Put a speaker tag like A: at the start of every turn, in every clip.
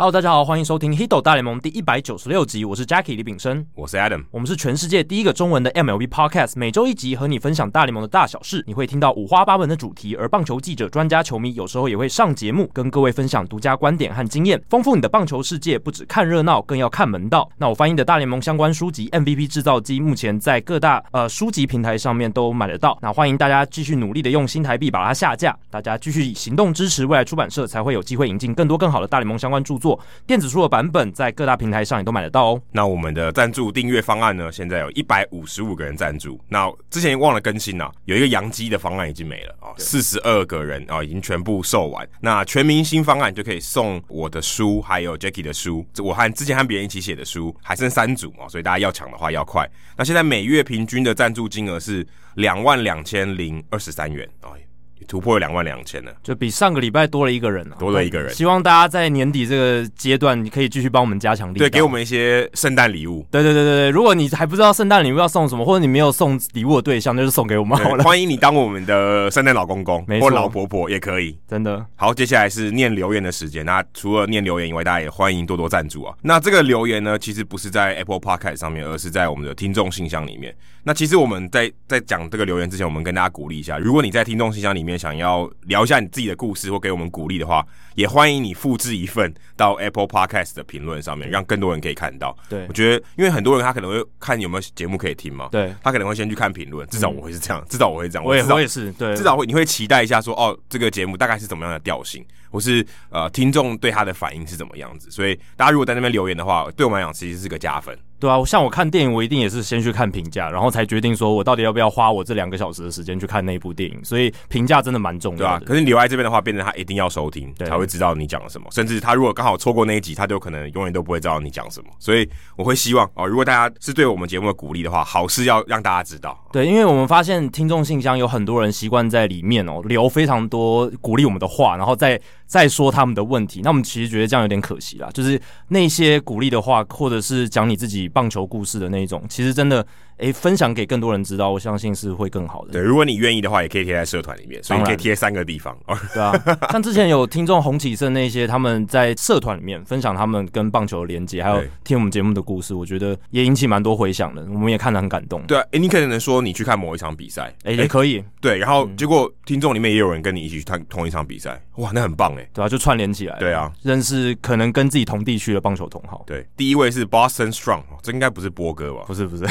A: Hello，大家好，欢迎收听《Hito 大联盟》第一百九十六集，我是 Jackie 李炳生，
B: 我是 Adam。
A: 我们是全世界第一个中文的 MLB Podcast，每周一集和你分享大联盟的大小事，你会听到五花八门的主题，而棒球记者、专家、球迷有时候也会上节目，跟各位分享独家观点和经验，丰富你的棒球世界。不只看热闹，更要看门道。那我翻译的大联盟相关书籍《MVP 制造机》，目前在各大呃书籍平台上面都买得到。那欢迎大家继续努力的用新台币把它下架，大家继续以行动支持未来出版社，才会有机会引进更多更好的大联盟相关著作。电子书的版本在各大平台上也都买得到哦。
B: 那我们的赞助订阅方案呢，现在有一百五十五个人赞助。那之前忘了更新啦，有一个洋基的方案已经没了啊，四十二个人啊、已经全部售完。那全明星方案就可以送我的书，还有 Jackie 的书，这我和之前和别人一起写的书，还剩三组哦，所以大家要抢的话要快。那现在每月平均的赞助金额是两万两千零二十三元啊、也突破两万两千了。
A: 就比上个礼拜多了一个人、啊，
B: 多了一个人
A: 希望大家在年底这个阶段，你可以继续帮我们加强力。
B: 对，给我。们一些圣诞礼物。
A: 对对对对对，如果你还不知道圣诞礼物要送什么，或者你没有送礼物的对象，那就送给我们好
B: 对
A: 了。
B: 欢迎你当我们的圣诞老公公
A: 没错
B: 或老婆婆也可以。
A: 真的，
B: 好，接下来是念留言的时间。那除了念留言以外，大家也欢迎多多赞助啊。那这个留言呢，其实不是在 Apple Podcast 上面，而是在我们的听众信箱里面。那其实我们在在讲这个留言之前，我们跟大家鼓励一下，如果你在听众信箱里面想要聊一下你自己的故事或给我们鼓励的话，也欢迎你复制一份到 Apple Podcast 的评论上面，让更多人可以看到。
A: 对
B: 我觉得，因为很多人他可能会看有没有节目可以听嘛，
A: 对，
B: 他可能会先去看评论。至少我会是这样，至少我会这样，
A: 我也
B: 至少
A: 我也是，对，
B: 至少会你会期待一下说，哦，这个节目大概是怎么样的调性，或是呃听众对他的反应是怎么样子。所以大家如果在那边留言的话，对我们来讲其实是个加分。
A: 对啊。像我看电影，我一定也是先去看评价，然后才决定说我到底要不要花我这两个小时的时间去看那一部电影。所以评价真的蛮重
B: 对吧、
A: 要
B: 啊？
A: 的。
B: 可是你留在这边的话，变成他一定要收听
A: 对
B: 才会知道你讲了什么，甚至他如果刚好错过那一集，他就可能永远都不会知道你讲什么。所以我会希望哦，如果大家是对我们节目的鼓励的话，好事要让大家知道。
A: 对，因为我们发现听众信箱有很多人习惯在里面哦留非常多鼓励我们的话，然后再再说他们的问题。那我们其实觉得这样有点可惜啦，就是那些鼓励的话，或者是讲你自己棒球故事的那一种，其实真的诶分享给更多人知道，我相信是会更好的。
B: 对，如果你愿意的话，也可以贴在社团里面，所以你
A: 嗯当
B: 可
A: 然
B: 以贴三个地方哦。
A: 对啊，像之前有听众洪启胜那些，他们在社团里面分享他们跟棒球的连接，还有
B: 对
A: 听我们节目的故事，我觉得也引起蛮多回响的，我们也看得很感动。
B: 对啊，诶你可能说你去看某一场比赛，
A: 诶，也可以，
B: 对，然后
A: 嗯
B: 结果听众里面也有人跟你一起去看同一场比赛，哇，那很棒哎。
A: 对啊，就串联起来，
B: 对啊，
A: 认识可能跟自己同地区的棒球同好。
B: 对，第一位是 Boston Strong，哦这应该不是波哥吧？
A: 不是不是，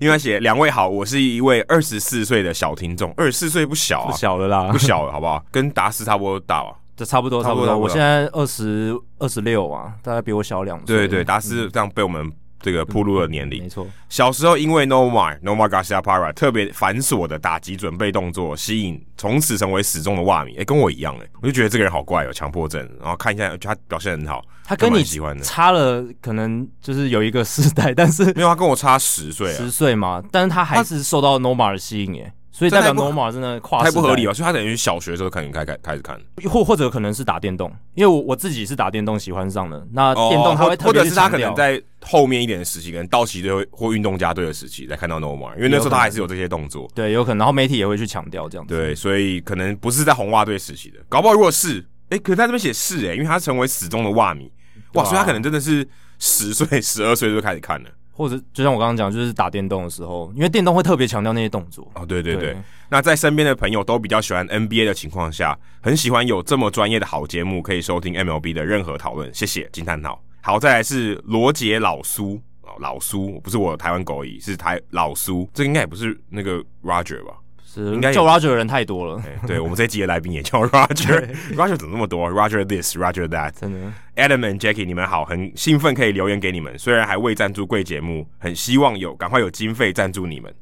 B: 因为他写两位好，我是一位二十四岁的小听众，二十四岁不小
A: 不
B: 啊，
A: 小了啦
B: 不，小了，好 不好？跟达斯差不多大吧？
A: 这差不多
B: 差
A: 差
B: 不
A: 不
B: 多
A: 多。我
B: 差不多
A: 现在二十二十六啊，大概比我小两岁。
B: 对对，达斯这样被我们这个铺路的年龄
A: 没。错，
B: 小时候因为 Nomar Nomar Garcia Para 特别繁琐的打击准备动作吸引，从此成为始终的袜迷。哎、跟我一样哎、我就觉得这个人好怪哦、强迫症。然后看一下，他表现很好，
A: 他跟
B: 就
A: 你
B: 蛮喜欢的。
A: 差了可能就是有一个世代，但 是
B: 没有，他跟我差十岁啊
A: 十，岁嘛，但是他还是受到 Norma 的吸引耶，所以代表
B: 这太不
A: Norma 真的跨世
B: 太
A: 代
B: 不合理哦了。所以他等于小学的时候可能开开开始看，
A: 或或者可能是打电动，因为我我自己是打电动喜欢上的，那呃
B: 哦
A: 电动它
B: 或
A: 会特
B: 或
A: 别
B: 者
A: 去
B: 是他
A: 强
B: 可
A: 调
B: 能在后面一点的时期，可能道奇队或运动家队的时期才看到 Nomar，因为那时候他还是有这些动作。
A: 对，有可能，然后媒体也会去强调这样子。
B: 对，所以可能不是在红袜队时期的，搞不好如果是，哎、可是他这边写是哎、诶因为他成为始终的袜迷，
A: 对
B: 哇，
A: 啊
B: 所以他可能真的是十岁、十二岁就开始看了。
A: 或者就像我刚刚讲，就是打电动的时候，因为电动会特别强调那些动作。
B: 哦，对对对，
A: 对
B: 那在身边的朋友都比较喜欢 NBA 的情况下，很喜欢有这么专业的好节目可以收听 MLB 的任何讨论，谢谢惊叹号。好，再来是罗杰老苏哦，老苏不是我台湾狗而已，是台老苏，这个应该也不是那个 Roger 吧？
A: 是
B: 应该也
A: 叫 Roger 的人太多 了，
B: 哎对我们这一集的来宾也叫 Roger，Roger 怎么那么多？Roger this，Roger that。
A: 真的。
B: Adam and Jackie，你们好，很兴奋可以留言给你们，虽然还未赞助贵节目，很希望有赶快有经费赞助你们。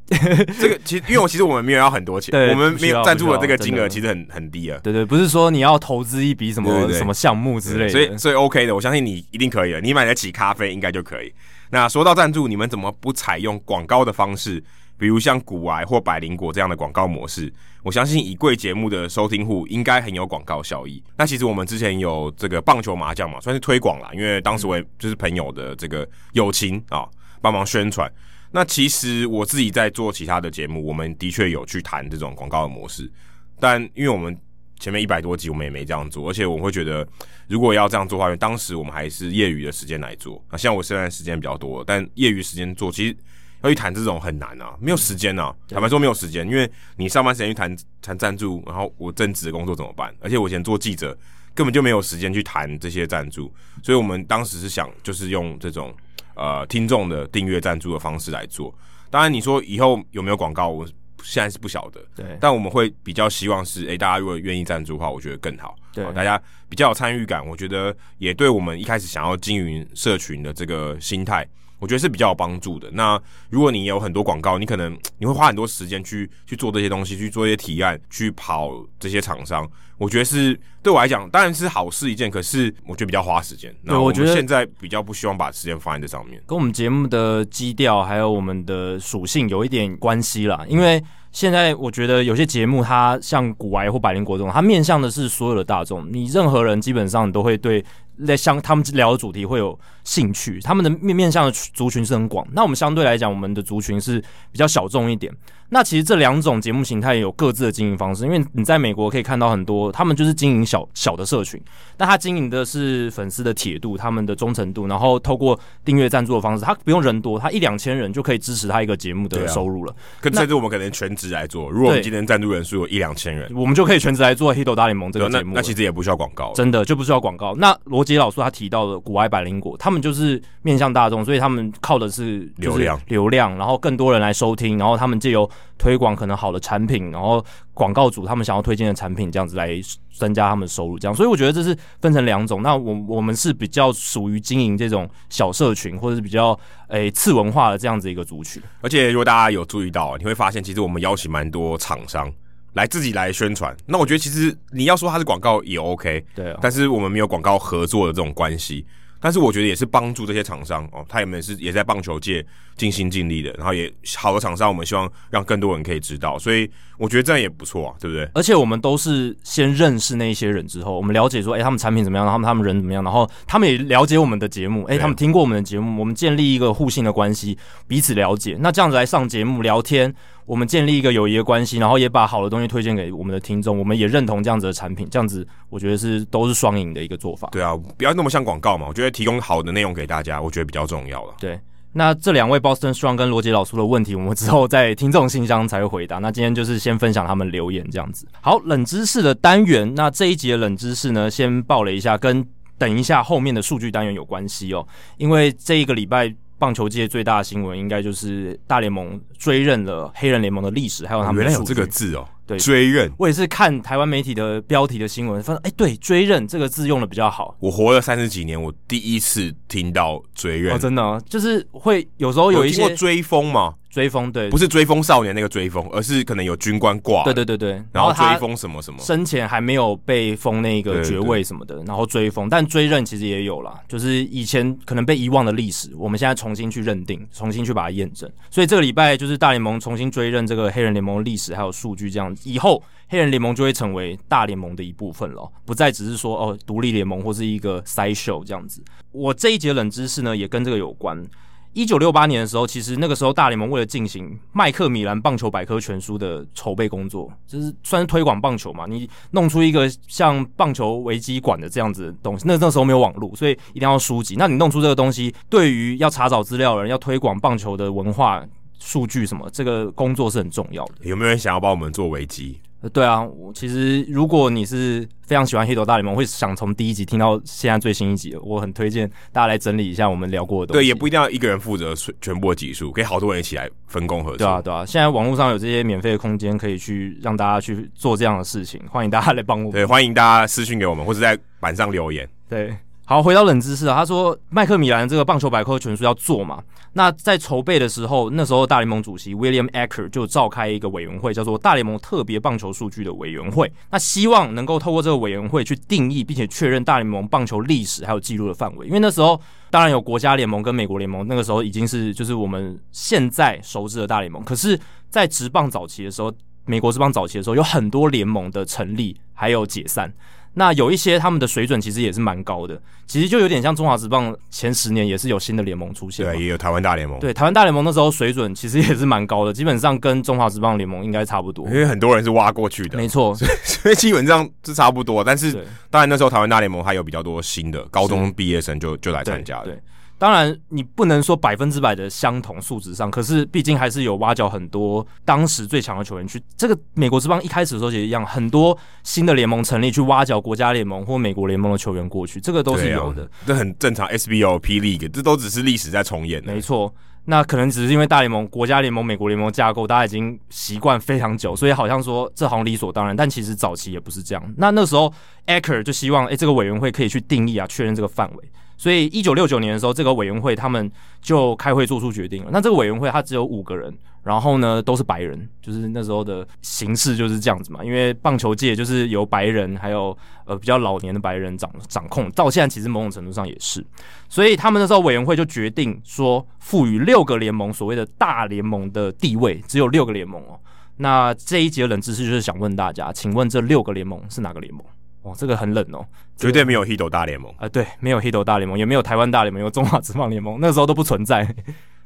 B: 这个其实，因为我其实我们没有要很多钱，
A: 对
B: 我们没
A: 不需要
B: 有赞助的这个
A: 不需要
B: 金
A: 真的
B: 额其实很很低啊，
A: 对对，不是说你要投资一笔什么
B: 对对对
A: 什么项目之类的，
B: 所以所以 OK 的，我相信你一定可以的，你买得起咖啡应该就可以。那说到赞助，你们怎么不采用广告的方式，比如像古癌或百灵果这样的广告模式？我相信以贵节目的收听户应该很有广告效益。那其实我们之前有这个棒球麻将嘛，算是推广啦，因为当时我也就是朋友的这个呃友情啊，帮忙宣传。那其实我自己在做其他的节目，我们的确有去谈这种广告的模式，但因为我们前面一百多集我们也没这样做，而且我会觉得，如果要这样做的话，因为当时我们还是业余的时间来做啊。像我现在时间比较多，但业余时间做其实。要去谈这种很难啊，没有时间啊。坦白说，没有时间，因为你上班时间去谈谈赞助，然后我正职的工作怎么办？而且我以前做记者，根本就没有时间去谈这些赞助，所以我们当时是想就是用这种呃听众的订阅赞助的方式来做。当然，你说以后有没有广告，我现在是不晓得，
A: 对
B: 但我们会比较希望是，诶、大家如果愿意赞助的话，我觉得更好。
A: 对
B: 好大家比较有参与感，我觉得也对我们一开始想要经营社群的这个心态，我觉得是比较有帮助的。那如果你有很多广告，你可能你会花很多时间去去做这些东西，去做一些提案，去跑这些厂商，我觉得是对我来讲当然是好事一件，可是我觉得比较花时间。那
A: 我
B: 我
A: 觉得
B: 们现在比较不希望把时间放在这上面。
A: 跟我们节目的基调还有我们的属性有一点关系啦，因为现在我觉得有些节目它像古玩或百灵国这种，它面向的是所有的大众，你任何人基本上你都会对在像他们聊的主题会有兴趣，他们的面面向的族群是很广。那我们相对来讲，我们的族群是比较小众一点。那其实这两种节目形态有各自的经营方式，因为你在美国可以看到很多，他们就是经营小小的社群，但他经营的是粉丝的铁度、他们的忠诚度，然后透过订阅赞助的方式，他不用人多，他一两千人就可以支持他一个节目
B: 对
A: 的
B: 啊
A: 收入了，
B: 可甚至我们可能全职来做，如果我们
A: 对
B: 今天赞助人数有一两千人，
A: 我们就可以全职来做《黑豆大联盟》这个
B: 对啊那
A: 节目
B: 那
A: 了。
B: 其实也不需要广告了。
A: 真的就不需要广告。那罗杰老师他提到的古埃百灵果，他们就是面向大众，所以他们靠的是就是
B: 流量
A: 流量，然后更多人来收听，然后他们借由推广可能好的产品，然后广告主他们想要推荐的产品，这样子来增加他们的收入。这样，所以我觉得这是分成两种。那我我们是比较属于经营这种小社群，或者是比较诶、次文化的这样子一个族群。
B: 而且如果大家有注意到，你会发现其实我们邀请蛮多厂商来自己来宣传。那我觉得其实你要说它是广告也 OK，
A: 对啊，
B: 但是我们没有广告合作的这种关系。但是我觉得也是帮助这些厂商哦，他们也是也在棒球界尽心尽力的，然后也好的厂商，我们希望让更多人可以知道，所以我觉得这样也不错啊，对不对？
A: 而且我们都是先认识那一些人之后，我们了解说，哎、他们产品怎么样，然后他们他们人怎么样，然后他们也了解我们的节目，哎、
B: 对啊
A: 他们听过我们的节目，我们建立一个互信的关系，彼此了解。那这样子来上节目聊天，我们建立一个友谊的关系，然后也把好的东西推荐给我们的听众，我们也认同这样子的产品，这样子我觉得是都是双赢的一个做法。
B: 对啊，不要那么像广告嘛，我觉得提供好的内容给大家，我觉得比较重要了。
A: 对，那这两位 Boston Strong 跟罗杰老叔的问题，我们之后在听众信箱才会回答。那今天就是先分享他们留言这样子。好，冷知识的单元，那这一集的冷知识呢，先爆了一下，跟等一下后面的数据单元有关系哦，因为这一个礼拜。棒球界最大的新闻应该就是大联盟追认了黑人联盟的历史，还有他们
B: 原
A: 的
B: 来有
A: 数
B: 这个
A: 据
B: 字哦，
A: 对
B: 追认，
A: 我也是看台湾媒体的标题的新闻，发现哎，对“追认”这个字用的比较好哦
B: 我活了三十几年，我第一次听到追认
A: 哦，，真的、哦，就是会有时候有一
B: 听
A: 些
B: 过追风嘛，
A: 追风，对，
B: 不是追风少年那个追风，而是可能有军官挂，
A: 对对对对，
B: 然后
A: 他
B: 追风什么什么，
A: 生前还没有被封那个爵位什么的，然后追封，但追认其实也有啦，就是以前可能被遗忘的历史，我们现在重新去认定，重新去把它验证。所以这个礼拜就是大联盟重新追认这个黑人联盟的历史还有数据，这样以后黑人联盟就会成为大联盟的一部分了，不再只是说哦独立联盟或是一个 side show 这样子。我这一节冷知识呢也跟这个有关。一九六八年的时候，其实那个时候大联盟为了进行麦克米兰棒球百科全书的筹备工作，就是算是推广棒球嘛。你弄出一个像棒球维基馆的这样子的东西，那那时候没有网络，所以一定要书籍。那你弄出这个东西，对于要查找资料的人，要推广棒球的文化数据什么，这个工作是很重要的。
B: 有没有人想要帮我们做危机？
A: 呃对啊，我其实如果你是非常喜欢《黑头大联盟》，会想从第一集听到现在最新一集的，我很推荐大家来整理一下我们聊过的东
B: 对，
A: 西。
B: 也不一定要一个人负责全全部的集数，可以好多人一起来分工合作。
A: 对啊，对啊，现在网络上有这些免费的空间，可以去让大家去做这样的事情，欢迎大家来帮我。
B: 对，欢迎大家私讯给我们，或者在板上留言。
A: 对，好，回到冷知识啊，他说麦克米兰这个棒球百科全书要做嘛，那在筹备的时候，那时候大联盟主席 William Ecker 就召开一个委员会，叫做大联盟特别棒球数据的委员会，那希望能够透过这个委员会去定义并且确认大联盟棒球历史还有记录的范围，因为那时候。当然有国家联盟跟美国联盟，那个时候已经是就是我们现在熟知的大联盟。可是，在职棒早期的时候，美国职棒早期的时候，有很多联盟的成立还有解散。那有一些他们的水准其实也是蛮高的，其实就有点像中华职棒前十年也是有新的联盟出现嘛
B: 对，，也有台湾大联盟，，
A: 对，台湾大联盟那时候水准其实也是蛮高的，基本上跟中华职棒联盟应该差不多
B: 因。为很多人哎啊是挖过去的，
A: 没错，
B: 所以基本上是差不多。但是
A: 对
B: 当然那时候台湾大联盟还有比较多新的高中毕业生就就来参加了，
A: 对，对当然你不能说百分之百的相同数值上，可是毕竟还是有挖角很多当时最强的球员去。这个美国之邦一开始的时候也一样，很多新的联盟成立去挖角国家联盟或美国联盟的球员过去，这个都是
B: 对啊
A: 有的。
B: 这很正常。SBO、P League 这都只是历史在重演的
A: 没，错。那可能只是因为大联盟、国家联盟、美国联盟的架构，大家已经习惯非常久，所以好像说这好像理所当然。但其实早期也不是这样。那那时候 Acker 就希望，诶、这个委员会可以去定义啊，确认这个范围。所以一九六九年的时候，这个委员会他们就开会做出决定了。那这个委员会它只有五个人，然后呢都是白人，就是那时候的形势就是这样子嘛。因为棒球界就是由白人还有呃比较老年的白人掌掌控，到现在其实某种程度上也是。所以他们那时候委员会就决定说，赋予六个联盟所谓的大联盟的地位，只有六个联盟哦。那这一节冷知识就是想问大家，请问这六个联盟是哪个联盟？哦，这个很冷哦。
B: 绝对没有 Hito 大联盟，
A: 啊、对，没有黑斗大联盟，也没有台湾大联盟，也没有中华职棒联盟，那时候都不存在。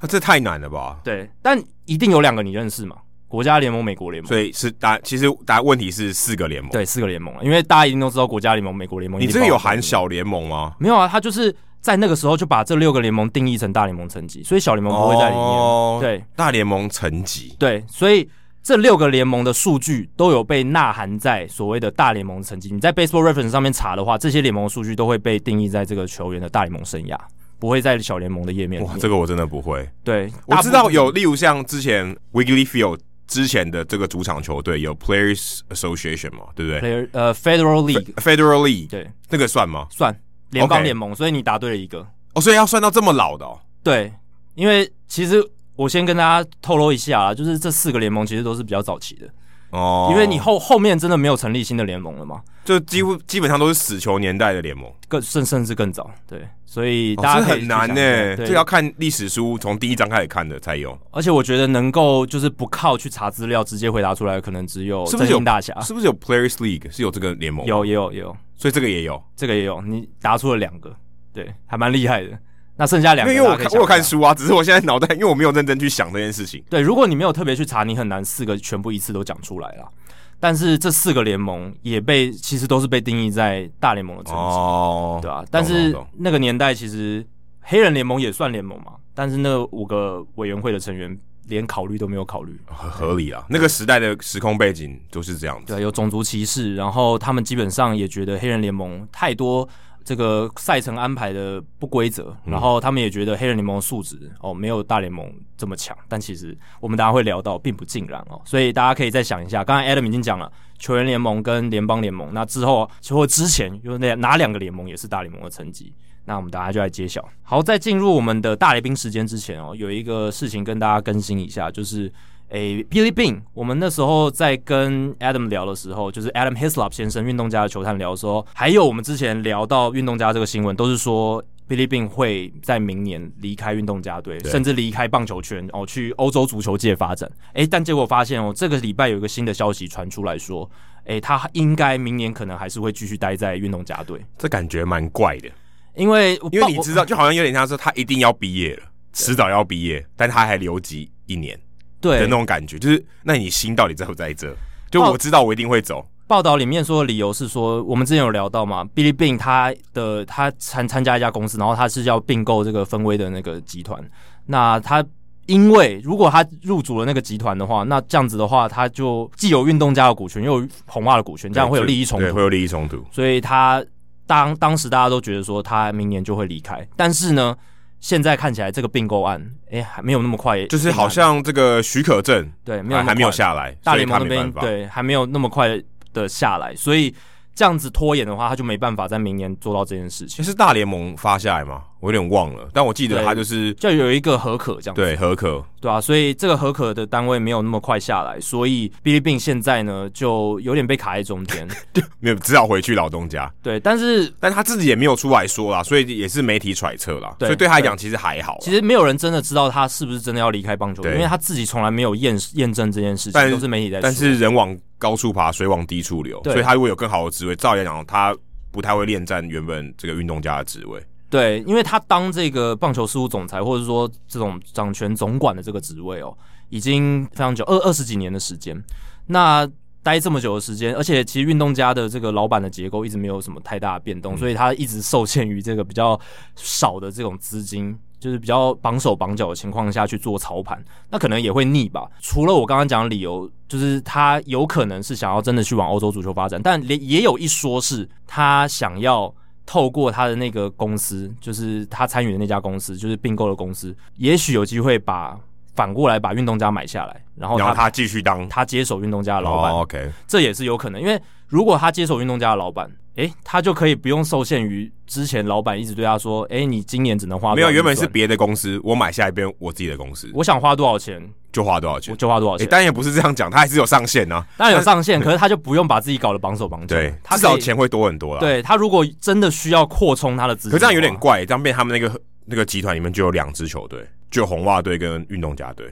B: 那啊这太难了吧？
A: 对，但一定有两个你认识嘛？国家联盟、美国联盟。
B: 所以是答，其实答问题是四个联盟。
A: 对，四个联盟，啊因为大家一定都知道国家联盟、美国联盟。
B: 你
A: 一定
B: 这个
A: 包
B: 有
A: 含
B: 含小联盟吗？
A: 没有啊？他就是在那个时候就把这六个联盟定义成大联盟层级，所以小联盟不会在里面。
B: 哦
A: 对，
B: 大联盟层级，
A: 对，所以这六个联盟的数据都有被纳含在所谓的大联盟成绩。你在 Baseball Reference 上面查的话，这些联盟的数据都会被定义在这个球员的大联盟生涯，不会在小联盟的页面里
B: 哇，
A: 面。
B: 这个我真的不会。
A: 对，
B: 我
A: 大
B: 知
A: 部
B: 道
A: 分
B: 有，例如像之前 Wiggly Field 之前的这个主场球队有 Players Association 嘛，对不对
A: player 呃 Federal League，
B: ？Federal League
A: 对，
B: 那个算吗？
A: 算联邦
B: OK
A: 联盟，所以你答对了一个。
B: 哦，所以要算到这么老的哦。
A: 对，因为其实我先跟大家透露一下啊，就是这四个联盟其实都是比较早期的，
B: 哦，
A: 因为你后后面真的没有成立新的联盟了嘛，
B: 就几乎基本上都是死球年代的联盟，
A: 更甚甚至更早。对，所以
B: 哦
A: 大
B: 这
A: 家可以
B: 很
A: 去
B: 难
A: 想一
B: 呢、
A: 下
B: 这
A: 对
B: 个要看历史书，从第一章开始看的才有，
A: 而且我觉得能够就是不靠去查资料直接回答出来，可能只有
B: 是不是
A: 真
B: 有
A: 心大侠
B: 是不是有 Players League 是有这个联盟？，
A: 啊有也有也有，
B: 所以这个也有。
A: 这个也有，你答出了两个，对，还蛮厉害的。那剩下
B: 因
A: 两个，
B: 为因为我
A: 大家可以
B: 看我有看
A: 想一下。
B: 书啊，只是我现在脑袋因为 我没有认真去想这件事情。
A: 对，如果你没有特别去查，你很难四个全部一次都讲出来啦。但是这四个联盟也被其实都是被定义在大联盟的层级，
B: 哦
A: 对啊？但
B: 懂
A: 是
B: 懂懂
A: 那个年代其实黑人联盟也算联盟嘛，但是那五个委员会的成员连考虑都没有考虑，
B: 合合理啊，那个时代的时空背景就是这样子。
A: 对，有种族歧视，然后他们基本上也觉得黑人联盟太多这个赛程安排的不规则，然后他们也觉得黑人联盟的素质哦没有大联盟这么强，但其实我们大家会聊到，并不尽然哦，所以大家可以再想一下，刚才 Adam 已经讲了球员联盟跟联邦联盟，那之后或之前有哪哪两个联盟也是大联盟的层级？那我们大家就来揭晓。好，在进入我们的大来宾时间之前哦，有一个事情跟大家更新一下，就是诶、b i l l y Bean，我们那时候在跟 Adam 聊的时候，就是 Adam Hislop 先生运动家的球探聊的时候，还有我们之前聊到运动家这个新闻，都是说 Billy Bean 会在明年离开运动家队，甚至离开棒球圈哦，去欧洲足球界发展。诶、但结果发现哦，这个礼拜有一个新的消息传出来说，诶、他应该明年可能还是会继续待在运动家队，
B: 这感觉蛮怪的，
A: 因为
B: 因为你
A: 道。
B: 知道，就好像有点像是他一定要毕业了，迟早要毕业，但他还留级一年的
A: 对
B: 那，种感觉，就是那你心到底在不在这？就
A: 哦
B: 我知道我一定会走，
A: 报道里面说的理由是说，我们之前有聊到嘛，Billy Bean 他的他参参加一家公司，然后他是要并购这个分威的那个集团。那他因为如果他入主了那个集团的话，那这样子的话，他就既有运动家的股权，又有红袜的股权，这样会有利益冲
B: 对，
A: 突
B: 会。有利益冲突。
A: 所以他当当时大家都觉得说他明年就会离开，但是呢，现在看起来这个并购案，哎、还没有那么快，
B: 就是好像这个许可证
A: 对，没有那
B: 还
A: 么
B: 还没有
A: 快
B: 下来，
A: 大
B: 所以
A: 联
B: 他
A: 盟那
B: 没
A: 边
B: 办法。
A: 对还没有那么快的下来，所以这样子拖延的话，他就没办法在明年做到这件事情。
B: 其实大联盟发下来嘛，我有点忘了，但我记得
A: 对
B: 它就是
A: 就有一个合可这样子。
B: 对合可，
A: 对啊，所以这个合可的单位没有那么快下来，所以哔哩哔哩现在呢就有点被卡在中 间。
B: 没有只好回去老东家。
A: 对，但是
B: 但他自己也没有出来说啦，所以也是媒体揣测啦，
A: 对
B: 所以对他来讲其实还好啦。
A: 其实没有人真的知道他是不是真的要离开棒球，
B: 对
A: 因为他自己从来没有验验证这件事
B: 但
A: 情，都是媒体在说。
B: 但是人往高处爬，水往低处流，
A: 对
B: 所以他如果有更好的职位，照理来讲他不太会恋战原本这个运动家的职位。
A: 对，因为他当这个棒球事务总裁，或者说这种掌权总管的这个职位哦，已经非常久，二二十几年的时间。那待这么久的时间，而且其实运动家的这个老板的结构一直没有什么太大的变动，所以他一直受限于这个比较少的这种资金。就是比较绑手绑脚的情况下去做操盘，那可能也会腻吧。除了我刚刚讲的理由，就是他有可能是想要真的去往欧洲足球发展，但也也有一说是他想要透过他的那个公司，就是他参与的那家公司，就是并购的公司，也许有机会把反过来把运动家买下来，然后
B: 然
A: 他
B: 后他继续当
A: 他接手运动家的老板，
B: 哦、，OK，
A: 这也是有可能。因为如果他接手运动家的老板，诶，他就可以不用受限于之前老板一直对他说，诶，你今年只能花
B: 没
A: 多少
B: 有，原本
A: 预
B: 是
A: 算
B: 别的公司，我买下一边我自己的公司，
A: 我想花多少钱
B: 就花多少
A: 我
B: 钱。
A: 就花多少
B: 哎、
A: 钱，
B: 但也不是这样讲，他还是有上限啊。
A: 当然有上限，可是他就不用把自己搞得绑手绑脚，
B: 对，
A: 他
B: 至
A: 可以
B: 少。钱会多很多啦。，
A: 对他如果真的需要扩充他的资金
B: 可
A: 的话，
B: 这样有点怪，这样变他们那个那个集团里面就有两支球队，就有红袜队跟运动家队。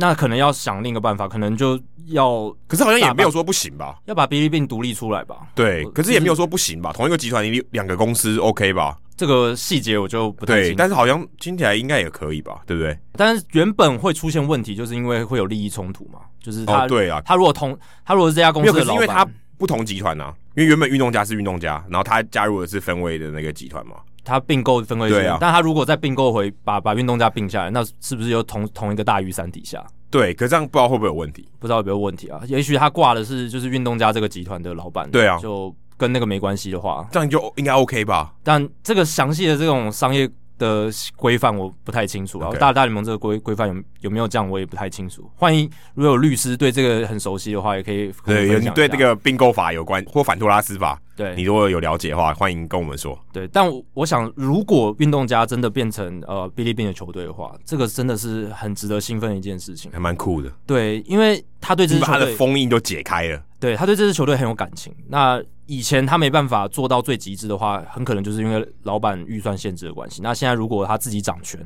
A: 那可能要想另一个办法，可能就要
B: 可是好像也没有说不行吧？
A: 要把哔哩哔哩独立出来吧。
B: 对，
A: 我
B: 可是
A: 就
B: 也
A: 是
B: 没有说不行吧？同一个集团里两个公司 OK 吧？
A: 这个细节我就不太
B: 对，
A: 清楚。
B: 但是好像听起来应该也可以吧？对不对？
A: 但是原本会出现问题，就是因为会有利益冲突嘛，就是他、
B: 哦，对啊，
A: 他如果同他如果是这家公
B: 没有，
A: 司
B: 可
A: 的
B: 是
A: 老
B: 因为
A: 板，
B: 他不同集团啊，因为原本运动家是运动家，然后他加入的是分位的那个集团嘛。
A: 他并购分会
B: 对啊
A: 但他如果再并购回把把运动家并下来，那是不是又同同一个大雨伞底下？
B: 对，可是这样不知道会不会有问题？
A: 不知道有没有问题啊？也许他挂的是就是运动家这个集团的老板，
B: 对啊
A: 就跟那个没关系的话，
B: 这样就应该 OK 吧？
A: 但这个详细的这种商业的规范我不太清楚啊。
B: OK
A: 大大联盟这个规规范有有没有这样，我也不太清楚。欢迎如果有律师对这个很熟悉的话，也可以跟我
B: 对，
A: 们
B: 有
A: 分
B: 你
A: 享一
B: 对
A: 下
B: 这个并购法有关或反托拉斯法，
A: 对
B: 你如果有了解的话，欢迎跟我们说。
A: 对，但我我想，如果运动家真的变成呃哔哩哔哩的球队的话，这个真的是很值得兴奋的一件事情。
B: 还蛮酷的，
A: 对，因为他对这
B: 你
A: 支
B: 把他
A: 球
B: 的
A: 队，
B: 封印都解开了。
A: 对他对这支球队很有感情。那以前他没办法做到最极致的话，很可能就是因为老板预算限制的关系。那现在如果他自己掌权，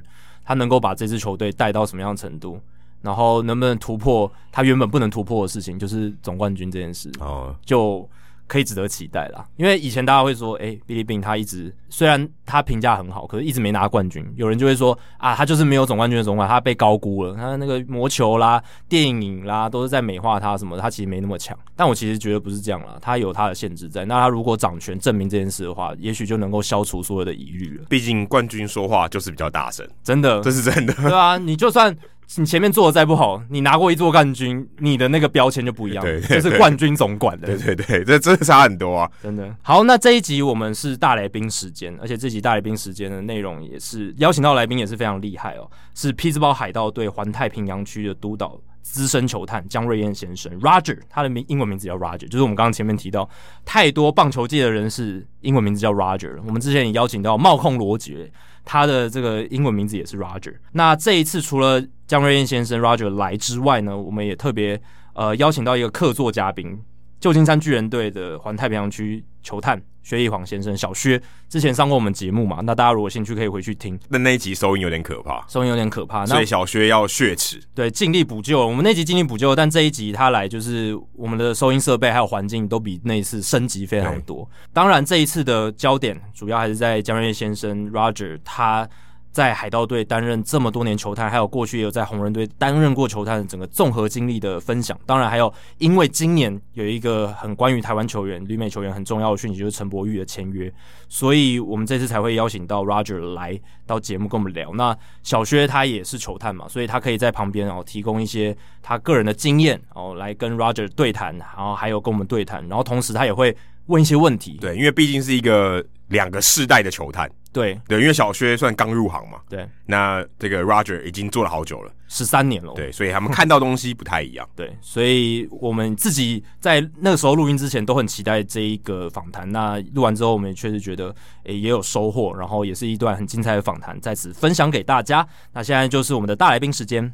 A: 他能够把这支球队带到什么样的程度，然后能不能突破他原本不能突破的事情，就是总冠军这件事。
B: 哦，
A: 就可以值得期待啦。因为以前大家会说，诶，哔哩哔哩他一直虽然他评价很好，可是一直没拿冠军。有人就会说啊，他就是没有总冠军的总管，他被高估了。他那个魔球啦、电影啦，都是在美化他什么的，他其实没那么强。但我其实觉得不是这样啦，他有他的限制在。那他如果掌权证明这件事的话，也许就能够消除所有的疑虑了。
B: 毕竟冠军说话就是比较大声，
A: 真的，
B: 这是真的。
A: 对啊，你就算你前面做的再不好，你拿过一座冠军，你的那个标签就不一样，
B: 对对
A: 就是冠军总管的。
B: 对对对，这真的差很多啊。
A: 真的好，那这一集我们是大来宾时间，而且这集大来宾时间的内容也是邀请到来宾也是非常厉害哦，是匹兹堡海盗队环太平洋区的督导资深球探江瑞燕先生 Roger，他的名英文名字叫 Roger，就是我们刚刚前面提到太多棒球界的人士英文名字叫 Roger，了我们之前也邀请到冒控罗杰，他的这个英文名字也是 Roger。那这一次除了江瑞燕先生 Roger 来之外呢，我们也特别呃邀请到一个客座嘉宾，旧金山巨人队的环太平洋区球探薛一煌先生小薛，之前上过我们节目嘛，那大家如果有兴趣可以回去听，
B: 那那一集收音有点可怕，
A: 声音有点可怕。那
B: 所以小薛要血耻。
A: 对，尽力补救。我们那集尽力补救，但这一集他来就是我们的收音设备还有环境都比那一次升级非常多。当然，这一次的焦点主要还是在江瑞先生 Roger 他。在海盗队担任这么多年球探，还有过去也有在红人队担任过球探的整个综合经历的分享。当然，还有因为今年有一个很关于台湾球员、旅美球员很重要的讯息，就是陈柏宇的签约，所以我们这次才会邀请到 Roger 来到节目跟我们聊。那小薛他也是球探嘛，所以他可以在旁边哦提供一些他个人的经验哦，来跟 Roger 对谈，然后还有跟我们对谈，然后同时他也会问一些问题。
B: 对，因为毕竟是一个两个世代的球探，
A: 对
B: 对，因为小薛算刚入行嘛，
A: 对，
B: 那这个 Roger 已经做了好久了，
A: 十三年了。
B: 对，所以他们看到东西不太一样。
A: 对，所以我们自己在那个时候录音之前都很期待这一个访谈。那录完之后，我们也确实觉得，诶、也有收获，然后也是一段很精彩的访谈，在此分享给大家。那现在就是我们的大来宾时间。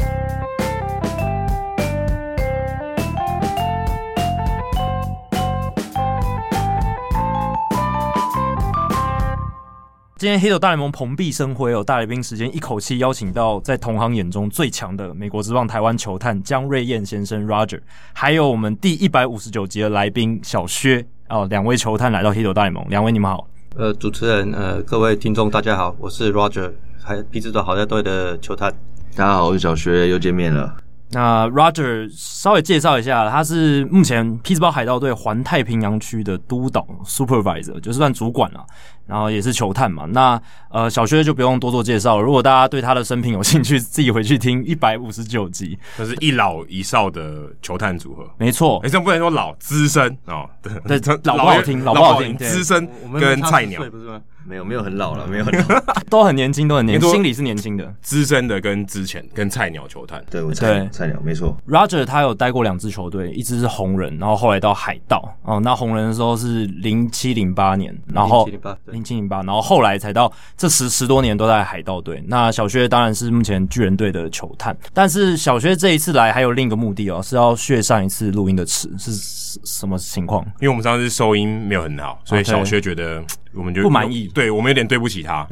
A: 今天黑手大联盟蓬荜生辉哦，大来宾时间一口气邀请到在同行眼中最强的美国职棒台湾球探江瑞燕先生 Roger，还有我们第一百五十九集的来宾小薛哦，两位球探来到黑手大联盟，两位你们好。
C: 呃，主持人，呃，各位听众，大家好，我是 Roger，还匹兹堡好战队的球探。
D: 大家好，我是小薛，又见面了。
A: 那 Roger 稍微介绍一下，他是目前匹兹堡海盗队环太平洋区的督导 supervisor，就是算主管了、然后也是球探嘛。那呃，小薛就不用多做介绍了。如果大家对他的生平有兴趣，自己回去听一百五十九集。
B: 这是一老一少的球探组合。
A: 没错
B: 哎、，这不能说老资深哦，
A: 对
B: 这
A: 老不好听
B: 老
A: 老不好听对
B: 资深
C: 我们
B: 跟
C: 差
B: 菜
C: 10
B: 鸟
C: 岁，不是吗？
D: 没有，没有很老了，没有很 老。
A: 都很年轻，都很年轻，
B: 你说
A: 心里是年轻的。
B: 资深的跟之前跟菜鸟球探。
D: 对，我
A: 对
D: 菜菜鸟，没错。
A: Roger 他有待过两支球队，一支是红人，然后后来到海盗。哦，那红人的时候是零七零八年，然后
C: 0708对
A: 零七零八，然后后来才到这十十多年都在海盗队。那小薛当然是目前巨人队的球探，但是小薛这一次来还有另一个目的哦，是要血上一次录音的池是是什么情况？
B: 因为我们上次收音没有很好，所以
A: 啊对
B: 小薛觉得嗯我们就
A: 不满意
B: 对我们有点对不起他，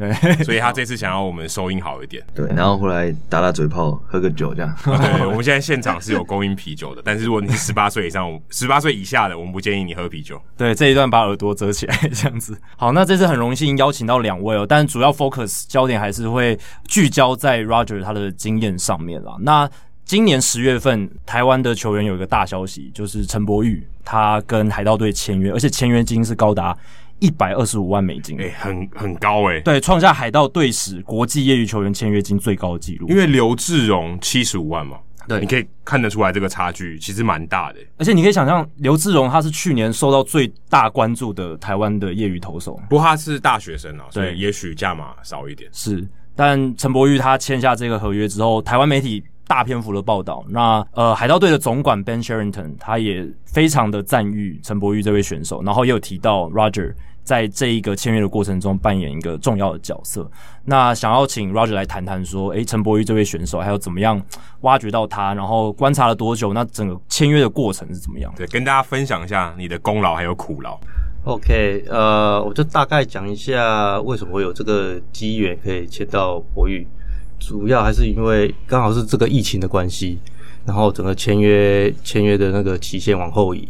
B: 所以他这次想要我们收音好一点。
D: 对，然后后来打打嘴炮，喝个酒这 样。
B: 对，我们现在现场是有供应啤酒的，但是如果你是十八岁以上、十八岁以下的，我们不建议你喝啤酒。
A: 对，这一段把耳朵遮起来， 这样子。好，那这次很荣幸邀请到两位哦，但主要 focus 焦点还是会聚焦在 Roger 他的经验上面啦。那今年十月份，台湾的球员有一个大消息，就是陈柏宇他跟海盗队签约，而且签约金是高达一百二十五万美金，
B: 哎、很很高哎、
A: 对，创下海盗队史国际业余球员签约金最高纪录
B: 因。为刘志荣七十五万嘛，
A: 对
B: 你可以看得出来这个差距其实蛮大的、
A: 而且你可以想象，刘志荣他是去年受到最大关注的台湾的业余投手，
B: 不过他是大学生啊，所
A: 对
B: 以也许价码少一点。
A: 是，但陈柏宇他签下这个合约之后，台湾媒体大篇幅的报道。那呃，海盗队的总管 Ben Sherrington 他也非常的赞誉陈柏宇这位选手，然后也有提到 Roger 在这一个签约的过程中扮演一个重要的角色。那想要请 Roger 来谈谈说，诶，陈柏宇这位选手还有怎么样挖掘到他，然后观察了多久，那整个签约的过程是怎么样？
B: 对，跟大家分享一下你的功劳还有苦劳。
C: OK，呃，我就大概讲一下为什么我有这个机缘可以签到博宇，主要还是因为刚好是这个疫情的关系，然后整个签约签约的那个期限往后移，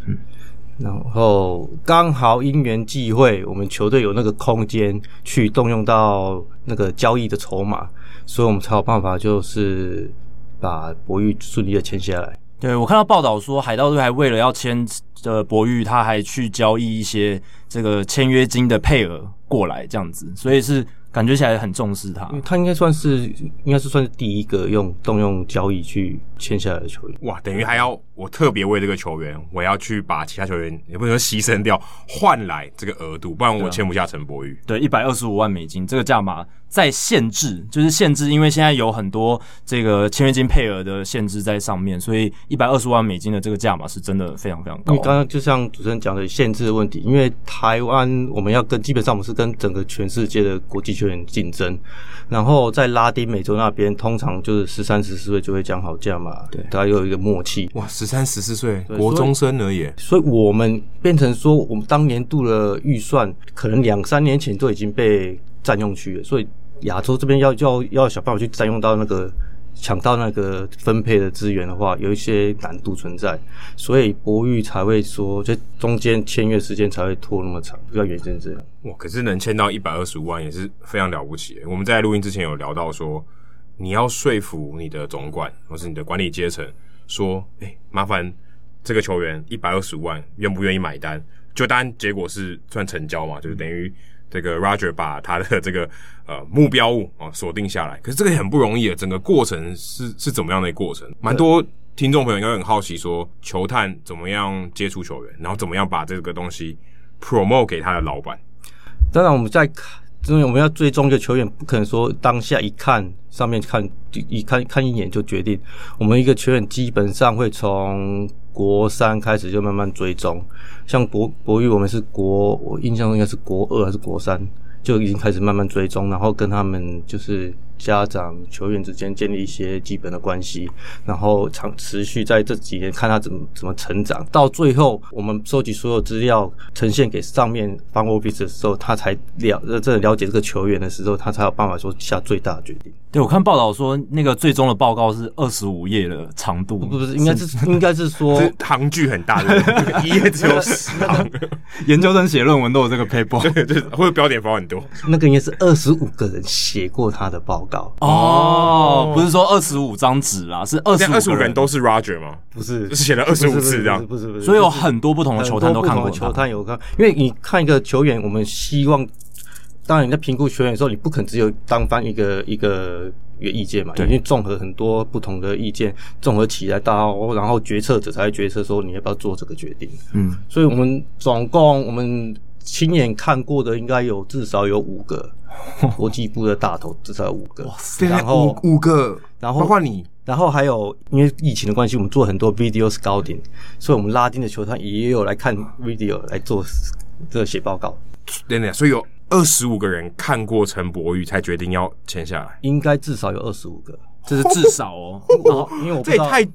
C: 然后刚好因缘际会，我们球队有那个空间去动用到那个交易的筹码，所以我们才有办法就是把博宇顺利的签下来。
A: 对我看到报道说，海盗队还为了要签呃博玉，他还去交易一些这个签约金的配额过来，这样子，所以是感觉起来很重视他
C: 因。为他应该算是，应该是算是第一个用动用交易去签下来的球员。
B: 哇，等于还要我特别为这个球员，我要去把其他球员也不能说牺牲掉，换来这个额度，不然我签不下陈柏宇。
A: 对，一百二十五万美金这个价码在限制，就是限制，因为现在有很多这个签约金配额的限制在上面，所以一百二十万美金的这个价码是真的非常非常
C: 因为刚
A: 高。
C: 刚就像主持人讲的限制的问题，因为台湾我们要跟基本上我们是跟整个全世界的国际球员竞争，然后在拉丁美洲那边通常就是十三十四岁就会讲好价嘛，对，大家有一个默契。
B: 哇，十三十四岁
C: 对
B: 国中生而已，
C: 所以我们变成说，我们当年度的预算可能两三年前都已经被占用去了，所以亚洲这边要要要想办法去占用到那个抢到那个分配的资源的话，有一些难度存在，所以博玉才会说，这中间签约时间才会拖那么长，比较原因是这样。
B: 哇，可是能签到一百二十五万也是非常了不起。我们在录音之前有聊到说，你要说服你的总管或是你的管理阶层说，哎、麻烦这个球员一百二十五万愿不愿意买单？就当然结果是算成交嘛，就是等于这个 Roger 把他的这个呃目标物啊锁定下来。可是这个也很不容易，啊整个过程是是怎么样的一个过程？蛮多听众朋友应该很好奇说，球探怎么样接触球员，然后怎么样把这个东西 promote 给他的老板？
C: 当然我们在看，因为我们要追踪一个球员，不可能说当下一看上面看一看看一眼就决定。我们一个球员基本上会从国三开始就慢慢追踪，像国国育我们是国，我印象中应该是国二还是国三就已经开始慢慢追踪，然后跟他们就是家长、球员之间建立一些基本的关系，然后长持续在这几年看他怎么怎么成长，到最后我们收集所有资料呈现给上面方 office 的时候，他才了呃，这了解这个球员的时候，他才有办法说下最大的决定。
A: 对我看报道说，那个最终的报告是二十五页的长度，
C: 不不是，应该是应该是说
B: 这行距很大，对不 对一页只有十行，
A: 研究生写论文都有这个 paper
B: 对，就是或者标点符号很 多。
C: 那个应该是二十五个人写过他的报告，
A: 哦，不是说二十五张纸啦，是二十
B: 那二十五人
A: 都，
B: 都是 Roger 吗？
C: 不是
B: 写了25次这样
C: 不是不是不是不是，
A: 所以有很多不同的球探都看过
C: 很多不同的球
A: 他。
C: 探有看，因为你看一个球员，我们希望，当然你在评估球员的时候，你不可能只有单方一个一个一个意见嘛，
A: 对
C: 一定综合很多不同的意见，综合起来到，然后决策者才会决策说你要不要做这个决定。
A: 嗯，
C: 所以我们总共我们亲眼看过的应该有至少有五 个国际部的大头，至少有五个，然后
B: 五五个，
C: 然后
B: 包括你，
C: 然后还有，因为疫情的关系，我们做很多 video scouting，所以我们拉丁的球探也有来看 video 来做这写报告。
B: 等等，所以有二十五个人看过陈柏宇，才决定要签下来。
C: 应该至少有二十五个，
A: 这是至少 哦，
C: 然后因为我不
B: 这也
C: 知道，哎
B: 太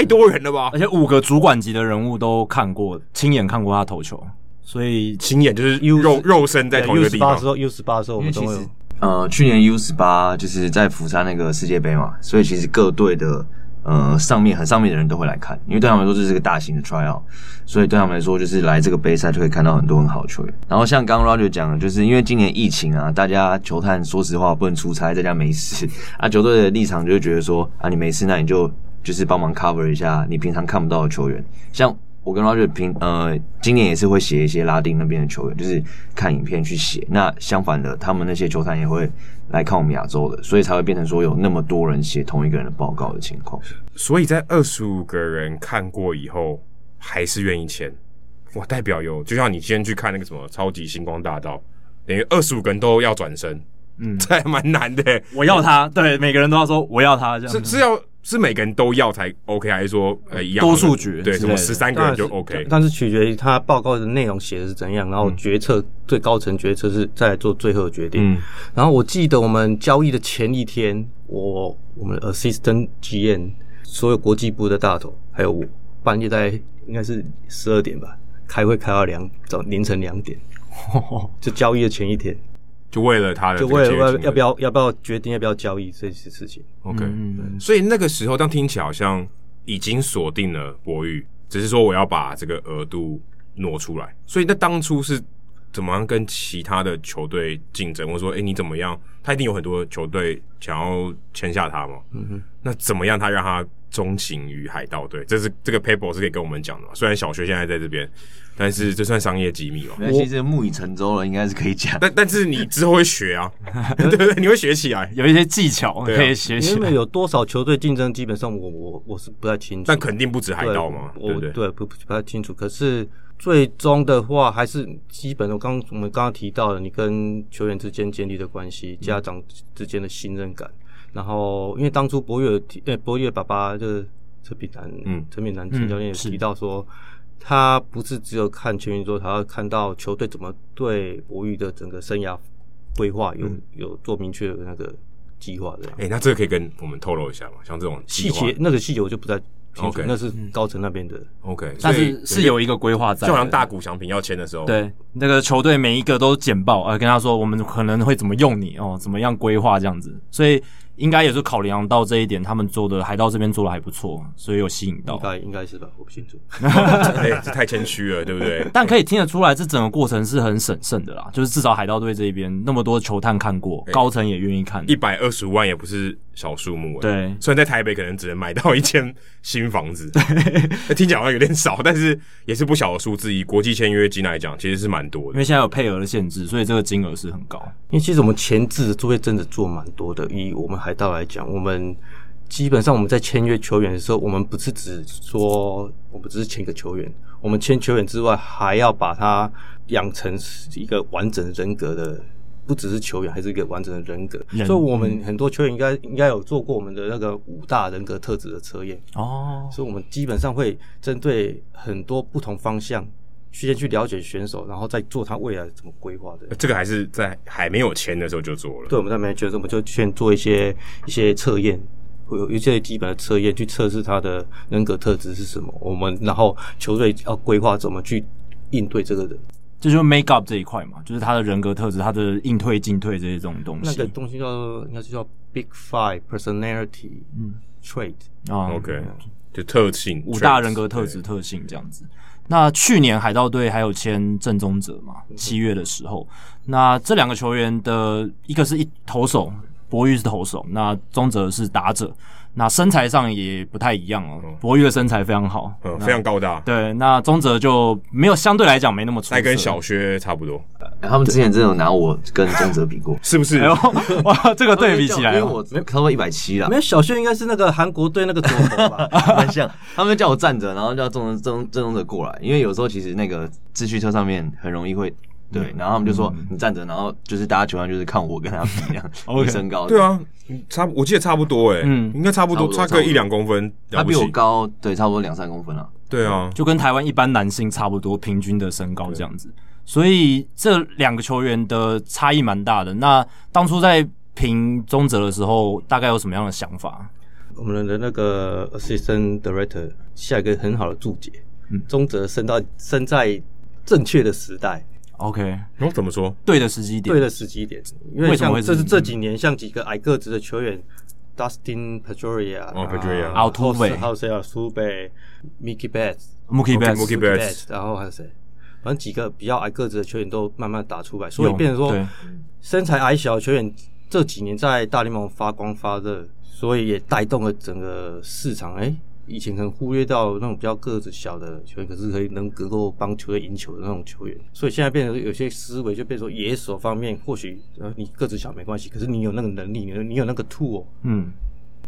B: 太多人了吧
A: 而？且五个主管级的人物都看过，亲眼看过他投球，所以
B: 亲眼就是
C: U-
B: 肉肉身在同一
C: U
B: 个
C: 十
B: 地
C: 八
B: 方
C: 的时，候，U 十八的时候我们都会
D: 因为
C: 有
D: 其实呃，去年 U 十八就是在釜山那个世界杯嘛，所以其实各队的呃上面很上面的人都会来看，因为对他们来说这是个大型的 tryout，所以对他们来说就是来这个杯赛就可以看到很多很好的球员。然后像刚刚 Roger 讲的，就是因为今年疫情啊，大家球探说实话不能出差，在家没事啊，球队的立场就会觉得说啊你没事，那你就就是帮忙 cover 一下啊你平常看不到的球员，像。我跟 Roger 平呃，今年也是会写一些拉丁那边的球员，就是看影片去写。那相反的，他们那些球探也会来看我们亚洲的，所以才会变成说有那么多人写同一个人的报告的情况。
B: 所以在二十五个人看过以后，还是愿意签。哇，代表有，就像你先去看那个什么超级星光大道，等于二十五个人都要转身，
A: 嗯，
B: 这还蛮难的、
A: 我要他，对每个人都要说我要他这
B: 是
A: 样。
B: 是要是每个人都要才 OK，还是说呃一样
A: 多数决
B: 对，
A: 之
B: 什
A: 类的
B: 么十三个
C: 当
B: 人
C: 然
B: 就是 OK？
C: 但是取决于他报告的内容写的是怎样，然后决策、最高层决策是再来做最后的决定。
B: 嗯
C: 然后我记得我们交易的前一天，我我们的 assistant GM 所有国际部的大头，还有我半夜在应该是十二点吧，开会开到两早凌晨两 点，就交易的前一天，
B: 就为了他的
C: 就
B: 呃这个
C: 为了
B: 签约
C: 要
B: 金
C: 要不要要不要决定要不要交易这些事情。
B: OK？、
A: 嗯，
B: 所以那个时候，当听起来好像已经锁定了博玉，只是说我要把这个额度挪出来。所以那当初是怎么样跟其他的球队竞争？我说，哎、你怎么样？他一定有很多球队想要签下他嘛。
C: 嗯哼。
B: 那怎么样他让他钟情于海盗队？这是这个 paper 是可以跟我们讲的嘛？虽然小学现在在这边，但是这算商业机密嘛？
D: 没关系，这个木已成舟了，应该是可以讲。
B: 但但是你之后会学啊，对不对？你会学起来，
A: 有一些技巧
B: 对啊
A: 可以学习
C: 因。为有多少球队竞争，基本上我我我是不太清楚。
B: 但肯定不止海
C: 对
B: 盗嘛，
C: 我
B: 对不对？
C: 不不不太清楚。可是最终的话，还是基本的。刚我们刚刚提到了，你跟球员之间建立的关系，家长之间的信任感。然后，因为当初博越有提，呃，博越爸爸就是陈炳南，
B: 嗯
C: 陈炳南
A: 嗯
C: 陈教练也提
A: 是
C: 到说，他不是只有看全运桌，他要看到球队怎么对博越的整个生涯规划有、
B: 嗯
C: 有做明确的那个计划这样。
B: 哎、那这个可以跟我们透露一下吗？像这种计
C: 细
B: 划
C: 节那个细节我就不再清楚
B: OK
C: 那是高层那边的。
B: ，OK，
A: 但
B: 所以
A: 是是有一个规划在
B: 就
A: 的，
B: 好像大股祥平要签的时候，，
A: 对那个球队每一个都简报，呃，跟他说我们可能会怎么用你哦，怎么样规划这样子，所以应该也是考量到这一点，他们做的海盗这边做的还不错，所以有吸引到
C: 应。该应该是吧，我不清楚。
B: 哎、这太谦虚了，对不对？
A: 但可以听得出来，这整个过程是很审慎的啦，就是至少海盗队这一边那么多球探看过，高层也愿意看。
B: 一百二十五万也不是小数目、哎，
A: 对
B: 虽然在台北可能只能买到一间新房子，听起来好像有点少，但是也是不小的数字。以国际签约金来讲，其实是蛮多
A: 因
B: 的。
A: 为现在有配额的限制，所以这个金额是很高。
C: 因为其实我们前置的作业真的做蛮多的。以我们海盗来讲，我们基本上我们在签约球员的时候，我们不是只说我们只是签个球员，我们签球员之外，还要把他养成一个完整人格的，不只是球员，还是一个完整的人格。
A: 人
C: 所以，我们很多球员应该应该有做过我们的那个五大人格特质的测验，
A: 哦，
C: 所以我们基本上会针对很多不同方向。先去了解选手，然后再做他未来怎么规划的。
B: 这个还是在还没有签的时候就做了。
C: 对，我们在 manager 我们就先做一些一些测验，会有一些基本的测验去测试他的人格特质是什么。我们然后球队要规划怎么去应对这个人，
A: 这就是 make up 这一块嘛，就是他的人格特质、他的应退进退这些这种东
C: 那
A: 西。
C: 个东西叫应该是叫 Big Five Personality
A: 嗯
C: Trait。
A: 啊
B: OK，就特性
A: 五大
B: traits，
A: 人格特质
B: 对
A: 特性这样子。那去年海盗队还有签郑宗哲
B: 嗯
A: 嘛，七月的时候，那这两个球员的一个是一投手，博玉是投手，那宗哲是打者，那身材上也不太一样哦
B: 嗯。
A: 博玉的身材非常好，
B: 嗯
A: 那
B: 非常高大，
A: 对，那宗哲就没有相对来讲没那么出色，
B: 那跟小薛差不多，，
D: 哎他们之前真的有拿我跟曾哲比过
B: 是不是
A: 哎？呦，哇，这个对比起来
D: 因为
A: 哦，
D: 我差不多一百七啦
C: 没，有小炫应该是那个韩国队那个左投吧？
D: 蛮像。 他们叫我站着，然后叫郑郑郑宗哲过来，因为有时候其实那个秩序车上面很容易会。对，然后他们就说你站着，然后就是大家球员就是看我跟他比这样，
A: OK
D: 比身高。
B: 对，啊，嗯差不我记得差不多哎、
A: 嗯
B: 应该差不多，
D: 差
B: 差
D: 不多
B: 个一两公分，
D: 他
B: 了不
D: 比我
B: 起。
D: 高，对，差不多两三公分啊。
B: 对啊，
A: 就跟台湾一般男性差不多平均的身高这样子，所以这两个球员的差异蛮大的。那当初在评中哲的时候，大概有什么样的想法？
C: 我们的那个 Assistant Director 下一个很好的注解
A: 嗯：
C: 中哲生到生在正确的时代，
A: OK，
B: 然后怎么说？
A: 对的时机点，
C: 对的时机点，因
A: 为
C: 为
A: 什么
C: 像
A: 会是
C: 这是这几年像几个矮个子的球员，Dustin Pedroia，
B: 哦 Pedroia
C: 然后
A: Altuve
C: 还有谁啊？Sube，Mickey Betts，
A: ，Mookie
B: OK，
A: Betts
B: Mookie
C: Mookie
B: Betts
C: Betts，然后还有谁？反正几个比较矮个子的球员都慢慢打出来，所以
A: 有
C: 变成
A: 对
C: 说身材矮小的球员这几年在大联盟发光发热，所以也带动了整个市场。哎、以前可能忽略到那种比较个子小的球员，可是可以能能够帮球队赢球的那种球员，所以现在变成有些思维就变成说野手方面，或许呃你个子小没关系，可是你有那个能力，你有你有那个 tool，哦
A: 嗯。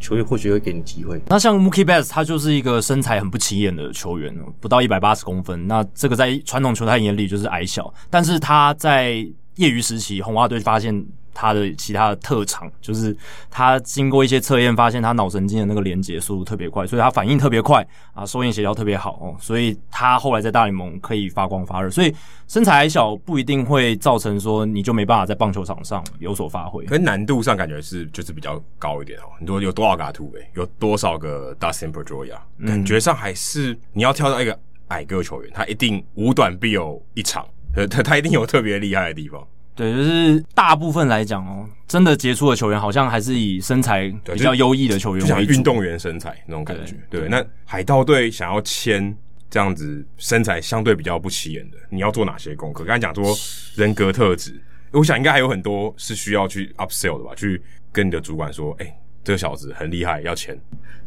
C: 球队或许会给你机会。
A: 那像 Mookie Betts，他就是一个身材很不起眼的球员，不到一百八十公分。那这个在传统球探眼里就是矮小，但是他在业余时期，红袜队发现他的其他的特长，就是他经过一些测验，发现他脑神经的那个连接速度特别快，所以他反应特别快啊，收眼协调特别好哦，所以他后来在大联盟可以发光发热。所以身材矮小不一定会造成说你就没办法在棒球场上有所发挥。
B: 可是难度上感觉是就是比较高一点哦。你说有多少个 two 哎，有多少个 Dustin Pedroia？、感
D: 嗯
B: 觉上还是你要挑到一个矮个球员，他一定五短必有一长，呃 他他一定有特别厉害的地方。
A: 对，就是大部分来讲哦，真的杰出的球员好像还是以身材
B: 对
A: 比较优异的球
B: 就
A: 员
B: 像
A: 为主。
B: 运动员身材那种感觉。对，那海盗队想要签这样子身材相对比较不起眼的，你要做哪些功课？刚才讲说人格特质，我想应该还有很多是需要去 upsell 的吧，去跟你的主管说，哎、这个小子很厉害，要签。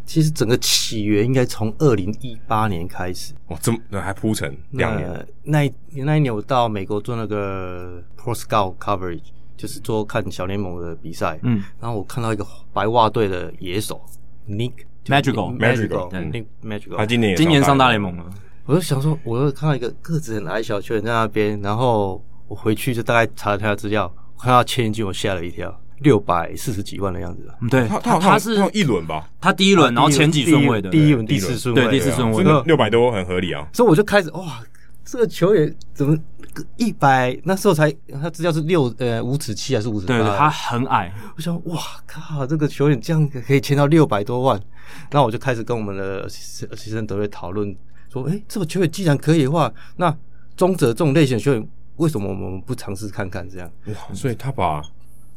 C: 其实整个起源应该从二零一八年开始，
B: 哇，这么那还铺陈
C: 那
B: 两年，
C: 那一那一年我到美国做那个 Pro Scout Coverage，就是做看小联盟的比赛。
A: 嗯，
C: 然后我看到一个白袜队的野手 Nick
A: Madrigal
B: Madrigal，嗯
C: Nick Magical，
B: 他今年也
A: 今年上大联盟了，
C: 我就想说，我又看到一个个子很矮小的球员在那边，然后我回去就大概查了他的资料，我看到千金，我吓了一跳，六百四十几万的样子啊。
A: 嗯，对，
B: 他他好像
A: 他
B: 他好
A: 是
B: 像一轮吧，
A: 他第一轮，然后前几顺位的，
C: 第一轮、
B: 第
C: 第
B: 一轮
C: 四顺位
A: 对
C: 的，
A: 第四顺位
C: 这个
B: 六百多很合理啊。
C: 所以我就开始哇，这个球员怎么一百？那时候才他资料是六呃五尺七还是五尺八？
A: 对
B: 呃
A: 对，他很矮，
C: 我想哇靠，这个球员这样可以签到六百多万，那我就开始跟我们的学生德瑞讨论说，诶，这个球员既然可以的话，那中者这种类型的球员，为什么我们不尝试看看这样？
B: 哇，所以他把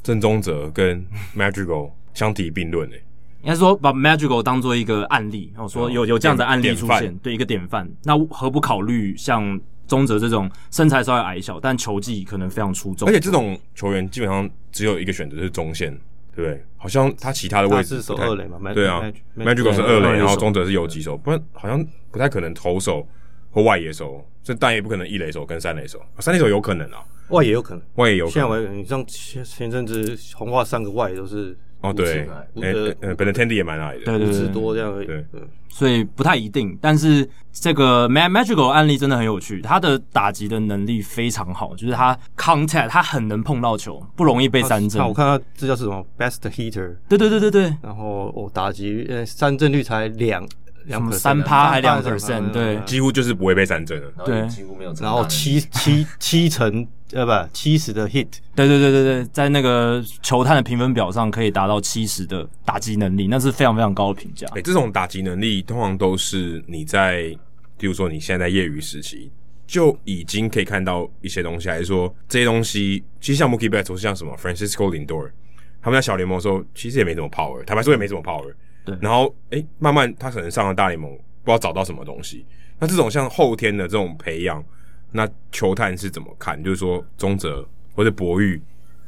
B: 郑宗哲跟 Magical 相提并论诶、
A: 应该说把 Magical 当做一个案例，哦，说有有这样的案例
B: 典
A: 出
B: 典范
A: 现，对一个典范。那何不考虑像中哲这种身材稍微矮小，但球技可能非常出众，
B: 而且这种球员基本上只有一个选择是中线，对不对？好像他其他的位
C: 他
B: 置
C: 是守
B: 不太
C: 二垒嘛，Mag- 啊
B: 对啊
C: Mag-
B: ，Magical
C: Mag-
B: 是二
A: 对
B: 垒，
A: 垒
B: 然后
A: 手
B: 中哲是游击手，不然好像不太可能投手或外野手，这但也不可能一垒手跟三垒手，啊三垒手有可能啊，
C: 外也有可能。
B: 外野有可
C: 现在
B: 能。
C: 我你像前前阵子红袜三个外也都是
B: 哦，对
D: 五尺，
B: 哎
C: 五尺
B: 呃本来天地也蛮矮的，
A: 对对
C: 五
A: 对
C: 尺
A: 对，
C: 多这样而已。
B: 对
C: 嗯
A: 所以不太一定。但是这个 Ma- Magical 案例真的很有趣，他的打击的能力非常好，就是他 contact 他很能碰到球，不容易被三振
C: 看。啊我看他这叫什么 best hitter，
A: 对对对对对，
C: 然后我、哦、打击呃三振率才两两
A: 么
C: percent 啊
A: 三趴还两
C: 三趴
A: percent，对
C: 嗯
B: 几乎就是不会被三振了。
D: 然后也
A: 对
D: 几乎没有成
C: 然后
D: 大的
C: 七七七成呃不七十的 hit，
A: 对对对对对，在那个球探的评分表上可以达到七十的打击能力，那是非常非常高的评价
B: 哎、。这种打击能力通常都是你在，比如说你现在在业余时期就已经可以看到一些东西，还是说这些东西，其实像 Mookie Betts 或是像什么 Francisco Lindor，他们在小联盟的时候其实也没怎么 power，坦白说也没怎么 power。
A: 对
B: 然后哎、诶慢慢他可能上了大联盟，不知道找到什么东西。那这种像后天的这种培养，那球探是怎么看？就是说中泽或者博玉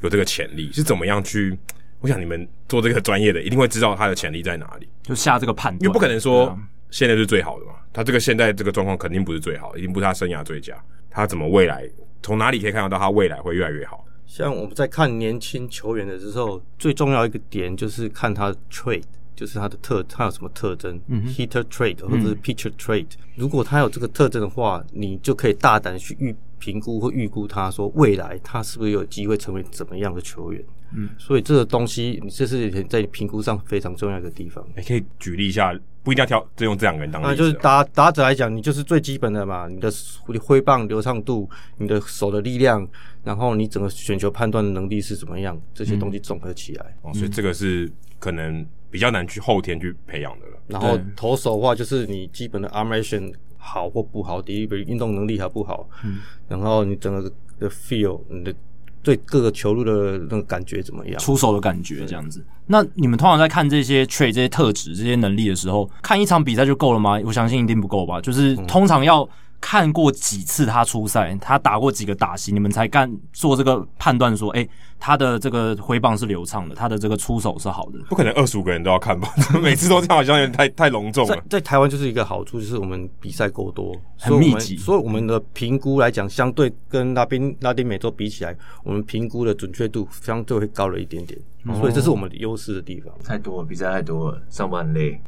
B: 有这个潜力，是怎么样去？我想你们做这个专业的一定会知道他的潜力在哪里。
A: 就下这个判断，
B: 因为不可能
A: 对
B: 说
A: 啊
B: 现在是最好的嘛。他这个现在这个状况肯定不是最好，一定不是他生涯最佳。他怎么未来从哪里可以看得到他未来会越来越好？
C: 像我们在看年轻球员的时候，最重要一个点就是看他的 trait，就是他的特，他有什么特征、
A: 嗯哼
C: h i t t e r trait 或者是 pitcher trait、如果他有这个特征的话，你就可以大胆地去预评估或预估他说未来他是不是有机会成为怎么样的球员。
A: 嗯，
C: 所以这个东西，你这是在评估上非常重要的一个地方。
B: 你哎可以举例一下，不一定要挑，就用这两个人当例子
C: 那
B: 啊。
C: 就是打打者来讲，你就是最基本的嘛，你的挥棒流畅度、你的手的力量，然后你整个选球判断的能力是怎么样，这些东
A: 嗯
C: 西综合起来。
B: 哦，所以这个是可能比较难去后天去培养的了。
C: 然后
A: 对
C: 投手的话，就是你基本的 arm action 好或不好，第一个运动能力好不好，
A: 嗯
C: 然后你整个的 feel，你的对各个球路的那个感觉怎么样？
A: 出手的感觉这样子。那你们通常在看这些 trait、这些特质、这些能力的时候，看一场比赛就够了吗？我相信一定不够吧。就是
B: 嗯
A: 通常要看过几次他出赛，他打过几个打席，你们才干做这个判断，说，哎、他的这个挥棒是流畅的，他的这个出手是好的。
B: 不可能二十五个人都要看吧？ 每次都这样，好像有点太太隆重
C: 在
B: 了。
C: 在台湾就是一个好处，就是我们比赛够多，
A: 很
C: 所以我们
A: 密集
C: 所以我们的评估来讲，相对跟拉丁拉丁美洲比起来，我们评估的准确度相对会高了一点点，
B: 哦
C: 所以这是我们的优势的地方。
D: 太多了，比赛太多了，上班很累。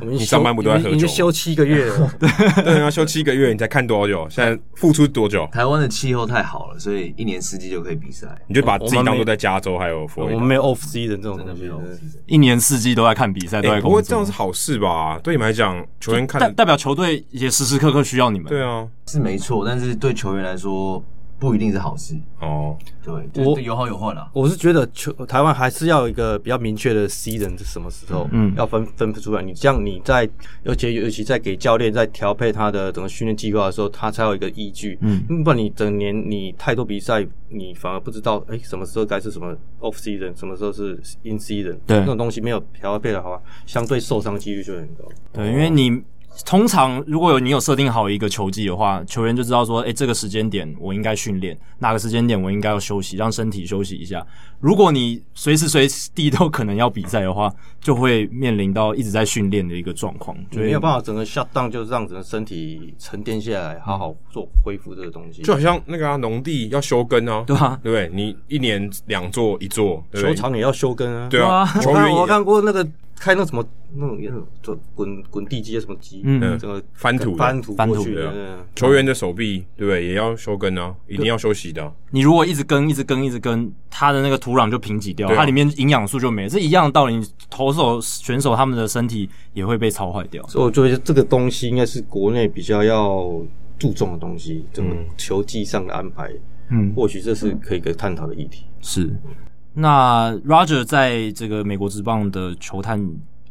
C: 我们已经
B: 你
C: 休
B: 上班不都在喝
C: 已经已经
B: 酒吗
C: 休七个月了，
B: 对，要休七个月，你才看多久？现在付出多久？
D: 台湾的气候太好了，所以一年四季就可以比赛，
B: 你就把自己
C: 我们没
B: 当做在加州还有佛
C: 我
B: 罗里
C: 们
B: 达。
C: 没有 off season 这种
D: 真的
C: 东
D: 没
C: 西
D: 有。。
A: 一年四季都在看比赛，都
B: 哎
A: 在
B: 不
A: 工
B: 过这
A: 作
B: 样，是好事吧？对你们来讲，球员看
A: 代
B: 得
A: 代表球队也时时刻刻需要你们。
B: 对啊，
D: 是没错，但是对球员来说不一定是好事。
B: 哦，
D: 对，
C: 我
D: 对，有好有坏啦。
C: 我是觉得球台湾还是要有一个比较明确的 season 是什么时候，
A: 嗯
C: 要分分不出来。你这样你在，尤其尤其在给教练在调配他的整个训练计划的时候，他才有一个依据。
A: 嗯
C: 不然你整年你太多比赛，你反而不知道哎、诶什么时候该是什么 off season，什么时候是 in season，
A: 对
C: 那种东西没有调配的话，相对受伤几率就很高。
A: 对，因为你通常如果有你有设定好一个球季的话，球员就知道说，诶，这个时间点我应该训练，哪个时间点我应该要休息，让身体休息一下。如果你随时随地都可能要比赛的话，就会面临到一直在训练的一个状况，
C: 你
A: 就
C: 没有办
A: 法。
C: 法整个 shut down，就是让整个身体沉淀下来，好好做恢复这个东西。
B: 就好像那个啊，农地要休耕啊，
A: 对啊，
B: 对不对？你一年两座一座，对不对
C: 球场也要休耕啊。
B: 对啊，
A: 对啊
B: 球
C: 我看
B: 员
C: 我
B: 也
C: 看过那个开那什么那种也是做滚滚地基啊什么机，
A: 嗯
C: 整个
B: 翻土的
C: 翻土
A: 翻土
C: 过去
B: 的
C: 的
B: 啊，
C: 嗯
B: 球员的手臂，对不对？也要休耕啊，一定要休息的啊。
A: 你如果一直跟、一直跟、一直跟，它的那个土壤就贫瘠掉，
B: 对啊
A: 它里面营养素就没了，这一样的道理。投手选手他们的身体也会被操坏掉。
C: 所以我觉得这个东西应该是国内比较要注重的东西，整个
B: 嗯
C: 球技上的安排，
A: 嗯，
C: 或许这是可以可以探讨的议题。
A: 是。那 Roger 在这个美国职棒的球探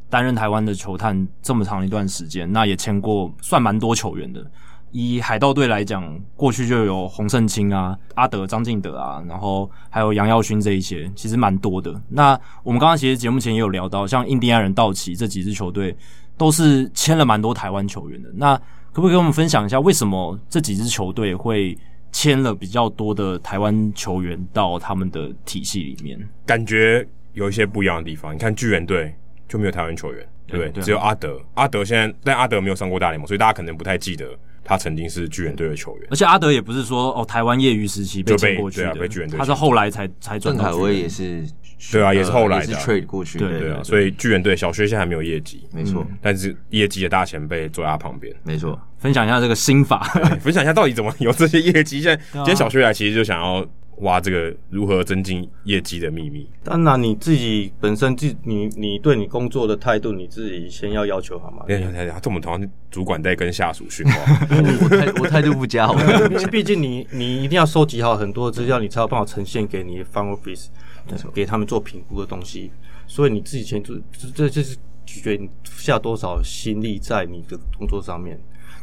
A: 担任台湾的球探这么长一段时间，那也签过算蛮多球员的。以海盗队来讲，过去就有洪胜清啊、阿德、张敬德啊，然后还有杨耀勋这一些，其实蛮多的。那我们刚刚其实节目前也有聊到，像印第安人、道奇这几支球队都是签了蛮多台湾球员的。那可不可以跟我们分享一下，为什么这几支球队会签了比较多的台湾球员到他们的体系里面？
B: 感觉有一些不一样的地方。你看巨人队就没有台湾球员，对
A: 对
B: 不对？
A: 对啊
B: 只有阿德，阿德现在但阿德没有上过大联盟，所以大家可能不太记得他曾经是巨人队的球员，
A: 而且阿德也不是说哦，台湾业余时期被
B: 就被
A: 签过去
B: 对啊
A: 的，
B: 被巨人队
A: 他是后来才才转
D: 郑
A: 到
D: 凯
A: 巨人
D: 威也是，呃
B: 对啊也是后来
D: 也
B: 的啊
D: 是 trade 过去的，
A: 对
B: 对啊，所以巨人队小薛现在还没有业绩，
D: 没错
B: 但是业绩的大前辈坐在他旁边。
D: 没错，
A: 分享一下这个心 法，
B: 对分享一下到底怎么有这些业绩？现在
A: 对啊
B: 今天小薛来其实就想要挖这个如何增进业绩的秘密。
C: 当然你自己本身自你你对你工作的态度，你自己先要要求好嘛。
B: 哎呀，哎呀这我们好像主管在跟下属 训话，
D: 我态我态度不佳，哦我态度
C: 因为 毕竟你你一定要收集好很多资料，你才有办法呈现给你的 fund office，给他们做评估的东西。所以你自己前做，这这就是取决于你下多少心力在你的工作上面。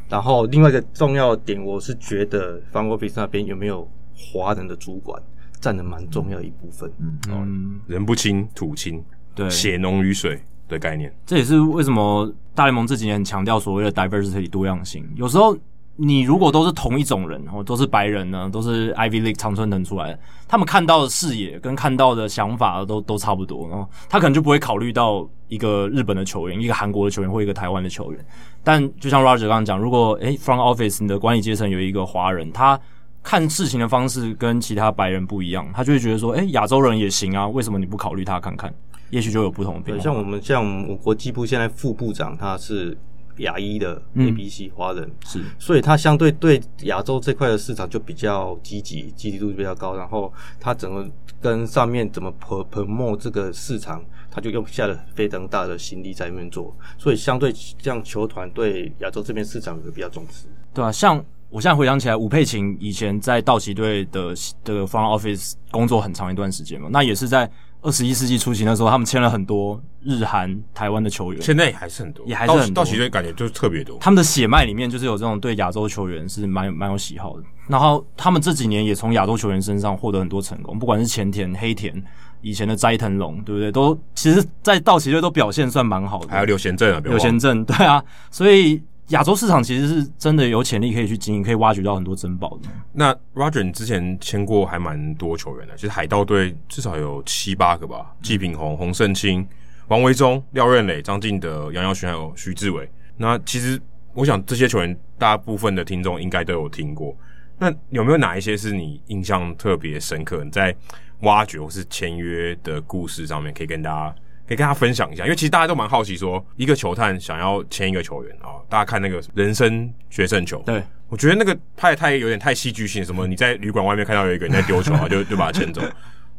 C: 然后另外一个重要的点，我是觉得 fund office 那边有没有华人的主管，占了蛮重要的一部分。
A: 嗯，
B: 人不清土清，
A: 对，
B: 血浓于水的概念。
A: 这也是为什么大联盟这几年很强调所谓的 diversity 多样性。有时候你如果都是同一种人，哦，都是白人呢，都是 Ivy League 常春藤出来的，他们看到的视野跟看到的想法都都差不多，然后他可能就不会考虑到一个日本的球员、一个韩国的球员或一个台湾的球员。但就像 Roger 刚刚讲，如果诶 front office 你的管理阶层有一个华人，他看事情的方式跟其他白人不一样，他就会觉得说，诶，亚洲人也行啊，为什么你不考虑他看看？也许就有不同的变
C: 对，
A: 化。
C: 像我们像我们我国际部现在副部长他是亚裔的
A: 嗯
C: ABC 华人，
A: 是
C: 所以它相对对亚洲这块的市场就比较积极，积极度就比较高。然后它整个跟上面怎么 pro- promote 这个市场，它就用下了非常大的心力在那边做。所以相对这样球团对亚洲这边市场也会比较重视。
A: 对啊，像我现在回想起来，吴佩琴以前在道奇队的的 front office 工作很长一段时间嘛，那也是在二十一世纪初期那时候，他们签了很多日韩、台湾的球员，
B: 现在也还是很多，
A: 也还是很多
B: 到到奇队感觉就是特别多。
A: 他们的血脉里面就是有这种对亚洲球员是蛮有蛮有喜好的。然后他们这几年也从亚洲球员身上获得很多成功，不管是前田、黑田、以前的斋藤龙，对不对？都其实，在道奇队都表现算蛮好的，
B: 还有刘贤正啊，别
A: 有
B: 忘了
A: 钱挣，对啊，所以亚洲市场其实是真的有潜力可以去经营，可以挖掘到很多珍宝的。
B: 那 Roger，你之前签过还蛮多球员的，其实海盗队至少有七八个吧，季品宏、洪胜清、王维忠、廖任磊、张敬德、杨耀勋还有徐志伟。那其实我想这些球员，大部分的听众应该都有听过。那有没有哪一些是你印象特别深刻？你在挖掘或是签约的故事上面，可以跟大家可以跟大家分享一下，因为其实大家都蛮好奇说一个球探想要签一个球员啊、哦大家看那个人生决胜球，
A: 对，
B: 我觉得那个太太有点太戏剧性，什么你在旅馆外面看到有一个人在丢球啊，就就把他牵走，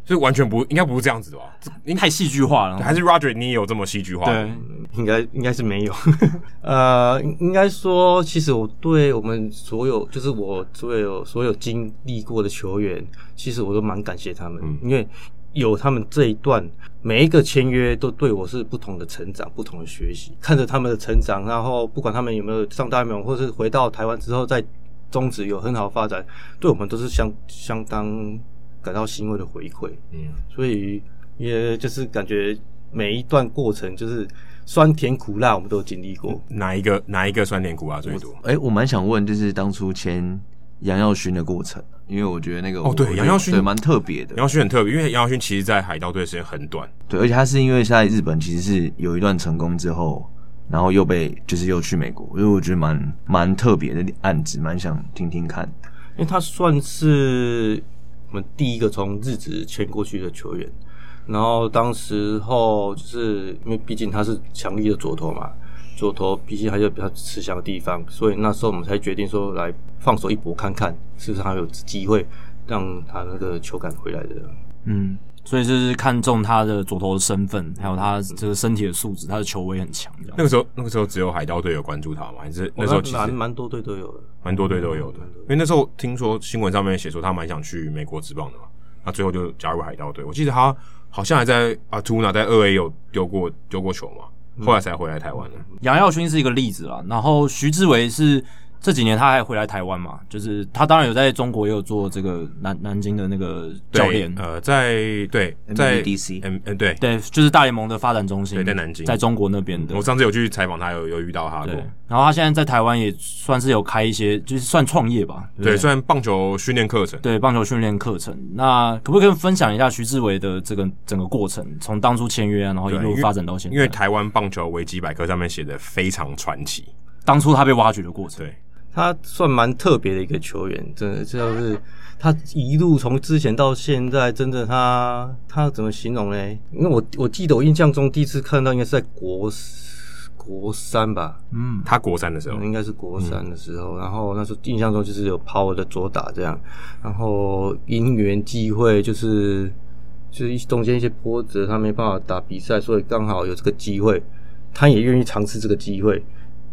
B: 就是完全不应该不是这样子的吧？这应
A: 太戏剧化了，
B: 还是 Roger 你也有这么戏剧化？
A: 对，
C: 应该应该是没有， 呃，应应该说，其实我对我们所有，就是我所有所有经历过的球员，其实我都蛮感谢他们，因为有他们这一段，每一个签约都对我是不同的成长，不同的学习，看着他们的成长，然后不管他们有没有上大联盟，或是回到台湾之后在中职有很好的发展，对我们都是相相当感到欣慰的回馈。
B: 嗯，
C: 所以也就是感觉每一段过程就是酸甜苦辣，我们都有经历过。
B: 哪一个哪一个酸甜苦辣最多？
D: 哎、我蛮想问，就是当初签杨耀勋的过程，因为我觉得那个
B: 哦对
D: 我
B: 杨耀勋
D: 对蛮特别的
B: 杨，耀勋很特别，因为杨耀勋其实在海盗队的时间很短，
D: 对，而且他是因为在日本其实是有一段成功之后，然后又被就是又去美国，因为我觉得蛮蛮特别的案子，蛮想听听看。
C: 因为他算是我们第一个从日职签过去的球员。然后当时候就是因为毕竟他是强力的左投嘛，左投毕竟还有比较吃香的地方，所以那时候我们才决定说来放手一搏看看，是不是还有机会让他那个球感回来的。
A: 嗯，所以就是看中他的左投的身份，还有他这个身体的素质，他的球威很强，这样
B: 那个时候那个时候只有海盗队有关注他嘛，还是那时候其实
C: 蛮蛮多队都有的。
B: 蛮多队都有的。因为那时候听说新闻上面写说他蛮想去美国职棒的嘛，那最后就加入海盗队。我记得他好像还在阿图纳在二 A 有丢过丢过球嘛，后来才回来台湾的。
A: 杨耀勋是一个例子啦，然后徐志伟是这几年他还回来台湾嘛，就是他当然有在中国也有做这个南南京的那个
B: 对
A: 教练，
B: 呃，在对在
D: MBDC
B: M 嗯对，
A: 对，就是大联盟的发展中心，
B: 对在南京
A: 在中国那边的
B: 我。上次有去采访他，有有遇到他过
A: 对。，然后他现在在台湾也算是有开一些，就是算创业吧，对不
B: 对，虽然棒球训练课程，
A: 对棒球训练课程。那可不可以跟分享一下徐志伟的这个整个过程，从当初签约啊，然后一
B: 对
A: 路
B: 因为
A: 发展到现在？
B: 因为台湾棒球维基百科上面写的非常传奇。
A: 当初他被挖掘的过程，
B: 对，
C: 他算蛮特别的一个球员，真的就是他一路从之前到现在，真的他他怎么形容呢？因为我我记得我印象中第一次看到应该是在国国三吧，
A: 嗯，
B: 他国三的时候
C: 嗯，应该是国三的时候，然后那时候印象中就是有 power 的左打这样，然后因缘际会就是就是一中间一些波折，他没办法打比赛，所以刚好有这个机会，他也愿意尝试这个机会，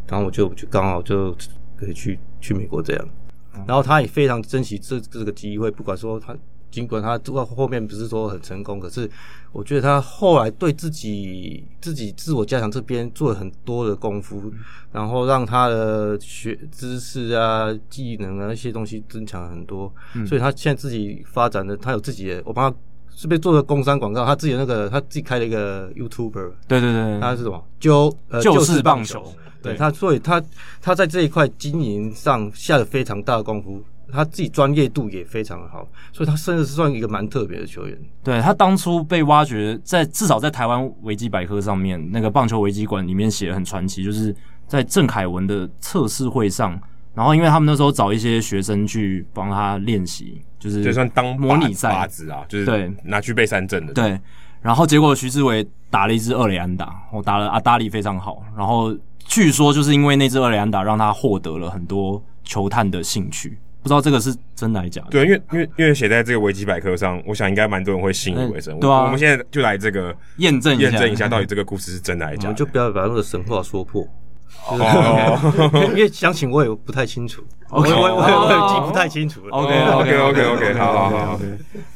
C: 然后我就就刚好就可以去去美国这样，
B: 嗯
C: 然后他也非常珍惜这这个机会，不管说他。尽管他到后面不是说很成功，可是我觉得他后来对自己自己自我加强这边做了很多的功夫，然后让他的学知识啊、技能啊那些东西增强很多，
A: 嗯
C: 所以他现在自己发展的，他有自己的，我帮他是被做的工商广告，他自己的那个他自己开了一个 YouTuber，
A: 对对对，
C: 他是什么？就呃
A: 嗯就是
C: 是
A: 棒
C: 球
A: 球，
C: 对
A: 对
C: 他，所以他他在这一块经营上下了非常大的功夫。他自己专业度也非常好，所以他甚至是算一个蛮特别的球员。
A: 对他当初被挖掘在，至少在台湾维基百科上面，那个棒球维基馆里面写的很传奇，就是在郑凯文的测试会上，然后因为他们那时候找一些学生去帮他练习，就是
B: 就算当
A: 模拟
B: 靶
A: 赛
B: 靶子啊，就是
A: 对
B: 拿去备三阵的，
A: 对，然后结果徐志伟打了一支二垒安打，我打了阿达利非常好，然后据说就是因为那支二垒安打让他获得了很多球探的兴趣，不知道这个是真的还是假的。
B: 对，因为因为因为写在这个维基百科上，我想应该蛮多人会信以为真。
A: 嗯
B: 我
A: 对啊
B: 我们现在就来这个
A: 验证一下
B: 验证一下，到底这个故事是真的还是
C: 我
B: 假
C: 们
B: 的？
C: 就不要把那个神话说破，
B: 哦
C: 因为详情我也不太清楚。
A: OK
C: 我我 我我也记不太清楚了。
A: 哦 OK
B: ，OK OK
A: 啊
B: OK，好好好好，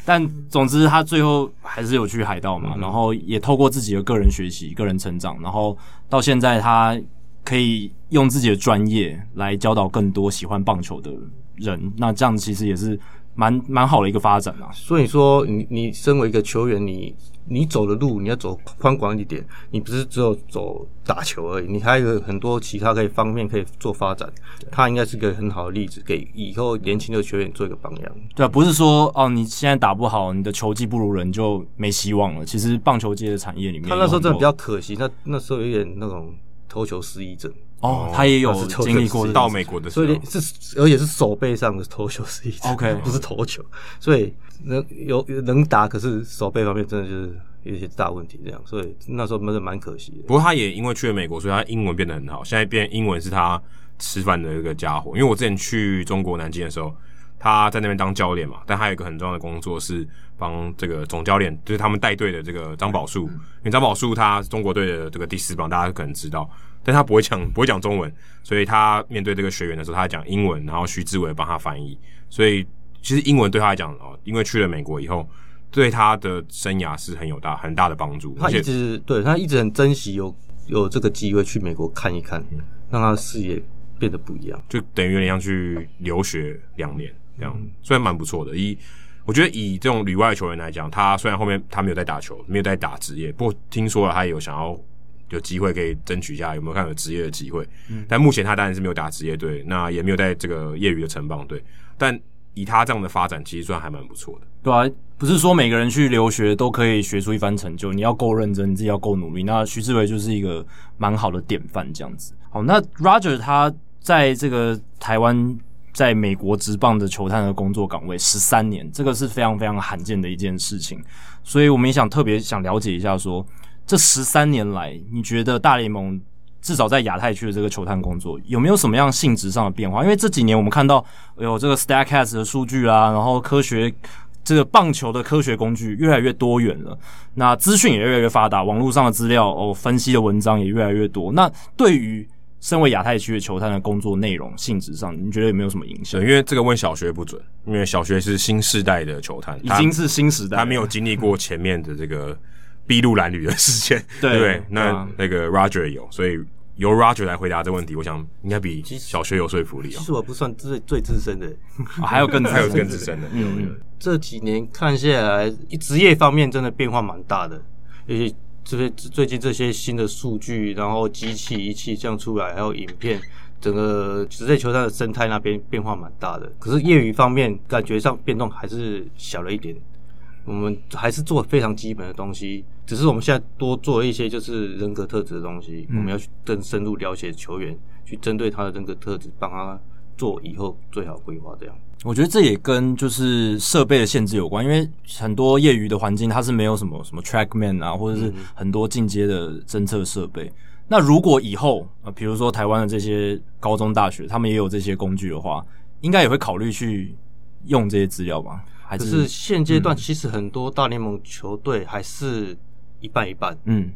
A: 但总之，他最后还是有去海盗
B: 嗯
A: 嘛，然后也透过自己的个人学习、个人成长，然后到现在他可以用自己的专业来教导更多喜欢棒球的人。那这样其实也是蛮蛮好的一个发展啊。
C: 所以说你，你身为一个球员，你你走的路你要走宽广一点，你不是只有走打球而已，你还有很多其他可以方面可以做发展。他应该是个很好的例子，给以后年轻的球员做一个榜样。
A: 对啊，不是说哦，你现在打不好，你的球技不如人就没希望了。其实棒球界的产业里面
C: 他
A: 有很多，
C: 那时候真的比较可惜，他那时候有点那种投球失忆症，
A: 哦，他也有
C: 那是球
A: 经历过
C: 是
B: 到美国的时
C: 所以
B: 候
C: 连，是而且是手背上的投球失忆症
A: OK
C: 不是投球，所以能有能打，可是手背方面真的就是有一些大问题这样，所以那时候真的蛮可惜的。
B: 不过他也因为去了美国，所以他英文变得很好。现在变英文是他吃饭的一个家伙。因为我之前去中国南京的时候，他在那边当教练嘛，但他有一个很重要的工作是帮这个总教练，就是他们带队的这个张宝
C: 嗯
B: 树。因为张宝树他中国队的这个第四棒，大家可能知道，但他不会讲不会讲中文，所以他面对这个学员的时候，他讲英文，然后徐志伟帮他翻译。所以其实英文对他来讲哦，因为去了美国以后。对他的生涯是很有大很大的帮助，
C: 他
B: 而且
C: 一直对他一直很珍惜有有这个机会去美国看一看，
B: 嗯
C: 让他的视野变得不一样。
B: 就等于有点像去留学两年
A: 嗯
B: 这样，虽然蛮不错的。以我觉得以这种旅外球员来讲，他虽然后面他没有在打球，没有在打职业，不过听说了他有想要有机会可以争取一下，有没有看有职业的机会？
A: 嗯
B: 但目前他当然是没有打职业队，那也没有在这个业余的城棒队，但。以他这样的发展，其实算还蛮不错的。
A: 对啊，不是说每个人去留学都可以学出一番成就，你要够认真，你自己要够努力。那徐志伟就是一个蛮好的典范，这样子。好，那 Roger 他在这个台湾。在美国职棒的球探的工作岗位十三年，这个是非常非常罕见的一件事情，所以我们也想特别想了解一下说这十三年来，你觉得大联盟至少在亚太区的这个球探工作有没有什么样性质上的变化？因为这几年我们看到呃有这个 Stacks 的数据啊，然后科学这个棒球的科学工具越来越多元了，那资讯也越来越发达，网络上的资料哦，分析的文章也越来越多。那对于身为亚太区的球探的工作内容性质上，你觉得有没有什么影响
B: 对，？因为这个问小学不准，因为小学是新世代的球探，
A: 已
B: 他
A: 经是新时代了，
B: 他没有经历过前面的这个筚路蓝缕的事件，
A: 对
B: 不对
A: 对？
B: 那
A: 啊
B: 那个 Roger 有，所以由 Roger 来回答这个问题，我想应该比小学有说服力
C: 其
B: 哦。
C: 实我不算最最资深的，
A: 啊还有 更
B: 还有更资深的，
A: 嗯，
C: 这几年看下来，职业方面真的变化蛮大的，而且这些最近这些新的数据，然后机器仪器这样出来，还有影片，整个职业球探的生态那边变化蛮大的。可是业余方面，感觉上变动还是小了一点。我们还是做非常基本的东西，只是我们现在多做了一些就是人格特质的东西，我们要去更深入了解球员，去针对他的人格特质，帮他做以后最好规划这样。
A: 我觉得这也跟就是设备的限制有关，因为很多业余的环境它是没有什么什么 TrackMan 啊，或者
B: 嗯
A: 是很多进阶的侦测设备。那如果以后呃，比如说台湾的这些高中、大学，他们也有这些工具的话，应该也会考虑去用这些资料吧？还
C: 可
A: 是
C: 是嗯现阶段，其实很多大联盟球队还是一半一半，
A: 嗯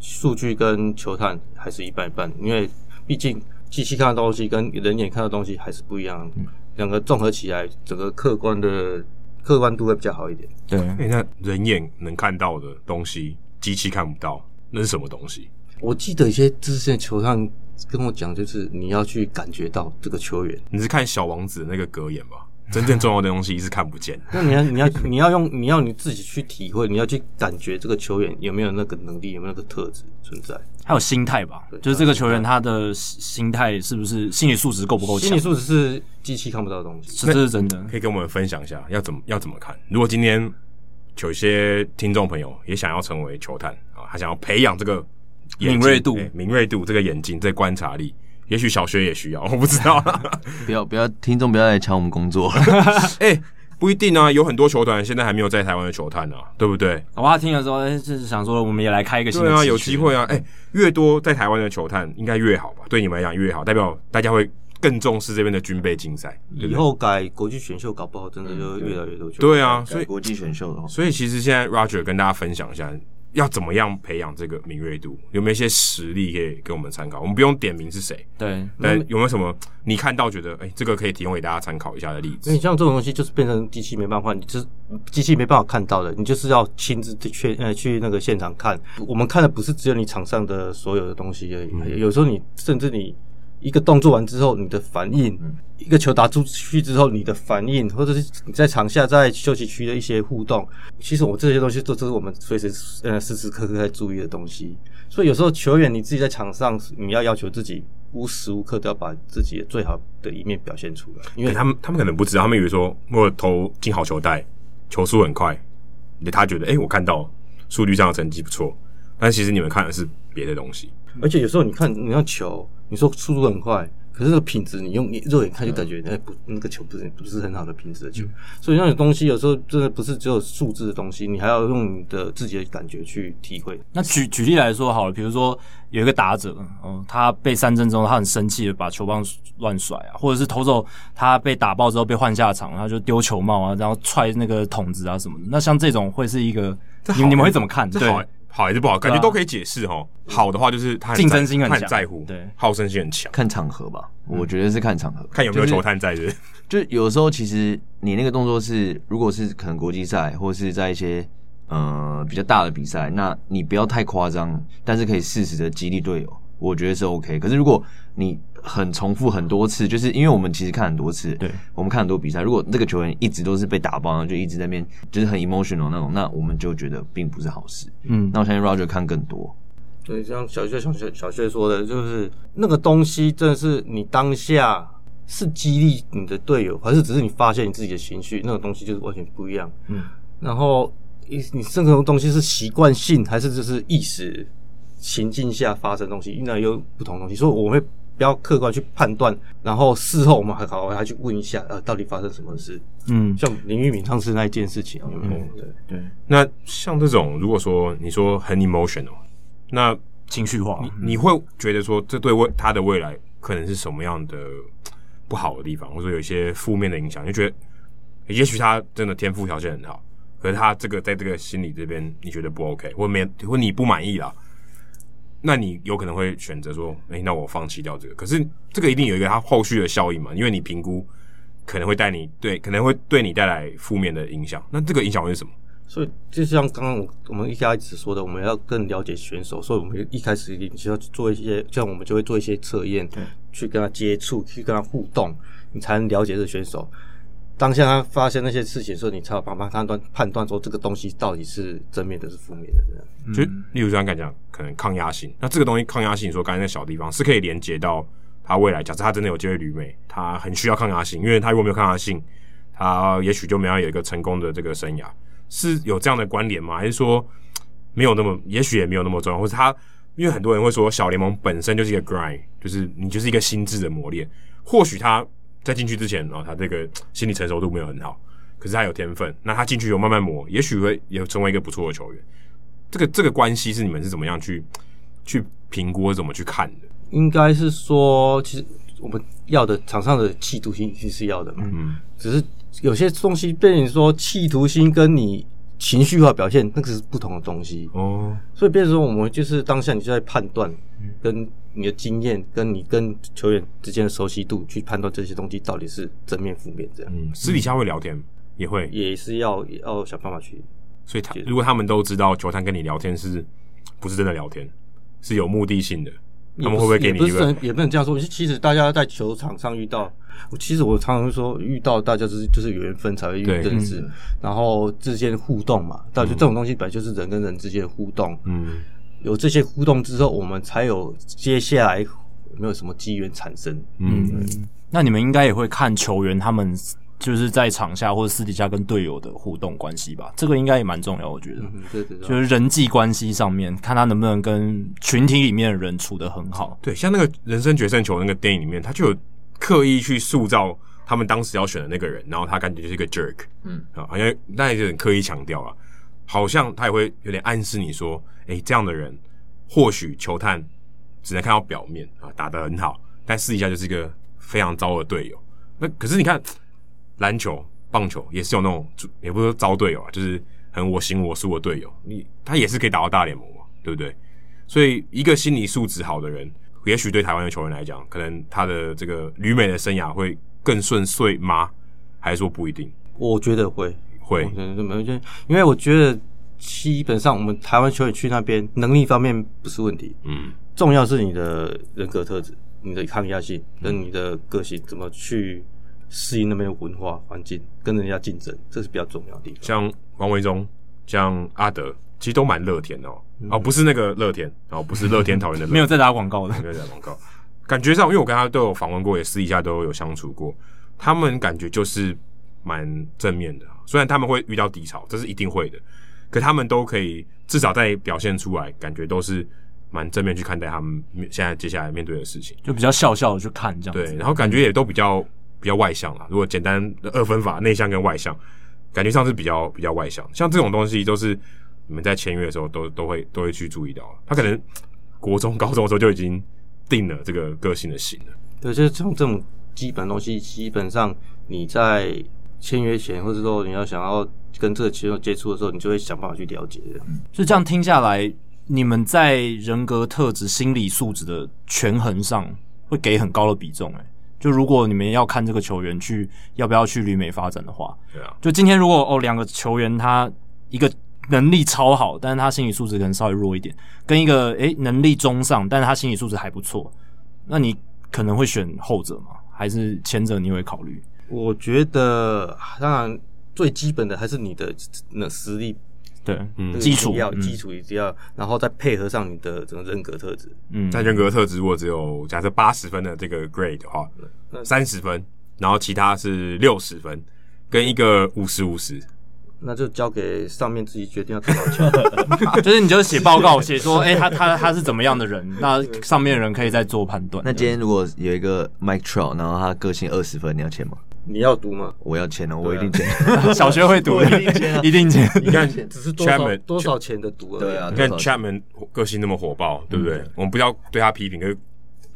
C: 数据跟球探还是一半一半，因为毕竟机器看的东西跟人眼看的东西还是不一样，两个综合起来，整个客观的客观度会比较好一点。
A: 对，
B: 哎、那人眼能看到的东西，机器看不到，那是什么东西？
C: 我记得一些资深的球探跟我讲，就是你要去感觉到这个球员，
B: 你是看《小王子》那个格言吧？真正重要的东西是看不见的。
C: 那你要 你要你要用你要你自己去体会，你要去感觉这个球员有没有那个能力，有没有那个特质存在。
A: 还有心态吧，就是这个球员他的心态是不是心理素质够不够
C: 心
A: 强
C: 理？素质是机器看不到的东西。
A: 这这是真的。
B: 可以跟我们分享一下要怎么要怎么看？如果今天有一些听众朋友也想要成为球探啊，他想要培养这个眼睛
A: 敏锐度
B: 哎敏锐度这个眼睛这个观察力，也许小学也需要，我不知道。
D: 不要不要，听众不要来抢我们工作。
B: 哎、不一定啊，有很多球团现在还没有在台湾的球探啊，对不对？
A: 我他听了之后，哎、就是想说我们也来开一个新的
B: 对啊，
A: 集
B: 有
A: 区
B: 机会啊，哎、越多在台湾的球探应该越好吧？对你们来讲越好，代表大家会更重视这边的军备竞赛，对不
C: 以
B: 对？
C: 后改国际选秀，搞不好真的就越来越多球员。
B: 对啊， 所以
D: 国际选秀的话，
B: 所以其实现在 Roger 跟大家分享一下，要怎么样培养这个敏锐度，有没有一些实例可以给我们参考？我们不用点名是谁，
A: 对，
B: 但有没有什么你看到觉得，哎、这个可以提供给大家参考一下的例
C: 那你
B: 子？
C: 像这种东西，就是变成机器没办法，你就是机器没办法看到的，你就是要亲自去呃去那个现场看。我们看的不是只有你场上的所有的东西而已，有时候你甚至你一个动作完之后，你的反应，一个球打出去之后你的反应，或者是你在场下在休息区的一些互动，其实我这些东西都都是我们随时呃时时刻刻在注意的东西。所以有时候球员你自己在场上，你要要求自己。无时无刻都要把自己的最好的一面表现出来，因
B: 因哎
C: 为
B: 为他们他们可能不知道，他们以为说我投进好球带，球速很快，他觉得，哎、我看到数据上的成绩不错，但其实你们看的是别的东西。
C: 而且有时候你看，你要球，你说速度很快，可是那个品质，你用你肉眼看就感觉，哎、不，那个球不是不是很好的品质的球。所以那种东西有时候真的不是只有数字的东西，你还要用你的自己的感觉去体会。
A: 那举举例来说好了，比如说有一个打者，哦，他被三振之后，他很生气的把球棒乱甩啊，或者是投手他被打爆之后被换下场，他就丢球帽啊，然后踹那个桶子啊什么的。那像这种会是一个，你
B: 好哎
A: 们你们会怎么看？
B: 这
A: 对
B: 好，欸好还是不好，感
A: 欸对
B: 觉
A: 啊
B: 都可以解释哦。好的话就是他
A: 竞
B: 在
A: 争心很
B: 他
A: 强
B: 在乎，
A: 对
B: 好胜心很强，
D: 看场合吧，我觉得是嗯看场合。
B: 看有没有
D: 就是
B: 球探在，是不是
D: 就有时候其实你那个动作是，如果是可能国际赛或是在一些呃比较大的比赛，那你不要太夸张，但是可以适时的激励队友，我觉得是 OK。可是如果你很重复很多次，就是因为我们其实看很多次，
A: 对，
D: 我们看很多比赛，如果这个球员一直都是被打爆，然后就一直在那边就是很 emotional 那种，那我们就觉得并不是好事。
A: 嗯
D: 那我相信 Roger 看更多，
C: 对，像小薛、小薛、小薛说的，就是那个东西，真的是你当下是激励你的队友，还是只是你发泄你自己的情绪？那个东西就是完全不一样。
A: 嗯，
C: 然后你你这种东西是习惯性，还是就是意识情境下发生的东西，那有不同的东西，所以我会。比较客观去判断，然后事后我们还好还去问一下，呃，到底发生什么事？
A: 嗯，
C: 像林玉敏上次那一件事情，啊有没有？对，
B: 那像这种，如果说你说很 emotional，那
A: 情绪化，
B: 你会觉得说，这对未他的未来可能是什么样的不好的地方，或者说有一些负面的影响？你就觉得，也许他真的天赋条件很好，可是他这个在这个心理这边，你觉得不 OK，或没或你不满意啦，那你有可能会选择说，哎、那我放弃掉这个。可是这个一定有一个它后续的效应嘛，因为你评估可能会带你对，可能会对你带来负面的影响。那这个影响会是什么？
C: 所以就像刚刚我我们一开始说的，我们要更了解选手，所以我们一开始你就要做一些，像我们就会做一些测验，去跟他接触，去跟他互动，你才能了解这个选手。当下他发生那些事情的时候，你才有办法判断判断说这个东西到底是正面的是负面的。这样
B: 就例如像刚才讲，可能抗压性，那这个东西抗压性，你说刚才那小地方是可以连接到他未来。假设他真的有机会旅美，他很需要抗压性，因为他如果没有抗压性，他也许就没有有一个成功的这个生涯，是有这样的关联吗？还是说没有那么，也许也没有那么重要，或者他因为很多人会说小联盟本身就是一个 grind，就是你就是一个心智的磨练，或许他在进去之前，然哦后他这个心理成熟度没有很好，可是他有天分，那他进去有慢慢磨，也许会也成为一个不错的球员。这个这个关系是你们是怎么样去去评估、怎么去看的？
C: 应该是说，其实我们要的场上的企图心是要的嘛，
B: 嗯，
C: 只是有些东西被你说企图心跟你情绪化表现那个是不同的东西，
B: 哦，
C: 所以变成说我们就是当下你就在判断，跟你的经验跟你跟球员之间的熟悉度去判断这些东西到底是正面负面这样，
B: 嗯，私底下会聊天，也会，
C: 也是要要想办法去
B: 所以他如果他们都知道球探跟你聊天是不是真的聊天，是有目的性的，他们会不会给你
C: 也不
B: 一
C: 是也不
B: 个
C: 是也不能这样说。其实大家在球场上遇到，我其实我常常说遇到大家就是就是缘分才会遇
B: 对嗯
C: 认识，然后之间互动嘛，但就这种东西本来就是人跟人之间的互动，
B: 嗯
C: 有这些互动之后，我们才有接下来有没有什么机缘产生。
B: 嗯
A: 那你们应该也会看球员他们就是在场下或者私底下跟队友的互动关系吧？这个应该也蛮重要，我觉得。
C: 嗯，对对对，
A: 就是人际关系上面，看他能不能跟群体里面的人处得很好。
B: 对，像那个人生决胜球那个电影里面，他就有刻意去塑造他们当时要选的那个人，然后他感觉就是一个 jerk，
D: 嗯
B: 啊，好像那也有点刻意强调了，好像他也会有点暗示你说，诶、这样的人或许球探只能看到表面啊，打得很好，但私底下就是一个非常糟的队友。那可是你看篮球、棒球也是有那种，也不是说糟队友啊，就是很我行我素的队友，你他也是可以打到大联盟嘛，对不对？所以，一个心理素质好的人，也许对台湾的球员来讲，可能他的这个旅美的生涯会更顺遂吗？还是说不一定
C: 我觉得会，
B: 会
C: 我？觉得没有，就因为我觉得基本上我们台湾球员去那边能力方面不是问题，
B: 嗯
C: 重要是你的人格特质、你的抗压性跟你的个性怎么去适应那边的文化环境，跟人家竞争，这是比较重要的地方。
B: 像王维忠、像阿德，其实都蛮乐天的哦。哦，不是那个乐天，哦，不是乐天讨厌的乐天，
A: 没有在打广告的，
B: 没有在广告。感觉上，因为我跟他都有访问过，也私底下都有相处过，他们感觉就是蛮正面的。啊虽然他们会遇到低潮，这是一定会的，可他们都可以至少在表现出来，感觉都是蛮正面去看待他们面现在接下来面对的事情。
A: 就比较笑笑的去看这样子。
B: 对，然后感觉也都比较比较外向啊。如果简单的二分法，内向跟外向，感觉上是比较比较外向。像这种东西都是你们在签约的时候都都会都会去注意到。他可能国中、高中的时候就已经定了这个个性的型了。
C: 对，就是像这种基本东西，基本上你在签约前，或者说你要想要跟这个球员接触的时候，你就会想办法去了解的。
A: 就这样听下来，你们在人格特质、心理素质的权衡上会给很高的比重、欸。诶，就如果你们要看这个球员去要不要去旅美发展的话，
B: 对啊，
A: 就今天如果哦两个球员他一个能力超好，但是他心理素质可能稍微弱一点，跟一个诶、能力中上，但是他心理素质还不错，那你可能会选后者吗？还是前者你会考虑？
C: 我觉得，当然最基本的还是你的那实力
A: 对，
B: 嗯
C: 这个
A: 基础
C: 一定要
A: 嗯
C: 基础一定要，然后再配合上你的整个人格特质。
A: 嗯，
B: 在人格特质，如果只有假设八十分的这个 grade 的话，
A: 嗯
B: 三十分，然后其他是六十分，跟一个五十五十。
C: 那就交给上面自己决定要多少 钱。
A: 就是你就写报告，写说，哎、他他他是怎么样的人，那上面的人可以再做判断。
D: 那今天如果有一个 Mike Trout，然后他个性二十分，你要签吗？那
C: 你要读吗？
D: 我要签哦，我一定签。
A: 小学会读，
D: 我一定签啊
A: 一定签。
B: 你看，
C: 只是多少
B: Chapman-
C: 多少钱的读而已。
D: 对啊，
B: 你看
D: 多少
B: Chapman 个性那么火爆，对不对？我们不要对他批评，可是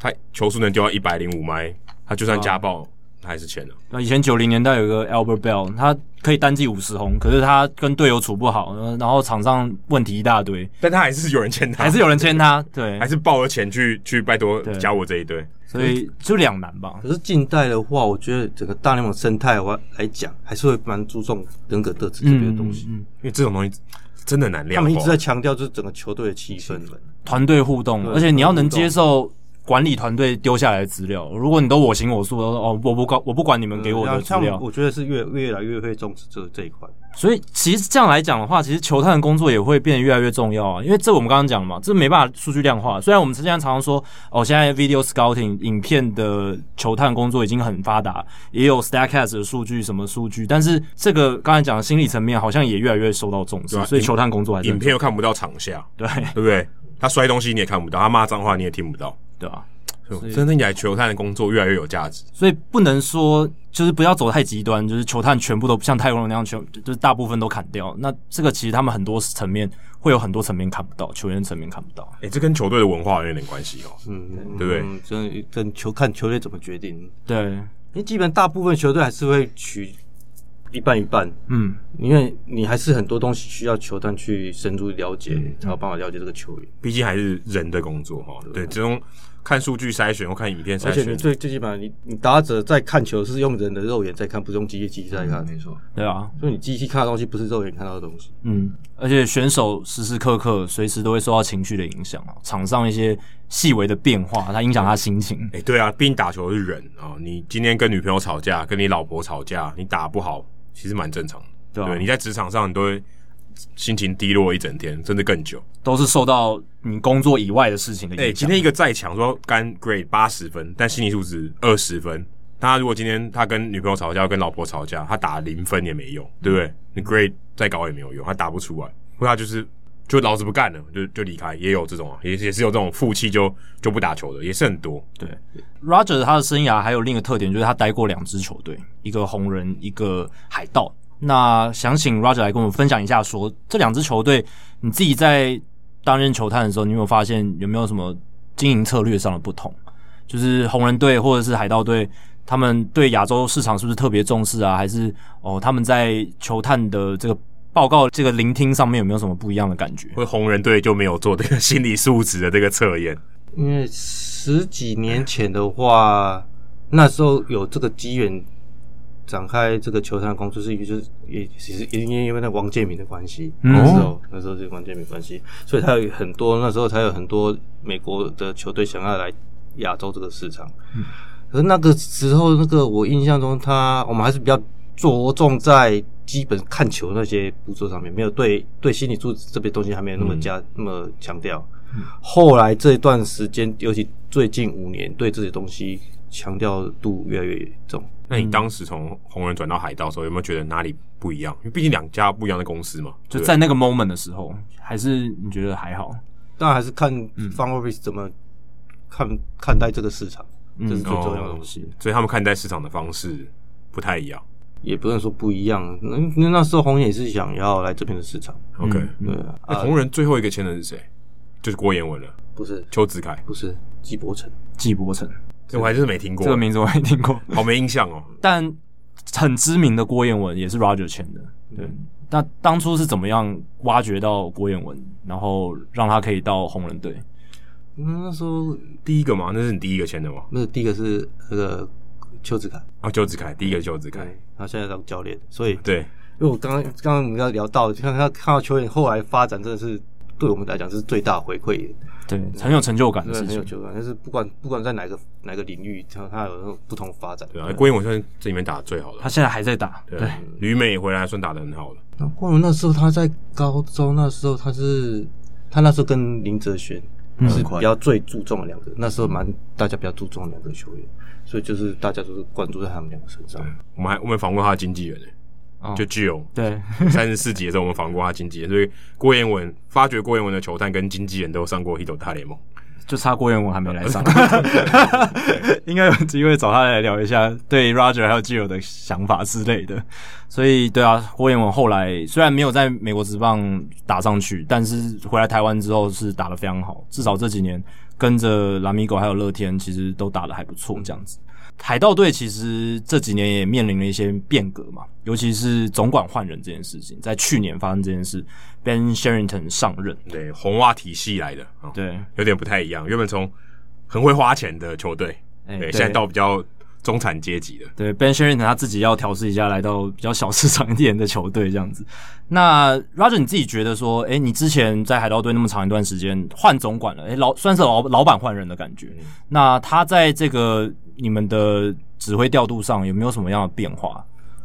B: 他球速能丢到一百零五迈，他就算家暴，他还是签了。
A: 那以前九零年代有一个 Albert Bell，他可以单季五十红，可是他跟队友处不好，呃然后场上问题一大堆，
B: 但他还是有人签他，
A: 还是有人签他。对
B: 啊还，是抱了钱去去拜托
A: 对
B: 加我这一队。
A: 所以就两难吧。
C: 可是近代的话，我觉得整个大联盟生态我来讲，还是会蛮注重人格特质这边的东西。
A: 嗯，嗯嗯
B: 因为这种东西真的难哦
C: 他
B: 量化。
C: 们一直在强调就是整个球队的气氛。
A: 团队互动，
C: 对
A: 而且你要能接受。管理团队丢下来的资料，如果你都我行我素，哦，我不管我不管你们给我的
C: 嗯
A: 资
C: 像
A: 料，
C: 我觉得是越越来越会重视这这一块。
A: 所以其实这样来讲的话，其实球探的工作也会变得越来越重要啊，因为这我们刚刚讲了嘛，这没办法数据量化。虽然我们之前常常说，哦，现在 video scouting 影片的球探工作已经很发达，也有 Statcast 的数据什么数据，但是这个刚才讲的心理层面好像也越来越受到重视，
B: 对啊
A: 所以球探工作还是
B: 影
A: 很
B: 片又看不到场下，
A: 对啊
B: 对不对？他摔东西你也看不到，他骂脏话你也听不到，
A: 对吧、啊
B: 所以真正起来，球探的工作越来越有价值。
A: 所以不能说就是不要走太极端，就是球探全部都像太空人那样全就是大部分都砍掉。那这个其实他们很多层面会有很多层面看不到，球员层面看不到。
B: 哎、这跟球队的文化有点关系哦。
C: 嗯，
B: 对不对
C: 嗯？真的跟球看球队怎么决定，
A: 对，
C: 因为基本大部分球队还是会取一半一半，
A: 嗯，
C: 因为你还是很多东西需要球探去深入了解，才有办法了解这个球员。
B: 毕竟还是人的工作哈。对，这种看数据筛选或看影片筛
C: 而且你
B: 选，
C: 最最基本上，你你打者在看球是用人的肉眼在看，不是用机械机器 在看。
D: 没错，
A: 对啊，
C: 所以你机器看的东西不是肉眼看到的东西。
A: 嗯，而且选手时时刻刻随时都会受到情绪的影响哦，场上一些细微的变化，它影响他心情。
B: 哎、对啊，毕竟打球是人啊、你今天跟女朋友吵架，跟你老婆吵架，你打不好，其实蛮正常的。
A: 对啊
B: 对，你在职场上你都会心情低落一整天，甚至更久。
A: 都是受到你工作以外的事情的
B: 哎、
A: 影
B: 今
A: 响。
B: 天一个再强，说干 grade 八十分，但心理素质二十分。他如果今天他跟女朋友吵架，跟老婆吵架，他打零分也没用，对不对？你 grade 再高也没有用，他打不出来，或他就是就老子不干了，就就离开，也有这种啊，也也是有这种负气就就不打球的，也是很多。
A: 对，Roger 他的生涯还有另一个特点，就是他待过两支球队，一个红人，一个海盗。那想请 Roger 来跟我们分享一下说这两支球队你自己在担任球探的时候，你有没有发现有没有什么经营策略上的不同？就是红人队或者是海盗队，他们对亚洲市场是不是特别重视啊？还是哦，他们在球探的这个报告、这个聆听上面有没有什么不一样的感觉？
B: 或者红人队就没有做这个 心理素质的这个测验，
C: 因为十几年前的话，那时候有这个机缘展开这个球探工作，是就是也其实也因为那王建民的关系，
A: 嗯
C: 那时候那时候是王建民关系，所以他有很多那时候才有很多美国的球队想要来亚洲这个市场。可是那个时候，那个我印象中他我们还是比较着重在基本看球那些步骤上面，没有对对心理素质这边东西还没有那么加、那么强调。后来这段时间，尤其最近五年，对这些东西强调度越来越重。
B: 那
A: 嗯
B: 你当时从红人转到海盗的时候，有没有觉得哪里不一样？因为毕竟两家不一样的公司嘛，
A: 就
B: 对
A: 在那个 moment 的时候，还是你觉得还好？
C: 当然还是看
B: 嗯
C: Fun Office 怎么看、看待这个市场，
A: 嗯
C: 这是最
B: 哦
C: 重要的东西。
B: 所以他们看待市场的方式不太一样。
C: 也不能说不一样，那那那时候红也是想要来这边的市场，
B: OK，、
A: 嗯
C: 对啊，
A: 呃
B: 那哎红人最后一个签的是谁？就是郭彦文了，
C: 不是
B: 邱子凯。
C: 不是季伯成，
A: 纪伯成
B: 这我还真是没听过
A: 这个名字我也听过，
B: 好没印象哦。
A: 但很知名的郭彦文也是 Roger 签的。
C: 嗯
A: 对，那当初是怎么样挖掘到郭彦文，然后让他可以到红人队？
C: 嗯那时候
B: 第一个嘛，那是你第一个签的嘛？
C: 那个第一个是那个邱子凯，
B: 啊，邱子凯，第一个是邱子
A: 嗯
B: 凯。
C: 对，他现在当教练，所以
B: 对，
C: 因为我刚刚刚刚我们要聊到，看他看到球员后来发展，真的是对我们来讲是最大回馈，
A: 对，很有成就感的
C: 对，
A: 事
C: 很有
A: 情。
C: 球感。但是不管不管在哪个哪个领域，他他有那种不同发展。
B: 对啊，郭彦文算是这里面打的最好的
A: 他。现在还在打，
B: 对
A: 对，，
B: 旅美也回来算打的很好的。
C: 那光荣那时候他在高中，那时候他是他那时候跟林哲轩是比较最注重的两个，那时候蛮大家比较注重的两个球员，所以就是大家都是关注在他们两个身上。
B: 我们还我们访问他的经纪人呢、
A: 哦
B: 就具有
A: 对，
B: 三十四集的时候，我们访过他经纪人，所以郭彦文发掘郭彦文的球探跟经纪人都上过《h i t 大联盟》。
A: 就差郭彦文还没来 上，应该有机会找他来聊一下对 Roger 还有 Gio 的想法之类的。所以，对啊，郭彦文后来虽然没有在美国职棒打上去，但是回来台湾之后是打得非常好，至少这几年跟着拉米狗还有乐天，其实都打得还不错，这样子。海盗队其实这几年也面临了一些变革嘛，尤其是总管换人这件事情，在去年发生这件事，Ben Sherrington 上任，
B: 对，红袜体系来的啊，
A: 对，
B: 有点不太一样。原本从很会花钱的球队，
A: 哎
B: 对，现在到比较中产阶级的。
A: 对，Ben Sherrington 他自己要调试一下，来到比较小市场一点的球队这样子。那 Roger 你自己觉得说，诶，你之前在海盗队那么长一段时间换总管了，诶，老算是老老板换人的感觉。那他在这个你们的指挥调度上有没有什么样的变化？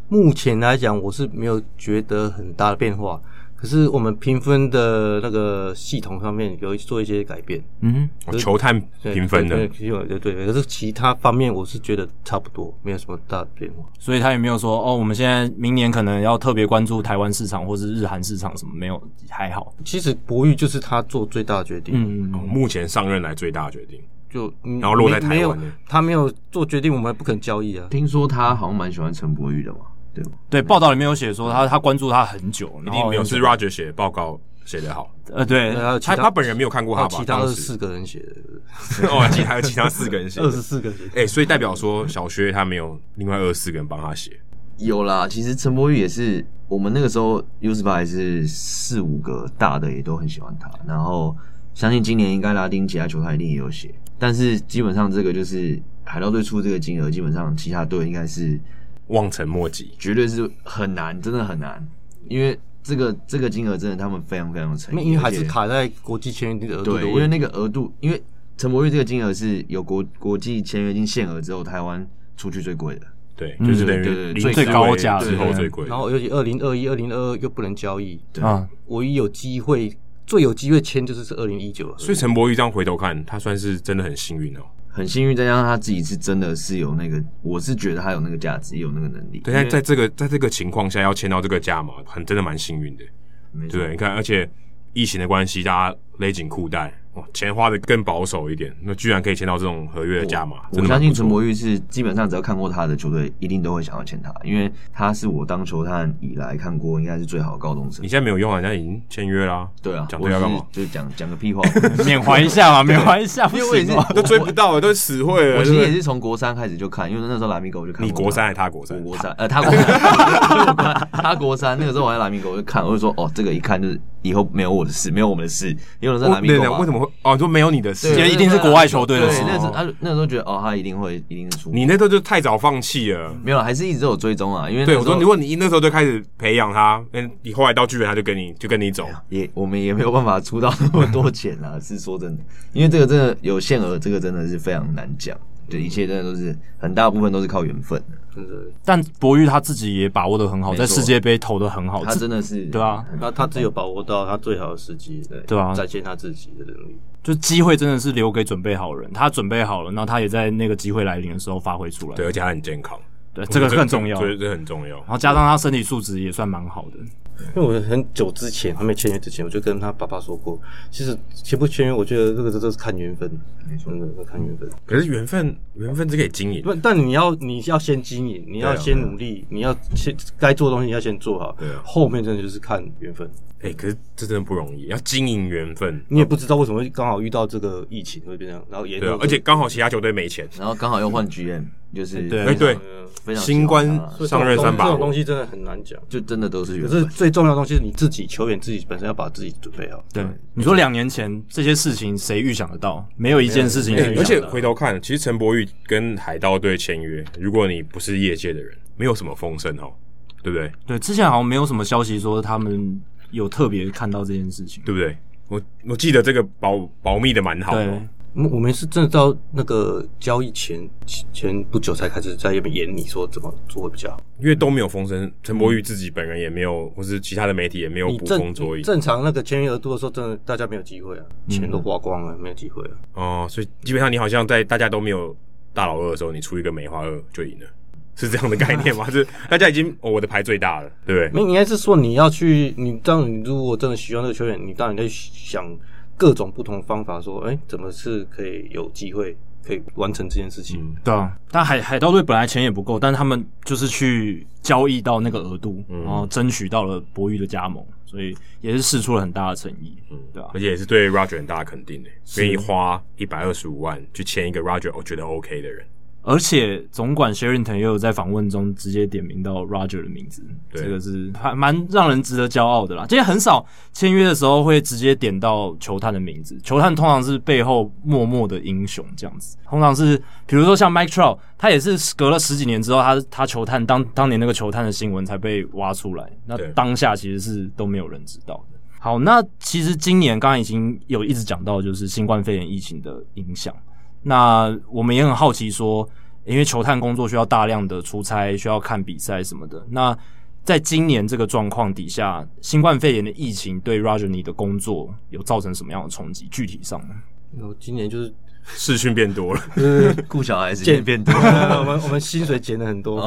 C: 目前来讲，我是没有觉得很大的变化，可是我们评分的那个系统上面有做一些改变，
A: 嗯
B: 哦球探
C: 对
B: 评分
C: 对
B: 的，
C: 对对对，可是其他方面我是觉得差不多，没有什么大的变化。
A: 哼，所以他也没有说哦，我们现在明年可能要特别关注台湾市场或是日韩市场什么，没有，还好。
C: 其实博玉就是他做最大的决定，
A: 嗯
B: 哦目前上任来最大的决定。
C: 就嗯
B: 然后落在
C: 没
B: 台湾
C: 没有
B: 了
C: 他没有做决定，我们不肯交易啊。
D: 听说他好像蛮喜欢陈柏宇的嘛，对吧？
A: 对，报道里面有写说他他关注他很久，
B: 一
A: 然
B: 定
A: 后
B: 没有是 Roger 写的报告写得好，
A: 呃对
C: 哦对，还有其
B: 他他本人没有看过
C: 还
B: 他
C: 有
B: 吧？
C: 其他二
B: 当
C: 十
B: 时
C: 四个人写的，
B: 哦，其还有其他四个人写的，
C: 二十四个人写的
B: 哎、所以代表说小薛他没有另外二十四个人帮他写，
D: 有啦，其实陈柏宇也是我们那个时候 U 十八也是四五个大的也都很喜欢他，然后相信今年应该拉丁其他球他一定也有写，但是基本上这个就是海盗队出这个金额，基本上其他队应该是
B: 望尘莫及。
D: 绝对是很难，真的很难，因为这个这个金额真的他们非常非常有诚
C: 因为
D: 意，
C: 因为还
D: 而
C: 是
D: 且
C: 卡在国际签约的额度的
D: 对，因为
C: 问题。
D: 那个额度，因为陈柏宇这个金额是有国国际签约金限额之后，台湾出去最贵的。
B: 对，
A: 嗯
B: 就是等
D: 对
B: 于
D: 对
B: 林
D: 最
B: 志伟
A: 高价
B: 之后
A: 对
B: 最贵。
C: 然后尤其二零二一、二零二二又不能交易，
D: 对
A: 啊，
C: 唯一有机会、最有机会签就是是二零一九了。
B: 所以陈柏宇这样回头看，他算是真的很幸运哦。
D: 很幸运，再加上他自己是真的是有那个，我是觉得他有那个价值，也有那个能力。
B: 对，但在这个在这个情况下要签到这个价码，很真的蛮幸运的。
D: 没错
B: 对，你看，而且疫情的关系，大家勒紧裤带，哇，钱花的更保守一点，那居然可以签到这种合约的价码，真
D: 我
B: 的蛮
D: 相信
B: 不
D: 陈
B: 错。
D: 柏宇是基本上只要看过他的球队，一定都会想要签他，因为他是我当球探以来看过应该是最好的高中生
B: 你。现在没有用啊，人家已经签约啦、
D: 对啊，
B: 讲
D: 我
B: 对要干嘛？
D: 是就是讲讲个 屁话。
A: 缅怀一下嘛，缅怀一下，不
D: 因为我也
A: 行哦
D: 是
A: 吗？
B: 都追不到了，都死会了。
D: 我其
B: 对
D: 实
B: 不
D: 也
B: 对
D: 是从国三开始就看，因为那时候拉米狗就看过他。
B: 你国三还是他国三
D: 我？国三，呃，他 国三，他国三，那个时候我在拉米狗就看，我就说，哦，这个一看就是以后没有我的事，没有我们的事，因为我在拉
B: 我
D: 米
B: 对
D: 狗
B: 对，
D: 嘛
B: 为什么会？哦，你说没有你的事
D: 对，
A: 觉得一定是国外球队的
D: 对
A: 事，
D: 那时候他那时候觉得哦，他一定会一定是输。
B: 你那时候就太早放弃了。
D: 没有，还是一直都有追踪啊，因为
B: 对，
D: 那
B: 我
D: 时候
B: 说，如果你那时候就开始培养他，那你后来到巨人，他就跟你就跟你走。
D: 也我们也没有办法出到那么多钱啊， 是说真的，因为这个真的有限额，这个真的是非常难讲。对，一切真的都是很大部分都是靠缘分的，
C: 真的，
A: 但博玉他自己也把握的很好，
D: 没
A: 在
D: 错
A: 世界杯投的很好，
D: 他
A: 自
D: 真的是
A: 对啊，
C: 那他只有把握到他最好的时机，对
A: 对啊
C: 展现他自己的能力。
A: 就机会真的是留给准备好人，他准备好了，那他也在那个机会来临的时候发挥出来。
B: 对，而且他很健康，
A: 对，这个更重要。
B: 对，
A: 然
B: 这很重要。
A: 后加上他身体素质也算蛮好的，
C: 因为我很久之前还没签约之前，我就跟他爸爸说过，其实签不签约，我觉得这个都是看缘分，真的是看缘分。
B: 可是缘分，缘分是可以经营的。
C: 不，但你要你要先经营，你要
B: 对啊
C: 先努力，你要先该做的东西你要先做好，
B: 对啊
C: 后面真的就是看缘分。
B: 哎、可是这真的不容易，要经营缘分。
C: 你也不知道为什么会刚好遇到这个疫情会变这样，然后也
B: 对啊，而且刚好其他球队没钱。
D: 然后刚好又换 GM，就是
A: 对
B: 哎、对，
D: 非常
B: 新官
D: 喜欢他
C: 啊所以这种
B: 上任
C: 东
B: 三把
C: 这种
B: 火
C: 东。西真的很难讲。
D: 就真的都是
C: 可
D: 缘
C: 是
D: 分。
C: 最重要的东西是你自己球员自己本身要把自己准备好。
A: 对，你说两年前这些事情谁预想得到？没有一件事情
B: 哎、
A: 是预
B: 而且
A: 想的。
B: 回头看，其实陈柏宇跟海盗队签约，如果你不是业界的人，没有什么风声哦，对不对？
A: 对，之前好像没有什么消息说他们有特别看到这件事情。
B: 对不对？我我记得这个保保密的蛮好的哦
A: 对，
C: 我我们是真的到那个交易前前不久才开始在那边演你说怎么做会比较好。
B: 因为都没有风声，陈柏宇自己本人也没有，或是其他的媒体也没有
C: 你
B: 捕
C: 正
B: 风捉
C: 你
B: 影
C: 正常那个签约额度的时候，真的大家没有机会啊，
B: 嗯
C: 钱都花光了，没有机会啊。
B: 哦，所以基本上你好像在大家都没有大老二的时候，你出一个梅花二就赢了， 是这样的概念吗？就是大家已经、哦、我的牌最大了，对不对？
C: 没，你应该是说你要去，你当你如果真的喜欢这个球员，你当然在想各种不同的方法，说，哎、怎么是可以有机会可以完成这件事情？
B: 嗯
A: 对啊，但海海盗队本来钱也不够，但他们就是去交易到那个额度，然后争取到了博玉的加盟，所以也是试出了很大的诚意。对啊
B: 嗯而且也是对 Roger 很大的肯定的，欸愿意花一百二十五万去签一个 Roger 我觉得 OK 的人，
A: 而且总管 Sherrington 也有在访问中直接点名到 Roger 的名字，
B: 对
A: 这个是还蛮让人值得骄傲的啦。这些很少签约的时候会直接点到球探的名字，球探通常是背后默默的英雄这样子，通常是比如说像 Mike Trout，他也是隔了十几年之后，他他球探当当年那个球探的新闻才被挖出来，那
B: 对
A: 当下其实是都没有人知道的。好，那其实今年刚刚已经有一直讲到，就是新冠肺炎疫情的影响。那我们也很好奇说，因为球探工作需要大量的出差，需要看比赛什么的。那在今年这个状况底下，新冠肺炎的疫情对 Roger 你的工作有造成什么样的冲击？具体上呢？
C: 然后今年就是
B: 视讯变多了。
D: 顾小孩时间 变 多，
C: 我们我们薪水减了很多，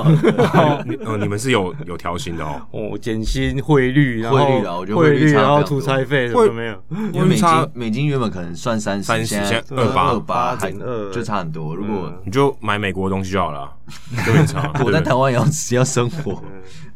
B: 你哦，你们是有有调薪的哦。
C: 哦，减薪、汇率，然后
D: 汇率啊我觉得汇
C: 汇
D: 率
C: 率，
D: 差
C: 然
D: 得
C: 后
D: 非常多
C: 出差费什么都没有。
D: 因为美金
B: 差
D: 美金原本可能算三十，
B: 30
D: 现在
B: 现在28嗯
D: 二八还
C: 28.2
D: 就差很多。如果
B: 你就买美国的东西就好了啊，就很差。 对不
D: 我在
B: 对
D: 台湾也要只要生活，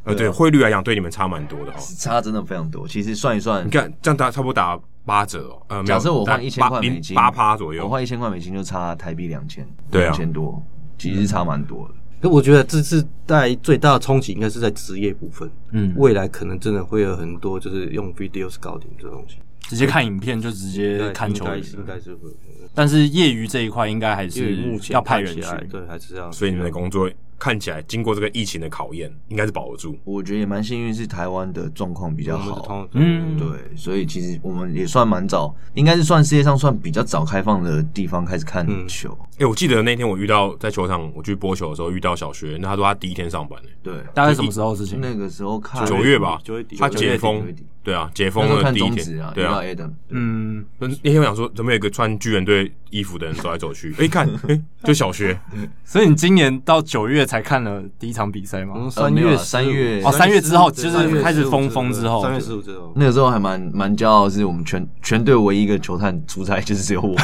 B: 呃， 对汇率来讲，对你们差蛮多的哦。
D: 差真的非常多。其实算一算
B: 你，看这样打差不多打八折哦。呃，没有
D: 假设我
B: 打
D: 换一千块美金，
B: 八趴左
D: 我
B: 右。
D: 换一千块美金就差台币两千，
B: 对啊嗯
D: 两千多，其实差蛮多的。
C: 可我觉得这次带最大的冲击应该是在职业部分，
A: 嗯，
C: 未来可能真的会有很多就是用 video scouting 这种东西，
A: 直接看影片就直接
C: 对
A: 看
C: 应
A: 球
C: 该
A: 员，
C: 应该是会，
A: 但是业余这一块应该还
C: 因为目
A: 是
C: 前
A: 要派
C: 看
A: 人
C: 起
A: 去。
C: 来对，还是要，啊
B: 所以你们的工作看起来经过这个疫情的考验，应该是保得住。
D: 我觉得也蛮幸运，是台湾的状况比较
C: 我们是
D: 好。
C: 通，
A: 嗯，
D: 对，所以其实我们也算蛮早，应该是算世界上算比较早开放的地方开始看
C: 嗯
D: 球。
B: 哎、我记得那天我遇到在球场，我去播球的时候遇到小薛，那他说他第一天上班、欸，
D: 对，
A: 大概什么时候的事情？
D: 那个时候看
B: 九月吧
C: 九月底，
B: 他
D: 九月
B: 解
D: 底
B: 封
D: 九月底，
B: 对啊，解
D: 那
B: 封
D: 时候
B: 了
D: 看
B: 第一
D: 中职
B: 天，
D: 啊，遇
B: 对
D: 到
B: 啊。
D: Adam，
A: 嗯，
B: 那那天我想说，怎么有一个穿巨人队衣服的人走来走去？哎、看，哎、就小薛，
A: 所以你今年到九月才看了第一场比赛吗
C: 我们？
D: 呃
C: 三
D: 没有
C: 月
D: 啊三月
A: 哦三月之后
C: 对
A: 就是
C: 三月
A: 开始
C: 15
A: 封封之后
C: 三月十五之后，
D: 那个时候还蛮蛮骄傲，是我们全全队唯一一个球探出差，就是只有我。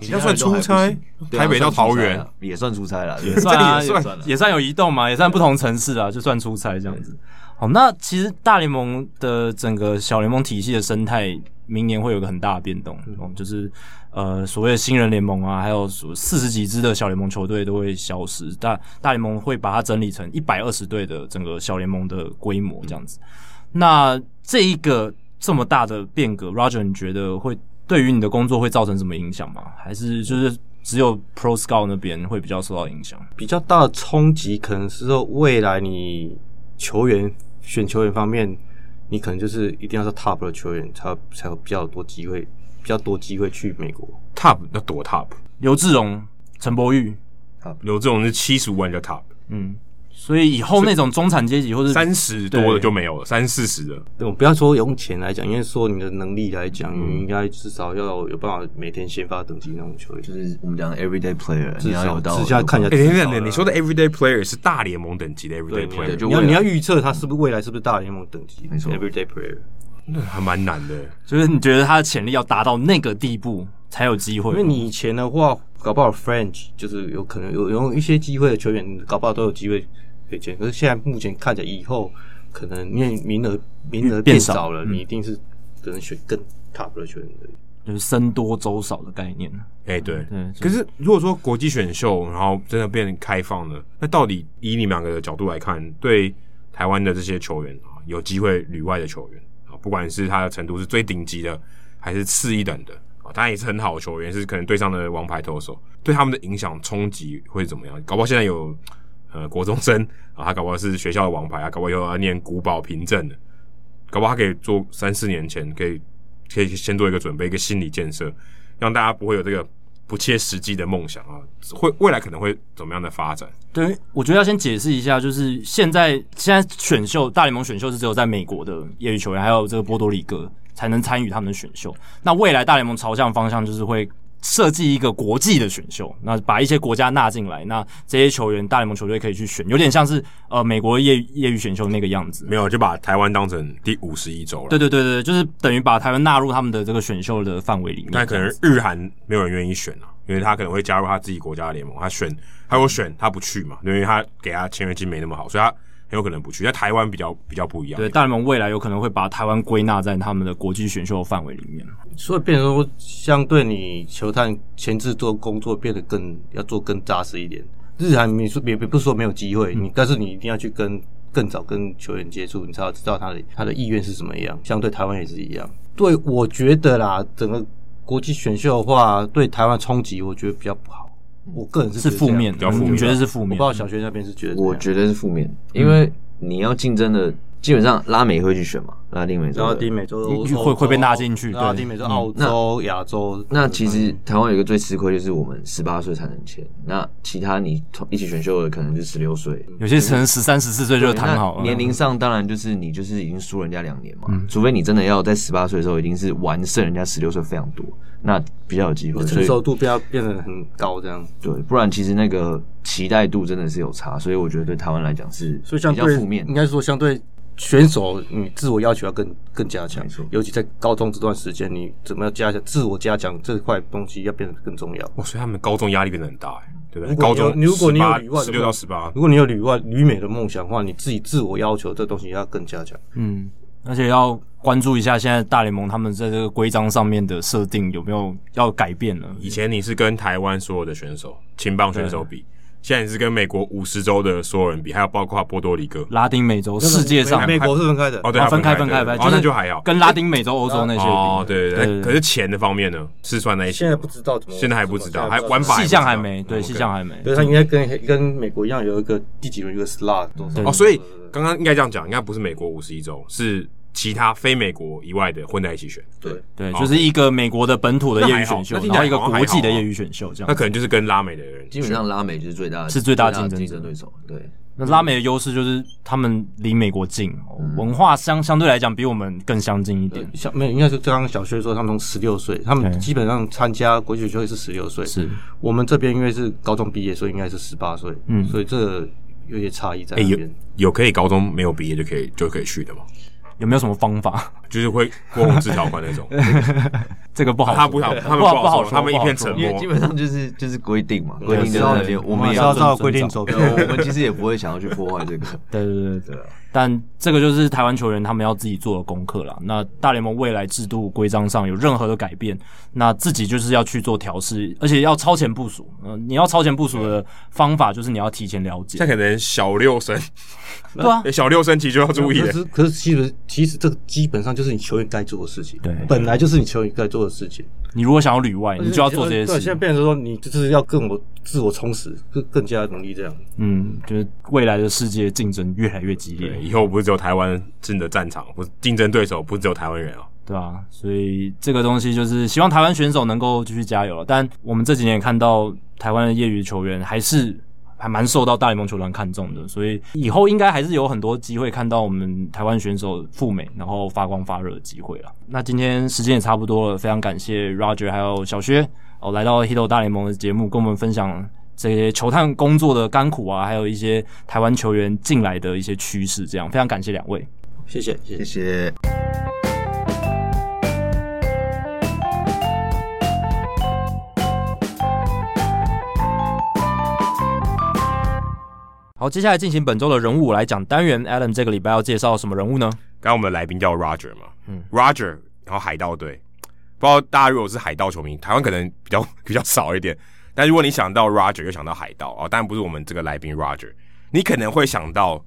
B: 你这样算 出差
D: 对
B: 台
D: 啊
B: 北到桃园
D: 算出差啊也算出差
A: 算啊，
D: 了，也
B: 这里也算
A: 也也算有移动嘛，也算不同城市啊，就算出差这样子。好，那其实大联盟的整个小联盟体系的生态，明年会有个很大的变动，哦，就是呃所谓的新人联盟啊，还有所四十几支的小联盟球队都会消失，大大联盟会把它整理成一百二十队的整个小联盟的规模这样子。那这一个这么大的变革，Roger，你觉得会对于你的工作会造成什么影响吗？还是就是只有 Pro Scout 那边会比较受到影响？
C: 比较大的冲击可能是说未来你球员选球员方面，你可能就是一定要是 top 的球员，才有才有比较多机会，比较多机会去美国。
B: ，top 要多 top，
A: 刘志荣、陈柏宇，
B: 有这种是七十五万叫 top，
A: 嗯，所以以后那种中产阶级或者
B: 三十多的
A: 对
B: 就没有了，三四十的，
C: 我不要说用钱来讲，因为说你的能力来讲，
D: 嗯
C: 你应该至少要有办法每天先发等级那种球员。
D: 就是我们讲的 everyday player，
C: 至
D: 你要
C: 少
D: 有到
C: 至少看一下
B: 哎、等一下
C: 至少啦
B: 你说的 everyday player 是大联盟等级的 everyday
C: 对，你要
B: player，
D: 就
C: 你要
D: 未来
C: 你要预测他是不是未来是不是大联盟等级，
D: 没错
C: ，everyday player。
B: 那还蛮难的、
A: 就是你觉得他的潜力要达到那个地步才有机会，
C: 因为你以前的话，搞不好 French 就是有可能有有一些机会的球员，搞不好都有机会可以签。可是现在目前看起来，以后可能因为名额名额
A: 变
C: 变
A: 少
C: 少了，
D: 嗯
C: 你一定是只能选更 top 的球员而已。
A: 就是僧多粥少的概念。
B: 哎、对，
A: 对就
B: 可是如果说国际选秀，然后真的变开放了，那到底以你们两个的角度来看，对台湾的这些球员啊，有机会旅外的球员啊，不管是他的程度是最顶级的，还是次一等的啊，当然也是很好的球员，是可能对上的王牌投手，对他们的影响冲击会怎么样？搞不好现在有呃国中生啊，他搞不好是学校的王牌啊，搞不好以后要念古堡凭证的，搞不好他可以做三四年前可以可以先做一个准备，一个心理建设，让大家不会有这个不切实际的梦想啊，会未来可能会怎么样的发展？
A: 对，我觉得要先解释一下，就是现在现在选秀大联盟选秀是只有在美国的业余球员还有这个波多黎各才能参与他们的选秀。那未来大联盟朝向方向就是会设计一个国际的选秀，那把一些国家纳进来，那这些球员大联盟球队可以去选，有点像是呃美国业余业余选秀那个样子。
B: 没有，就把台湾当成第五十一周了。
A: 对，对对对，就是等于把台湾纳入他们的这个选秀的范围里面。
B: 但可能日韩没有人愿意选啊，因为他可能会加入他自己国家的联盟，他选他有选他不去嘛，因为他给他签约金没那么好，所以他很有可能不去。在台湾比较比较不一样，
A: 对，大联盟未来有可能会把台湾归纳在他们的国际选秀范围里面。
C: 所以变成说，相对你球探前置做工作变得更要做更扎实一点。日韩你说别别不是说没有机会，
A: 嗯
C: 你但是你一定要去跟更早跟球员接触，你才要知道他的他的意愿是什么样。相对台湾也是一样。对，我觉得啦，整个国际选秀的话，对台湾冲击我觉得比较不好。我个人是
A: 是
C: 觉得这
A: 负
C: 样
A: 面
B: 比
A: 的，
B: 较负
A: 你
B: 面
A: 觉得是负
C: 我不
A: 面
C: 知？道小学那边是觉得怎么样，
D: 我觉得是负面，因为你要竞争的基本上拉美会去选嘛，拉丁美洲
C: 然后
D: 的
C: 丁美洲
A: 会
C: 欧洲
A: 会被纳进去对
C: 拉
A: 嗯
C: 丁美洲、澳洲、亚洲。嗯
D: 那其实台湾有一个最吃亏就是我们十八岁才能签，那其他你同一起选秀的可能就十六岁，
A: 有些可能十三、十四岁就谈好
D: 哎
A: 了，嗯
D: 那年龄上当然就是你就是已经输人家两年嘛，除非你真的要在十八岁的时候已经是完胜人家十六岁非常多，那比较有机会。所
C: 成
D: 以
C: 熟度不要变得很高，这样。
D: 对，不然其实那个期待度真的是有差，所以我觉得对台湾来讲是
C: 所
D: 比
C: 以相
D: 较
C: 对
D: 负面的
C: 应。该说相对选手，你自我要求要更更加强
D: 没错，
C: 尤其在高中这段时间，你怎么样加强自我加强这块东西要变得更重要。
B: 哇，所以他们高中压力变得很大、哎，对不对？
C: 如
B: 高
C: 果你有
B: 中
C: 你如果你有旅外的话
B: 十六到十八，
C: 如果你有旅外旅美的梦想的话，你自己自我要求这东西要更加强。
A: 嗯，而且要关注一下现在大联盟他们在这个规章上面的设定有没有要改变了。
B: 以前你是跟台湾所有的选手、青棒选手比，现在你是跟美国五十州的所有人比，还有包括波多黎各。
A: 拉丁美洲、世界上
C: 美美国是分开的，
B: 哦，对，
A: 哦
B: 它
A: 分开分开
B: 对
A: 分开，
B: 哦，那
A: 是
B: 就还好。
A: 跟拉丁美洲、欧洲那些比
B: 哦，对对
A: 对
B: 对，
A: 对
B: 可是钱的方面呢，是算在一起
C: 现
B: 的吗
C: 在不知道怎么，
B: 现在还不知道，还玩
C: 玩
B: 法
A: 细项还
B: 不知道
A: 没，对
B: 嗯
A: 细
B: OK
A: 项还没。
C: 就是他应该跟跟美国一样有一个第几轮有一个 slot 多少
B: 哦，所以刚刚应该这样讲，应该不是美国五十一州，是其他非美国以外的混在一起选。
C: 对。
A: 对，
B: 哦
A: 就是一个美国的本土的业余选秀
B: 那还好那，听
A: 然
B: 起来
A: 后一个
B: 好像还
A: 国际的
B: 好啊
A: 业余选秀这
B: 那
A: 样。
B: 可能就是跟拉美的人
D: 基本上拉美就是最大的
A: 是最大
D: 的
A: 竞争者
D: 对手，对，
A: 那拉美的优势就是他们离美国近，哦
B: 嗯
A: 文化相相对来讲比我们更相近一点。
C: 呃小没有，应该是刚刚小薛说他们从十六岁，他们
A: 对
C: 基本上参加国际选秀是十六岁，
A: 是，
C: 我们这边因为是高中毕业，所以应该是十八岁，嗯，所以这个有些差异在
B: 哎，
C: 那
B: 有
C: 边。
B: 有可以高中没有毕业就可以就可以去的吗？
A: 有没有什么方法？
B: 就是会郭宏志条款那种，
A: 这个不好说，
B: 他不好，他们
A: 不好
B: 好
A: 不好说
B: 他们一片
A: 不好
B: 沉
A: 说
D: 因为
B: 默
D: 基。本上就是就是规定嘛，规定
A: 是
D: 的
A: 要
D: 那边，我们
C: 也
D: 也
C: 要
D: 要
C: 照规定走。
D: 对，我们其实也不会想要去破坏这个。
A: 对对对对。但这个就是台湾球员他们要自己做的功课啦。那大联盟未来制度规章上有任何的改变，那自己就是要去做调试，而且要超前部署。嗯、你要超前部署的方法就是你要提前了解
B: 现在。可能小六生，嗯哎
A: 对啊，
B: 小六生其实就要注意
C: 可
B: 了。
C: 是可是其实其实这个基本上就是你球员该做的事情，
A: 对
C: 本来就是你球员该做的事情，
A: 你如果想要旅外，你就要做这些
C: 对，现在
A: 事。
C: 变成说你就是要更我自我充实，更更加努力这样。
A: 嗯，就是未来的世界竞争越来越激烈
B: 对，。以后不是只有台湾进的战场，不是竞争对手不是只有台湾人哦。
A: 对啊，所以这个东西就是希望台湾选手能够继续加油了。但我们这几年也看到台湾的业余球员还是还蛮受到大联盟球团看重的，所以以后应该还是有很多机会看到我们台湾选手赴美然后发光发热的机会了。啊那今天时间也差不多了，非常感谢 Roger 还有小薛哦来到 Hito 大联盟的节目，跟我们分享。这些球探工作的甘苦啊，还有一些台湾球员进来的一些趋势，这样非常感谢两位。
C: 谢谢，谢谢
D: 谢。谢。
E: 好，接下来进行本周的人物来讲单元。Adam 这个礼拜要介绍什么人物呢？
B: 刚刚我们的来宾叫 Roger 嘛，Roger，然
A: 嗯
B: 后海盗队，不知道大家如果是海盗球迷，台湾可能比较 比较少一点，但如果你想到 Roger 又想到海盗哦，当然不是我们这个来宾 Roger，你可能会想到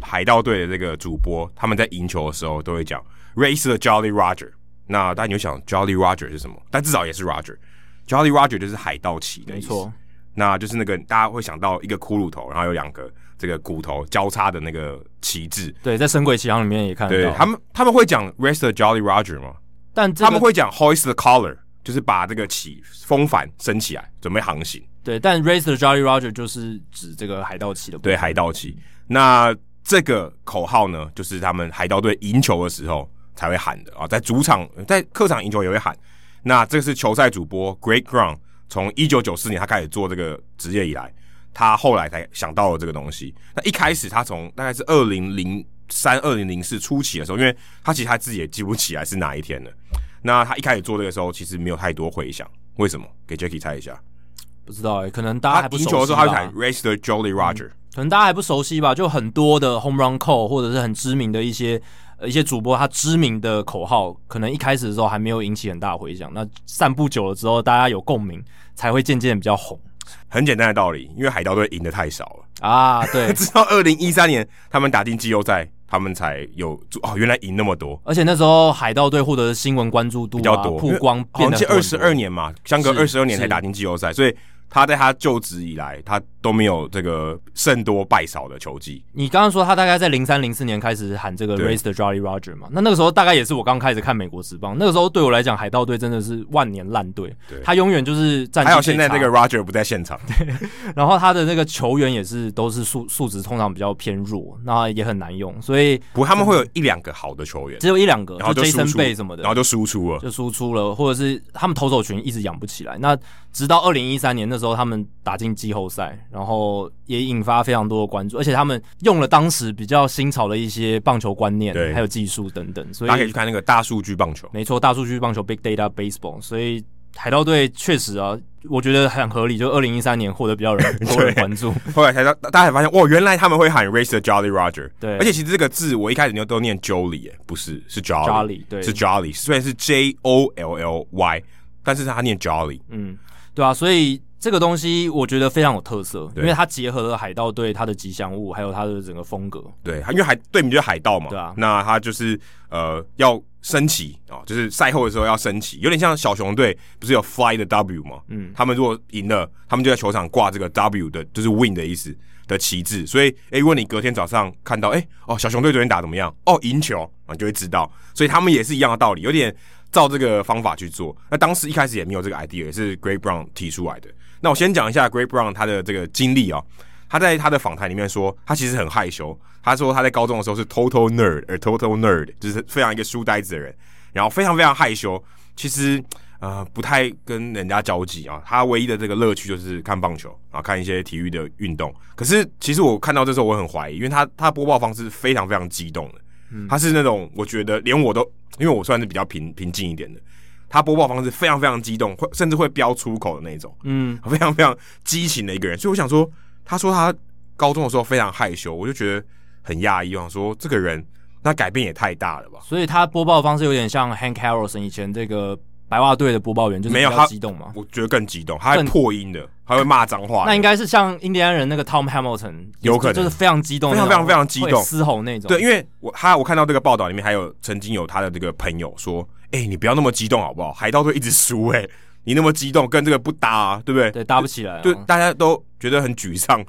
B: 海盗队的这个主播，他们在赢球的时候都会讲 Race the Jolly Roger，那大家你就想 Jolly Roger 是什么？但至少也是 Roger，Jolly Roger 就是海盗旗的
A: 没
B: 意思，
A: 错，
B: 那就是那个大家会想到一个骷髅头，然后有两个这个骨头交叉的那个旗帜。
E: 对，在《神鬼奇航》里面也看得
B: 对
E: 到
B: 他，们，他们会讲 “rest the jolly Roger” 吗？
E: 但这
B: 他
E: 个
B: 们会讲 “hoist the collar”，就是把这个旗风帆升起来，准备航行。
E: 对，但 Raise the Jolly Roger 就是指这个海盗旗的部分
B: 对，海盗旗。那这个口号呢，就是他们海盗队赢球的时候才会喊的啊，在主场、在客场赢球也会喊。那这是球赛主播 Great Ground 从一九九四年他开始做这个职业以来，他后来才想到了这个东西。那一开始他从大概是二零零三、二零零四初期的时候，因为他其实他自己也记不起来是哪一天了。那他一开始做这个时候，其实没有太多回响，为什么？给 Jacky 猜一下。
E: 不知道哎、可能大家还
B: 他
E: 不
B: 赢
E: 熟悉
B: 球的时候，他
E: 吧
B: 会喊 “Raise the Jolly Roger”，、
E: 可能大家还不熟悉吧，就很多的 home run call 或者是很知名的一些呃一些主播他知名的口号，可能一开始的时候还没有引起很大的回响，那散步久了之后，大家有共鸣，才会渐渐比较红
B: 很简单的道理，因为海盗队赢的太少了。
E: 啊。对，
B: 直到二零一三年他们打进季后赛，他们才有哦，原来赢那么多，
E: 而且那时候海盗队获得的新闻关注度、啊、
B: 比较多
E: 曝光
B: 好
E: 变
B: 像
E: 得
B: 是二十二
E: 年，
B: 年嘛，相隔
E: 是
B: 二十二年才
E: 是
B: 打进季后赛，所以他在他就职以来，他都没有这个胜多败少的球技。
A: 你刚刚说他大概在零三零四年开始喊这个
B: 对
A: “Raise the Jolly Roger” 嘛？那那个时候大概也是我刚开始看美国职棒，那个时候对我来讲，海盗队真的是万年烂队
B: 对，
A: 他永远就是战绩
B: 还有
A: 最
B: 现在
A: 差
B: 这个 Roger 不在现场，
A: 然后他的那个球员也是都是素素质通常比较偏弱，那也很难用，所以
B: 不过他们会有一两个好的球员，
A: 只有一两个，
B: 然后
A: 就
B: 就输
A: Jason
B: 出
A: Bay 什么的，
B: 然后就输出了。
A: 就输出了，或者是他们投手群一直养不起来。那直到二零一三年那时候，他们打进季后赛，然后也引发非常多的关注，而且他们用了当时比较新潮的一些棒球观念
B: 对，
A: 还有技术等等，所
B: 大家可以
A: 以
B: 去看那个大数据棒球，
A: 没错，大数据棒球 （Big Data Baseball），所以海盗队确实啊，我觉得很合理，就二零一三年获得比较 人多人关注。
B: 后来才知道，大家才发现，哇，原来他们会喊 “Raise the Jolly Roger”。
A: 对
B: 而且其实这个字我一开始就都念 “Jolly”，哎不是，是 “Jolly”，
A: Jolly，对
B: 是 “Jolly”，虽然是 J O L L Y，但是他念 “Jolly”。
A: 嗯，对啊，所以这个东西我觉得非常有特色，
B: 对
A: 因为它结合了海盗队它的吉祥物，还有它的整个风格。
B: 对，他因为海队名就是海盗嘛，
A: 对啊
B: 那他就是呃要升旗啊、哦就是赛后的时候要升旗，有点像小熊队不是有 Fly the W 嘛，嗯，他们如果赢了，他们就在球场挂这个 W 的，就是 Win 的意思的旗帜，所以诶、如果你隔天早上看到诶、哦小熊队昨天打怎么样，哦赢球，啊你就会知道，所以他们也是一样的道理，有点照这个方法去做。那当时一开始也没有这个 idea，也是 Greg Brown 提出来的。那我先讲一下 Greg Brown 他的这个经历啊、他在他的访谈里面说，他其实很害羞。他说他在高中的时候是 total nerd，而 total nerd 就是非常一个书呆子的人，然后非常非常害羞。其实呃不太跟人家交际啊，他唯一的这个乐趣就是看棒球啊，看一些体育的运动。可是其实我看到这时候我很怀疑，因为他他播报方式是非常非常激动的，他是那种我觉得连我都，因为我算是比较平平静一点的。他播报方式非常非常激动，会甚至会飙出口的那种。
A: 嗯，
B: 非常非常激情的一个人，所以我想说，他说他高中的时候非常害羞，我就觉得很讶异，我想说这个人那改变也太大了吧？
A: 所以他播报的方式有点像 Hank Harrelson 以前这个白袜队的播报员，就是
B: 没有
A: 比
B: 他
A: 较激动嘛。
B: 我觉得更激动，他还
A: 更
B: 破音的，还会骂脏话的，
A: 那应该是像印第安人那个 Tom Hamilton，
B: 有可能
A: 就是非常激动那种，
B: 非常非常非常激动
A: 会嘶吼那种。
B: 对，因为我他我看到这个报道里面还有曾经有他的这个朋友说，哎、你不要那么激动好不好？海盗队一直输，哎，你那么激动跟这个不搭、啊，对不对？
A: 对搭不起来啊，
B: 对，大家都觉得很沮丧，然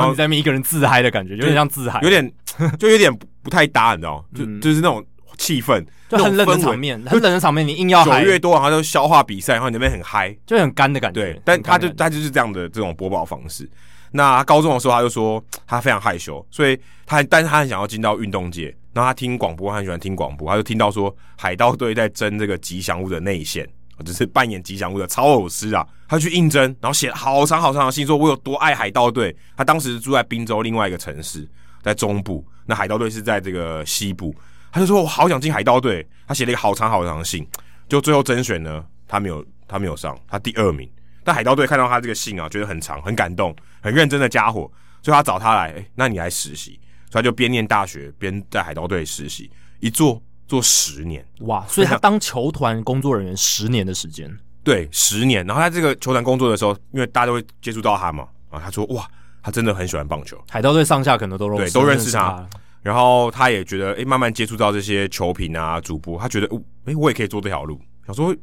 A: 然后
B: 后
A: 你在那边一个人自嗨的感觉，有点像自嗨，
B: 有点 就有点不太搭，你知道吗？就、
A: 嗯
B: 就是那种气氛，
A: 就很冷的
B: 那种氛围
A: 场面，很冷的场面，你硬要
B: 九
A: 嗨，
B: 月多，然后就消化比赛，然后你那边很嗨，
A: 就很干的感觉。
B: 对，但
A: 很
B: 他
A: 干的
B: 就
A: 感觉
B: 他就是这样的这种播报方式。那他高中的时候，他就说他非常害羞，所以他但是他很想要进到运动界。然后他听广播，他很喜欢听广播，他就听到说海盗队在争这个吉祥物的内线，就是扮演吉祥物的超偶师啊，他去应征，然后写了好长好长的信，说我有多爱海盗队。他当时住在滨州另外一个城市，在中部，那海盗队是在这个西部，他就说我好想进海盗队，他写了一个好长好长的信，就最后甄选呢，他没有他没有上，他第二名。但海盗队看到他这个信啊，觉得很长，很感动，很认真的家伙，所以他找他来，哎、那你来实习，所以他就边念大学边在海盗队实习，一做做十年，
A: 哇，所以他当球团工作人员十年的时间，
B: 对，十年。然后他这个球团工作的时候，因为大家都会接触到他嘛，啊，他说哇，他真的很喜欢棒球，
A: 海盗队上下可能都认
B: 对都认识他
A: 他了，
B: 然后他也觉得，哎、慢慢接触到这些球评啊、主播，他觉得，哎、诶我也可以做这条路。想说，不知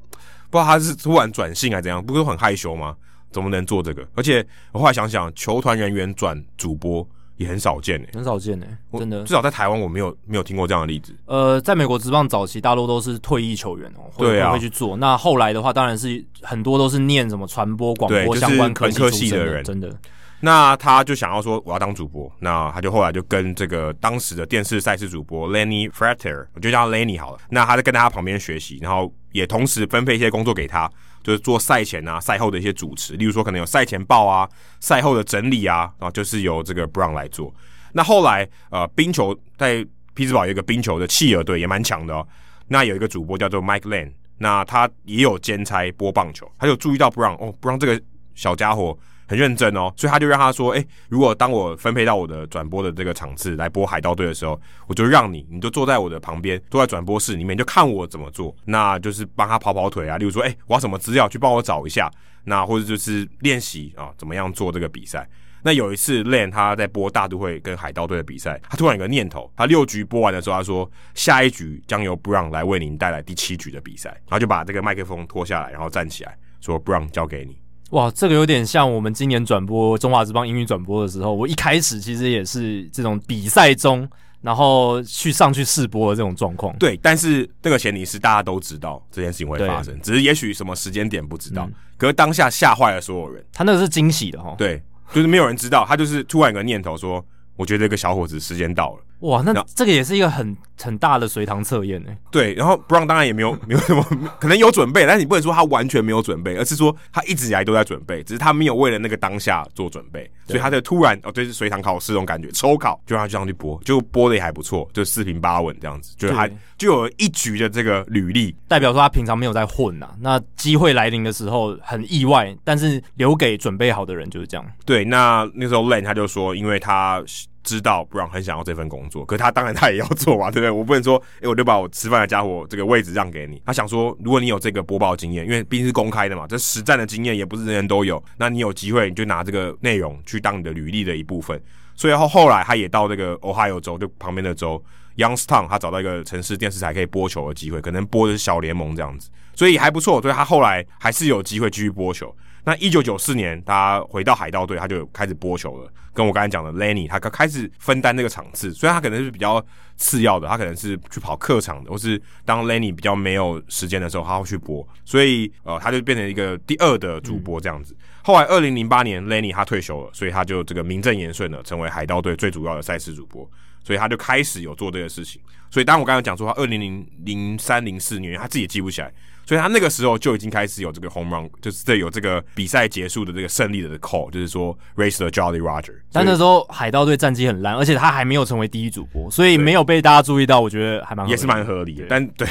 B: 道他是突然转性还是啊怎样，不是都很害羞吗？怎么能做这个？而且我后来想想，球团人员转主播也很少见诶、欸
A: 很少见诶，
B: 我
A: 真的
B: 至。少在台湾我没有没有听过这样的例子。
A: 呃，在美国职棒早期，大多都是退役球员哦，会
B: 对啊
A: 会去做。那后来的话，当然是很多都是念什么传播、广
B: 对就
A: 播
B: 是
A: 相关科
B: 本科
A: 系
B: 系
A: 出身
B: 的人
A: 真的
B: 那他就想要说我要当主播，那他就后来就跟这个当时的电视赛事主播 Lenny Frater，我就叫他 Lenny 好了。那他在跟在他旁边学习，然后也同时分配一些工作给他，就是做赛前啊、赛后的一些主持，例如说可能有赛前报啊、赛后的整理啊，然后就是由这个 Brown 来做。那后来呃，冰球在匹兹堡有一个冰球的企鹅队也蛮强的哦。那有一个主播叫做 Mike Lane，那他也有兼差播棒球，他就注意到 Brown 哦，Brown 这个小家伙很认真哦，所以他就让他说，哎、如果当我分配到我的转播的这个场次来播海盗队的时候，我就让你，你就坐在我的旁边，坐在转播室里面，你就看我怎么做。那就是帮他跑跑腿啊，例如说，哎、我要什么资料去帮我找一下，那或者就是练习啊，怎么样做这个比赛。那有一次，Lan 他在播大都会跟海盗队的比赛，他突然有个念头，他六局播完的时候，他说下一局将由 Brown 来为您带来第七局的比赛，然后就把这个麦克风脱下来，然后站起来说 Brown 交给你。
A: 哇，这个有点像我们今年转播中华职棒英语转播的时候，我一开始其实也是这种比赛中，然后去上去试播的这种状况。
B: 对，但是那个前提是大家都知道这件事情会发生，只是也许什么时间点不知道，可是当下吓坏了所有人。
A: 他那个是惊喜的哈。哦
B: 对，就是没有人知道，他就是突然有个念头说，我觉得这个小伙子时间到了。
A: 哇，那
B: 那
A: 这个也是一个很很大的随堂测验欸呢。
B: 对，然后 Brown 当然也没有 没有什么，可能有准备，但是你不能说他完全没有准备，而是说他一直以来都在准备，只是他没有为了那个当下做准备，所以他就突然哦，对，是随堂考试这种感觉，抽考就让他这样去播，就播的也还不错，就四平八稳这样子，就是他
A: 对
B: 就有一局的这个履历，
A: 代表说他平常没有在混呐、那机会来临的时候很意外，但是留给准备好的人就是这样。
B: 对，那那时候 Lane 他就说，因为他知道 Brown 很想要这份工作，可他当然他也要做嘛，对不对？我不能说，哎、我就把我吃饭的家伙这个位置让给你。他想说，如果你有这个播报经验，因为毕竟是公开的嘛，这实战的经验也不是人人都有，那你有机会你就拿这个内容去当你的履历的一部分。所以后后来他也到这个 Ohio 州，就旁边的州 Youngstown，他找到一个城市电视台可以播球的机会，可能播的是小联盟这样子，所以还不错。所以他后来还是有机会继续播球。那一九九四年，他回到海盗队，他就开始播球了。跟我刚才讲的 Lenny，他开始分担那个场次，虽然他可能是比较次要的，他可能是去跑客场的，或是当 Lenny 比较没有时间的时候，他会去播。所以呃，他就变成一个第二的主播这样子。后来二零零八年，Lenny 他退休了，所以他就这个名正言顺的成为海盗队最主要的赛事主播。所以他就开始有做这个事情。所以当我刚才讲说他二零零零三零四年，他自己也记不起来，所以他那个时候就已经开始有这个 home run，就是这有这个比赛结束的这个胜利的 call，就是说 race the Jolly Roger。
A: 但那时候海盗队战绩很烂，而且他还没有成为第一主播，所以没有被大家注意到，我觉得还蛮合理
B: 也是蛮合理的。但对，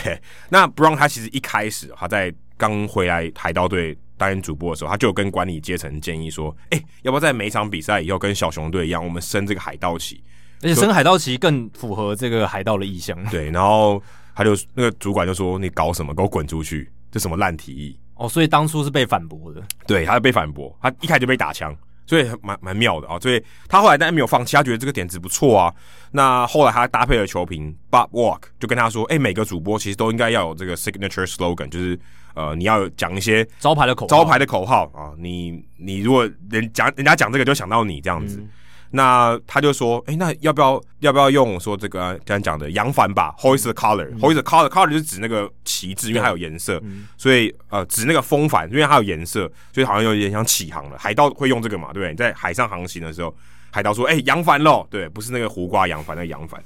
B: 那 Brown 他其实一开始他在刚回来海盗队担任主播的时候，他就有跟管理阶层建议说，哎、要不要在每一场比赛以后跟小熊队一样，我们升这个海盗旗？
A: 而且升海盗旗更符合这个海盗的意向。
B: 对，然后他就那个主管就说，你搞什么？给我滚出去！这什么烂提议？
A: 哦，所以当初是被反驳的。
B: 对，他被反驳，他一开始就被打枪，所以蛮蛮妙的啊、所以他后来但没有放弃，他觉得这个点子不错啊。那后来他搭配了球评 Bob Walk，就跟他说：“哎、每个主播其实都应该要有这个 signature slogan，就是呃，你要有讲一些
A: 招牌的口号
B: 招牌的口号啊。你你如果人讲人家讲这个，就想到你这样
A: 嗯
B: 子。那他就说：“哎、那要不要要不要用我说这个刚才讲的扬帆吧，hoist the
A: 嗯
B: color，hoist、the color，color 就是指那个旗帜，因为它有颜色，所以呃指那个风帆，因为它有颜色，所以好像有点像起航了。海盗会用这个嘛，对不对？你在海上航行的时候，海盗说：‘哎、扬帆喽！’对，不是那个胡瓜扬帆，那个扬帆。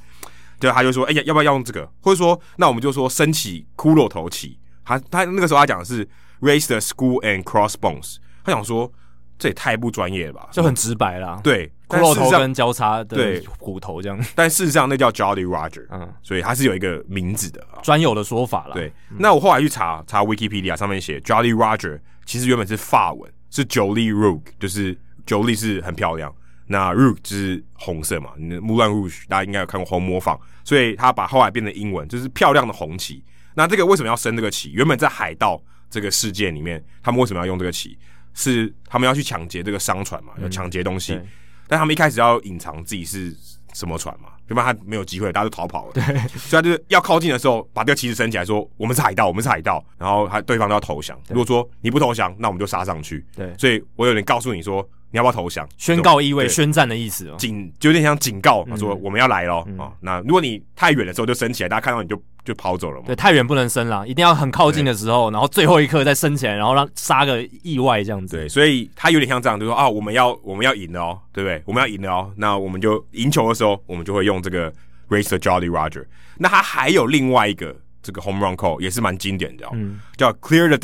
B: 对，他就说，哎、呀，要不要用这个？或者说，那我们就说升起骷髅头旗。他他那个时候他讲的是 raise the school and crossbones。他想说，这也太不专业了吧？
A: 就很直白啦，，
B: 对，
A: 骷
B: 但
A: 髅
B: 事实
A: 头
B: 上，
A: 跟交叉的
B: 对
A: 骨头这样，
B: 但事实上那叫 Jolly Roger，
A: 嗯，
B: 所以他是有一个名字的啊。
A: 专有的说法啦。，嗯
B: 对，那我后来去查查 Wikipedia 上面写 Jolly Roger，其实原本是法文，是 Jolie Rouge，就是 Jolie 是很漂亮，那 Rouge 就是红色嘛，那 Moulin Rouge 大家应该有看过红模仿，所以他把后来变成英文，就是漂亮的红旗。那这个为什么要升这个旗？原本在海盗这个世界里面，他们为什么要用这个旗？是他们要去抢劫这个商船嘛，要抢劫东西，
A: 对
B: 但他们一开始要隐藏自己是什么船嘛，要不然他没有机会，大家都逃跑了。对，所以他就是要靠近的时候，把这个旗子升起来说：“我们是海盗，我们是海盗。”然后他对方都要投降。如果说你不投降，那我们就杀上去。
A: 对
B: 所以我有点告诉你说，你要不要投降？
A: 宣告意味，嗯
B: 对
A: 宣战的意思哦。
B: 警就有点像警告，说我们要来咯。啊。那如果你太远的时候就升起来，大家看到你就就跑走了嘛
A: 对，。太远不能升啦，一定要很靠近的时候，然后最后一刻再升起来，然后让杀个意外这样子。
B: 对，所以他有点像这样，就说啊，我们要我们要赢了哦，对不对？我们要赢了哦，那我们就赢球的时候，我们就会用这个 raise the jolly Roger。那他还有另外一个这个 home run call 也是蛮经典的、哦，
A: 嗯
B: 叫 clear the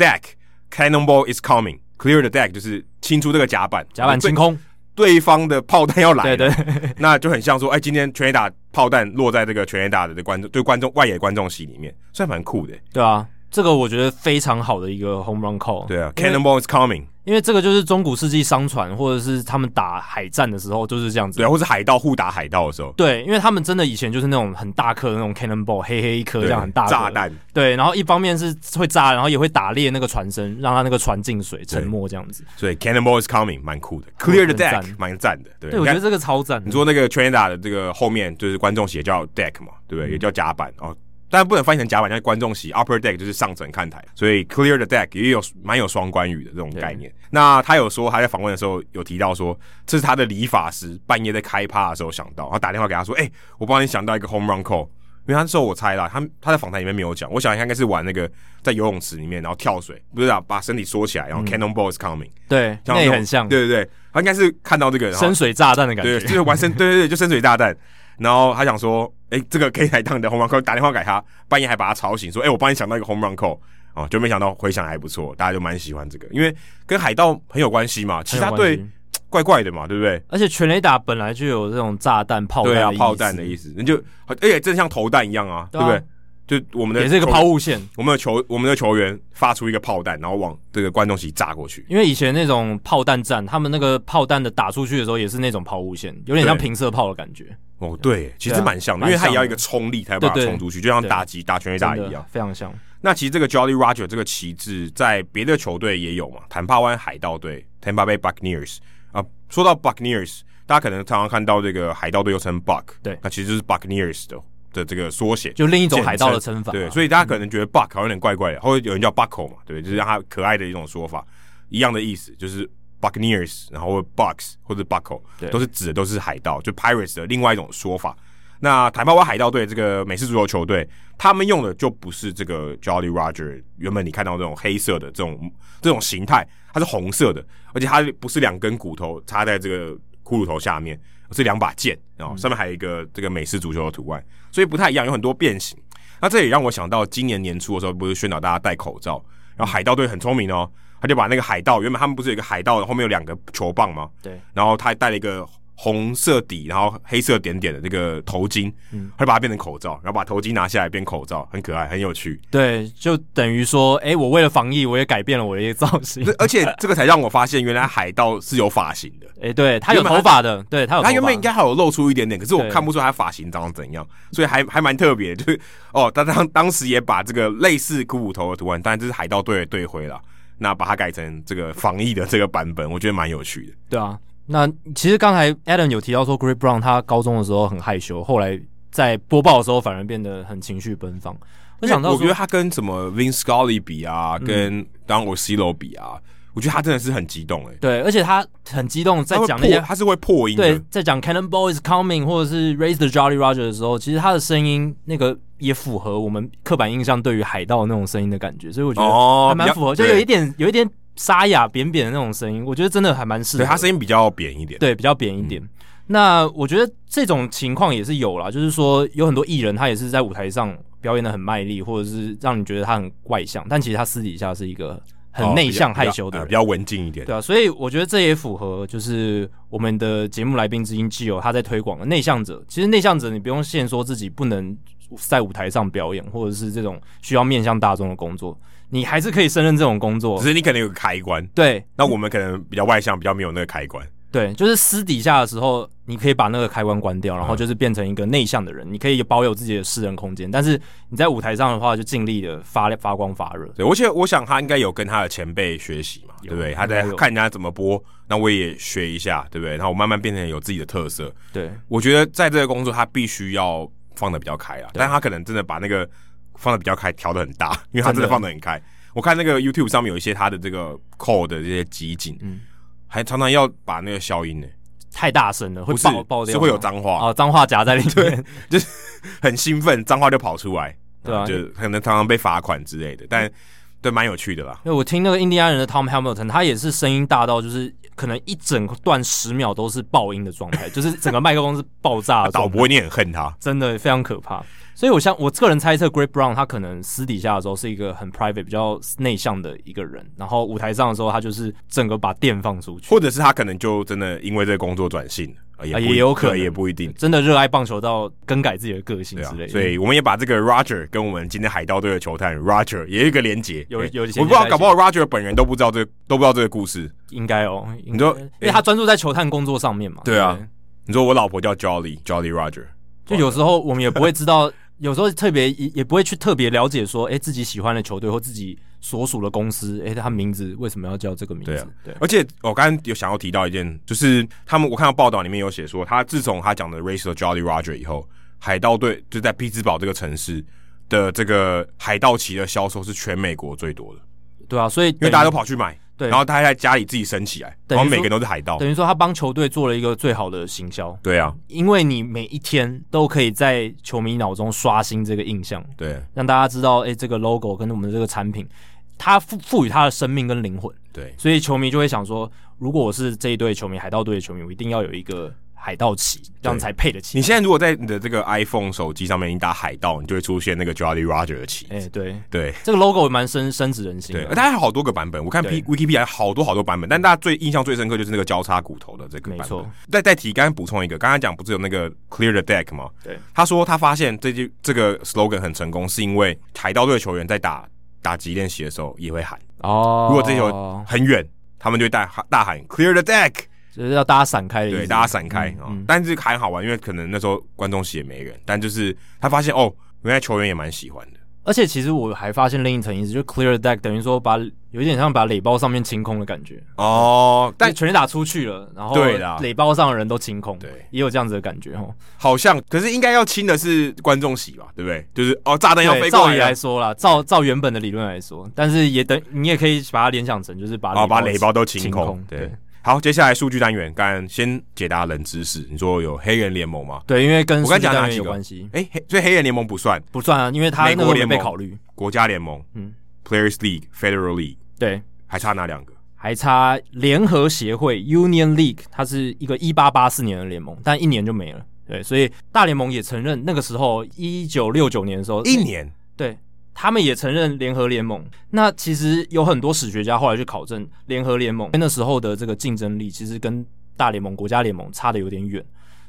B: deck，cannonball is coming。clear the deck 就是清出这个甲板，
A: 甲板清空，
B: 对，对方的炮弹要来
A: 对
B: 了，
A: 对，
B: 那就很像说，哎，今天全垒打炮弹落在这个全垒打的这观众对观众外野观众席里面，算蛮酷的。
A: 对啊，这个我觉得非常好的一个 home run call。
B: 对啊，cannonball is coming，
A: 因为这个就是中古世纪商船或者是他们打海战的时候就是这样子。
B: 对啊，或是海盗互打海盗的时候，
A: 对，因为他们真的以前就是那种很大颗的那种 cannonball，黑黑一颗这样很大颗
B: 炸。弹。
A: 对，然后一方面是会炸，然后也会打裂那个船身，让它那个船进水沉没这样子。
B: 所以 Cannonball is coming 蛮酷的，Clear the
A: 很赞
B: deck 蛮赞的。对，
A: 对，我觉得
B: 你
A: 这
B: 看
A: 个超赞的。嗯
B: 你说那个 t r a n d a 的这个后面就是观众席也叫 deck 嘛，对不对？也叫甲板哦。但不能翻译成甲板，叫观众席 （upper deck） 就是上层看台，所以 clear the deck 也有蛮有双关语的这种概念。那他有说他在访问的时候有提到说，这是他的理发师半夜在开趴的时候想到，他打电话给他说：“哎、我帮你想到一个 home run call。”因为他那时候我猜啦，他他在访谈里面没有讲，我想他应该是玩那个在游泳池里面，然后跳水，不是啊，把身体缩起来，
A: 嗯
B: 然后 cannonball is coming，、
A: 对，那
B: 像那
A: 也
B: 种
A: 很像
B: 对对对，他应该是看到这个然后
A: 深水炸弹的感
B: 对，
A: 觉。
B: 就是玩深，对对对，就深水炸弹。然后他想说，哎、这个可以来当你的 home run call，打电话给他，半夜还把他吵醒，说，哎、我帮你想到一个 home run call，哦，就没想到回想还不错，大家就蛮喜欢这个，因为跟海盗很有关系嘛，其他
A: 很有
B: 队
A: 关系
B: 怪怪的嘛，对不对？
A: 而且全雷打本来就有这种炸弹、炮弹
B: 对
A: 的
B: 啊，
A: 意思
B: 炮弹的意思，那就而且真的像投弹一样啊，
A: 对
B: 对
A: 啊
B: 不对？就我们的
A: 也是一个
B: 球
A: 抛物线。
B: 我们的球，我们的球员发出一个炮弹，然后往这个观众席炸过去。
A: 因为以前那种炮弹战，他们那个炮弹的打出去的时候也是那种抛物线，有点像
B: 对
A: 平射炮的感觉，
B: 哦，对，其
A: 对
B: 实
A: 啊
B: 蛮像的，
A: 蛮
B: 因为他也
A: 像
B: 要
A: 的
B: 一个冲力才有办法
A: 对对
B: 冲出去，就像
A: 对
B: 打击打全垒打
A: 真
B: 一
A: 的
B: 样。
A: 非常像。
B: 那其实这个 Jolly Roger 这个旗帜在别的球队也有嘛，坦帕湾海盗队 （Tampa Bay Buccaneers） 啊。说到 Buccaneers，大家可能常常看到这个海盗队又称 Buck，
A: 对
B: 那其实就是 Buccaneers 的的这个缩写，
A: 就另一种海盗的称法啊
B: 对，所以大家可能觉得 Buck 好像有点怪怪的，或者有人叫 Buckle 嘛，对，就是让它可爱的一种说法，一样的意思，就是 Buccaneers，然后或者 Bucks 或者 Buckle，
A: 对
B: 都是指的都是海盗，就 Pirates 的另外一种说法。那坦帕湾海盗队这个美式足球球队，他们用的就不是这个 Jolly Roger 原本你看到这种黑色的这种这种形态，它是红色的，而且它不是两根骨头插在这个骷髅头下面，而是两把剑，然后上面还有一个这个美式足球的图案，所以不太一样，有很多变形。那这也让我想到今年年初的时候，不是宣导大家戴口罩，然后海盗队很聪明哦，他就把那个海盗原本他们不是有一个海盗后面有两个球棒吗？
A: 对，
B: 然后他还戴了一个红色底，然后黑色点点的这个头巾，他就把它变成口罩，然后把头巾拿下来变口罩，很可爱，很有趣。
A: 对，就等于说，哎、我为了防疫，我也改变了我的一个造型。
B: 那而且这个才让我发现，原来海盗是有发型的。
A: 哎、对他有
B: 原本他
A: 头发的，对他有头发。
B: 他原本应该还有露出一点点，可是我
A: 对
B: 看不出他发型长得怎样，所以还还蛮特别的。就是 哦，他当当时也把这个类似骷髅头的图案，当然这是海盗队的队徽啦，那把它改成这个防疫的这个版本，我觉得蛮有趣的。
A: 对啊，那其实刚才 Adam 有提到说 Great Brown 他高中的时候很害羞，后来在播报的时候反而变得很情绪奔放。我想到
B: 我觉
A: 说嗯
B: 得，他跟什么 Vince Scully 比啊，跟当然我 c i l o 比啊，我觉得他真的是很激动哎、欸，
A: 对，而且他很激动，在
B: 他会
A: 讲那
B: 破
A: 些
B: 他是会破音的，
A: 对，在讲 Cannonball is coming 或者是 Raise the Jolly Roger 的时候，其实他的声音那个也符合我们刻板印象对于海盗那种声音的感觉，所以我觉得
B: 哦
A: 还蛮
B: 比较
A: 符合，就
B: 对
A: 有一点有一点沙哑扁扁的那种声音，我觉得真的还蛮适合。
B: 对他声音比嗯较扁一点，
A: 对比较扁一点。那我觉得这种情况也是有啦，就是说有很多艺人他也是在舞台上表演的很卖力，或者是让你觉得他很外向，但其实他私底下是一个
B: 哦
A: 很内向
B: 比较
A: 害羞的
B: 呃
A: 人
B: 比。较文静一点
A: 对。啊，所以我觉得这也符合就是我们的节目来宾之一基友他在推广的内向者。其实内向者你不用限说自己不能在舞台上表演，或者是这种需要面向大众的工作，你还是可以胜任这种工作
B: 只。是你可能有个开关，
A: 对
B: 那我们可能比较外向，比较没有那个开关。
A: 对，就是私底下的时候，你可以把那个开关关掉，然
B: 嗯
A: 后就是变成一个内向的人，你可以保有自己的私人空间，但是你在舞台上的话，就尽力的发发光发热。
B: 对，而且我想他应该有跟他的前辈学习嘛，对不对？他在
A: 应该有
B: 看人家怎么播，那我也学一下，对不对？然后我慢慢变成有自己的特色。
A: 对，
B: 我觉得在这个工作，他必须要放的比较开啊，但他可能真的把那个放的比较开调的很大，因为他真
A: 真的
B: 的放的很开。我看那个 YouTube 上面有一些他的这个 call 的这些集锦，
A: 嗯
B: 还常常要把那个消音呢、
A: 太大声了会
B: 不是
A: 爆爆掉吗，
B: 是会有脏话，
A: 啊脏话夹在里面。
B: 很兴奋，脏话就跑出来，
A: 对啊
B: 就可能常常被罚款之类的，但对蛮有趣的啦。
A: 因为我听那个印第安人的 Tom Hamilton，他也是声音大到就是可能一整段十秒都是爆音的状态， 就是整个麦克风是爆炸的
B: 啊导
A: 状态，
B: 播一定很恨他，
A: 真的非常可怕。所以我像我个人猜测，Great Brown 他可能私底下的时候是一个很 private、比较内向的一个人，然后舞台上的时候他就是整个把电放出去，
B: 或者是他可能就真的因为这个工作转性了，啊也
A: 啊
B: 不
A: 也
B: 一
A: 有可
B: 对
A: 能
B: 也不一定。
A: 真的热爱棒球到更改自己的个性
B: 对
A: 之
B: 啊
A: 类的。，
B: 所以我们也把这个 Roger 跟我们今天海盗队的球探 Roger 也有一个连结，
A: 有
B: 对
A: 有连结
B: 我不知道，
A: 在一起
B: 搞不好 Roger 本人都不知道这个都不知道这个故事。
A: 应该哦，应
B: 你说
A: 该因为他专注在球探工作上面嘛。
B: 对啊
A: 不
B: 你说我老婆叫 Jolly Jolly Roger，
A: 就有时候我们也不会知道，有时候特别也也不会去特别了解说，哎、自己喜欢的球队或自己所属的公司，哎、他名字为什么要叫这个名字？
B: 对啊
A: 嗯对
B: 而且我刚刚有想要提到一件，就是他们我看到报道里面有写说，他自从他讲的 Racial Jolly Roger 以后，海盗队就在匹兹堡这个城市的这个海盗旗的销售是全美国最多的，
A: 对啊，所以因
B: 因为大家都跑去买，
A: 对
B: 然后大家在家里自己升起来，
A: 等于
B: 然
A: 说
B: 后每个人都是海盗，
A: 等于说他帮球队做了一个最好的行销，
B: 对啊，
A: 因为你每一天都可以在球迷脑中刷新这个印象，
B: 对
A: 让大家知道，哎、这个 logo 跟我们的这个产品，它赋赋予它的生命跟灵魂，
B: 对
A: 所以球迷就会想说，如果我是这一队球迷，海盗队的球迷，我一定要有一个海盗旗，这样才配得起
B: 你。现在如果在你的这个 iPhone 手机上面你打海盗，你就会出现那个 Jolly Roger 的旗，
A: 哎、对，
B: 对
A: 这个 logo 也蛮深深植人心
B: 对，
A: 的，
B: 而它还有好多个版本，我看 P
A: 对
B: Wikipedia 好多好多版本，但大家最印象最深刻就是那个交叉骨头的这个
A: 没
B: 版
A: 错
B: 本。再再提，刚刚补充一个，刚刚讲不是有那个 Clear the Deck 吗？
A: 对，
B: 他说他发现这句这个 slogan 很成功，是因为海盗队的球员在打打击练习的时候也会喊，
A: 哦，
B: 如果这球很远，他们就会大喊大喊 Clear the Deck，
A: 就是要大家散开的意思，
B: 对，大家闪开
A: 嗯
B: 啊、
A: 嗯
B: 但是还很好玩，因为可能那时候观众席也没人，但就是他发现哦，原来球员也蛮喜欢的。
A: 而且其实我还发现另一层意思，就 clear the deck 等于说把有一点像把垒包上面清空的感觉，
B: 哦，但
A: 但全力打出去了，然后
B: 对啦
A: 垒包上的人都清空，
B: 对
A: 也有这样子的感觉哦。
B: 好像，可是应该要亲的是观众席吧，对不对？就是哦，炸弹要
A: 对
B: 飞
A: 照
B: 过
A: 理
B: 来
A: 来
B: 了，
A: 说啦，照照原本的理论来说，但是也等你也可以把它联想成就是把
B: 然后哦把垒包都
A: 清
B: 清空。对
A: 对，
B: 好，接下来数据单元，刚刚先解答冷知识。你说有黑人联盟吗？
A: 对，因为跟
B: 我刚
A: 数
B: 讲
A: 据单
B: 哪
A: 元
B: 几
A: 有
B: 个
A: 关系，
B: 哎、黑所以黑人联盟不算，
A: 不算啊，因为它
B: 美
A: 那
B: 国
A: 个没
B: 联
A: 被
B: 盟
A: 考虑，
B: 国家联盟，
A: 嗯
B: 嗯，Players League、Federal League
A: 对。
B: 还差哪两个？
A: 还差联合协会 （Union League），它是一个一八八四年的联盟，但一年就没了。对，所以大联盟也承认那个时候一九六九年的时候，
B: 一年
A: 对他们也承认联合联盟。那其实有很多史学家后来去考证联合联盟那时候的这个竞争力，其实跟大联盟、国家联盟差的有点远。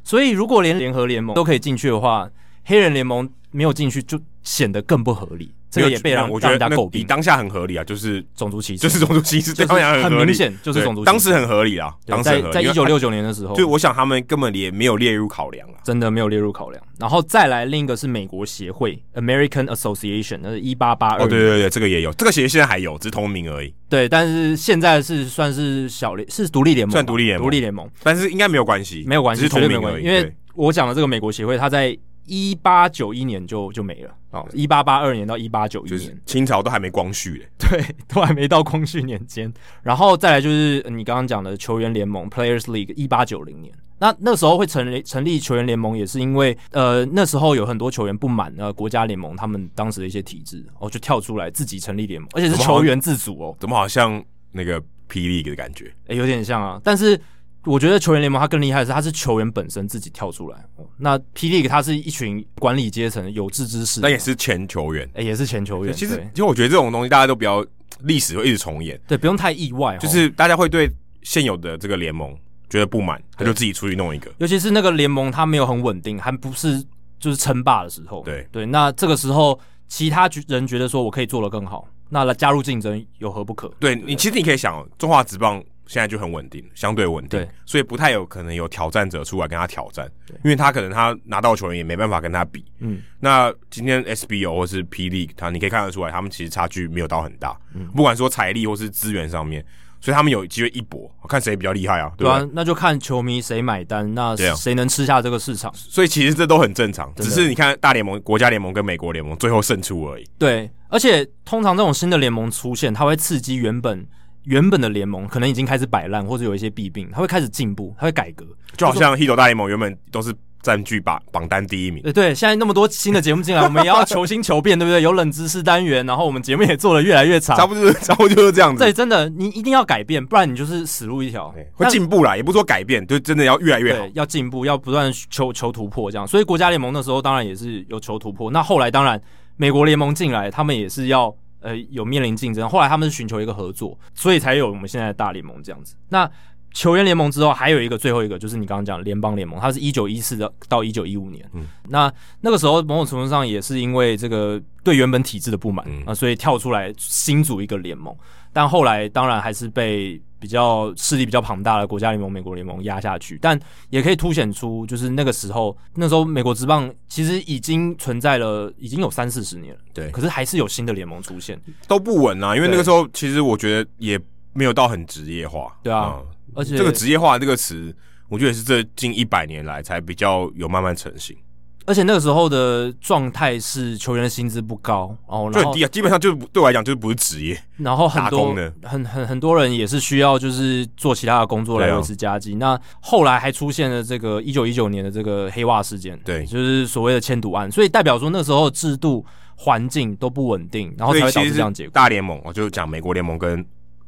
A: 所以如果连联合联盟都可以进去的话，黑人联盟没有进去就显得更不合理。这个也被让
B: 我觉
A: 让
B: 得
A: 人家
B: 那
A: 诟
B: 以
A: 病，
B: 当下很合理啊，就是
A: 种族歧视
B: 就是种族歧视，
A: 就是
B: 当下很合
A: 很
B: 理
A: 明显就是
B: 对
A: 种族歧视
B: 当时很合理啊，
A: 对
B: 当时
A: 在
B: 很合理
A: 在
B: 因
A: 一
B: 为啊
A: 九六九年的时候，
B: 就我想他们根本也没有列入考量啊。
A: 真的没有列入考量。然后再来另一个是美国协会 （American Association），那是一八八二。
B: 哦，对对对，这个也有，这个其实现在还有，只是同名而已。
A: 对但是现在是算是小联，是独立联盟吧，
B: 算独立联盟
A: 独立联盟
B: 但是应该没有关系，
A: 没有关系，
B: 只是
A: 绝
B: 同
A: 对没
B: 名
A: 有关
B: 而
A: 系。
B: 已。
A: 因为
B: 对
A: 我讲的这个美国协会，它在一八九一年就就没了哦，一八八二年到一八九一
B: 就是
A: 年，
B: 清朝都还没光绪嘞，
A: 对，都还没到光绪年间。然后再来就是呃你刚刚讲的球员联盟 （Players League），一八九零年。那那时候会成立成立球员联盟，也是因为呃那时候有很多球员不满呃国家联盟他们当时的一些体制，哦就跳出来自己成立联盟，而且是
B: 怎么好像
A: 球员自主哦，
B: 怎么好像那个霹雳的感觉？
A: 诶有点像啊。但是我觉得球员联盟它更厉害的是，它是球员本身自己跳出来。哦、那 P League 它是一群管理阶层有志之士，
B: 那也是前球员。
A: 诶也是前球员，
B: 其实
A: 对，
B: 其实我觉得这种东西大家都比较历史会一直重演，
A: 对不用太意外，哦
B: 就是大家会对现有的这个联盟觉得不满，他就自己出去弄一个。
A: 尤其是那个联盟它没有很稳定，还不是就是称霸的时候。
B: 对
A: 对，那这个时候其他觉人觉得说我可以做得更好，那来加入竞争有何不可？
B: 对你，其实你可以想哦，中华职棒现在就很稳定，相对稳定
A: 对，
B: 所以不太有可能有挑战者出来跟他挑战，因为他可能他拿到球员也没办法跟他比。
A: 嗯，
B: 那今天 SBO 或是 P League，他你可以看得出来，他们其实差距没有到很大，
A: 嗯
B: 不管说财力或是资源上面，所以他们有机会一搏，看谁比较厉害啊，对
A: 对
B: 吧？
A: 啊，那就看球迷谁买单，那
B: 对啊
A: 谁能吃下这个市场？
B: 所以其实这都很正常，
A: 真
B: 只
A: 的
B: 是你看大联盟、国家联盟跟美国联盟最后胜出而已。
A: 对，而且通常这种新的联盟出现，它会刺激原本。原本的联盟可能已经开始摆烂，或者有一些弊病，它会开始进步，它会改革。
B: 就好像 Hito 大联盟原本都是占据榜榜单第一名，
A: 对对，现在那么多新的节目进来，我们也要求新求变，对不对？有冷知识单元，然后我们节目也做得越来越长，
B: 差不多就是差不多就是这样子
A: 对，。真的，你一定要改变，不然你就是死路一条
B: 嗯对。会进步啦，也不是说改变，就真的要越来越好
A: 对，。要进步，要不断地求求突破，这样。所以国家联盟那时候当然也是有求突破。那后来当然美国联盟进来，他们也是要呃有面临竞争。后来他们是寻求一个合作，所以才有我们现在的大联盟这样子。那球员联盟之后还有一个最后一个就是你刚刚讲的联邦联盟，它是一九一四的到一九一五年。嗯，那那个时候某种程度上也是因为这个对原本体制的不满啊、
B: 嗯
A: 所以跳出来新组一个联盟。但后来当然还是被比较势力比较庞大的国家联盟、美国联盟压下去，但也可以凸显出，就是那个时候，那时候美国职棒其实已经存在了，已经有三四十年了，
B: 对
A: 可是还是有新的联盟出现，
B: 都不稳啊，因为
A: 对
B: 那个时候其实我觉得也没有到很职业化。
A: 对啊
B: 嗯
A: 而且
B: 这个职业化这个词，我觉得也是这近一百年来才比较有慢慢成型。
A: 而且那个时候的状态是球员的薪资不高哦，然
B: 就很
A: 后
B: 低啊，基本上就不对我来讲就是不是职业，
A: 然后很
B: 打
A: 多
B: 工的
A: 很很很多人也是需要就是做其他的工作来
B: 对啊
A: 维持家计。那后来还出现了这个一九一九年的这个黑袜事件，
B: 对
A: 就是所谓的迁赌案，所以代表说那时候制度环境都不稳定，然后才
B: 所以
A: 会导
B: 其
A: 致
B: 实
A: 这样的
B: 是
A: 结果。
B: 大联盟，我哦就讲美国联盟跟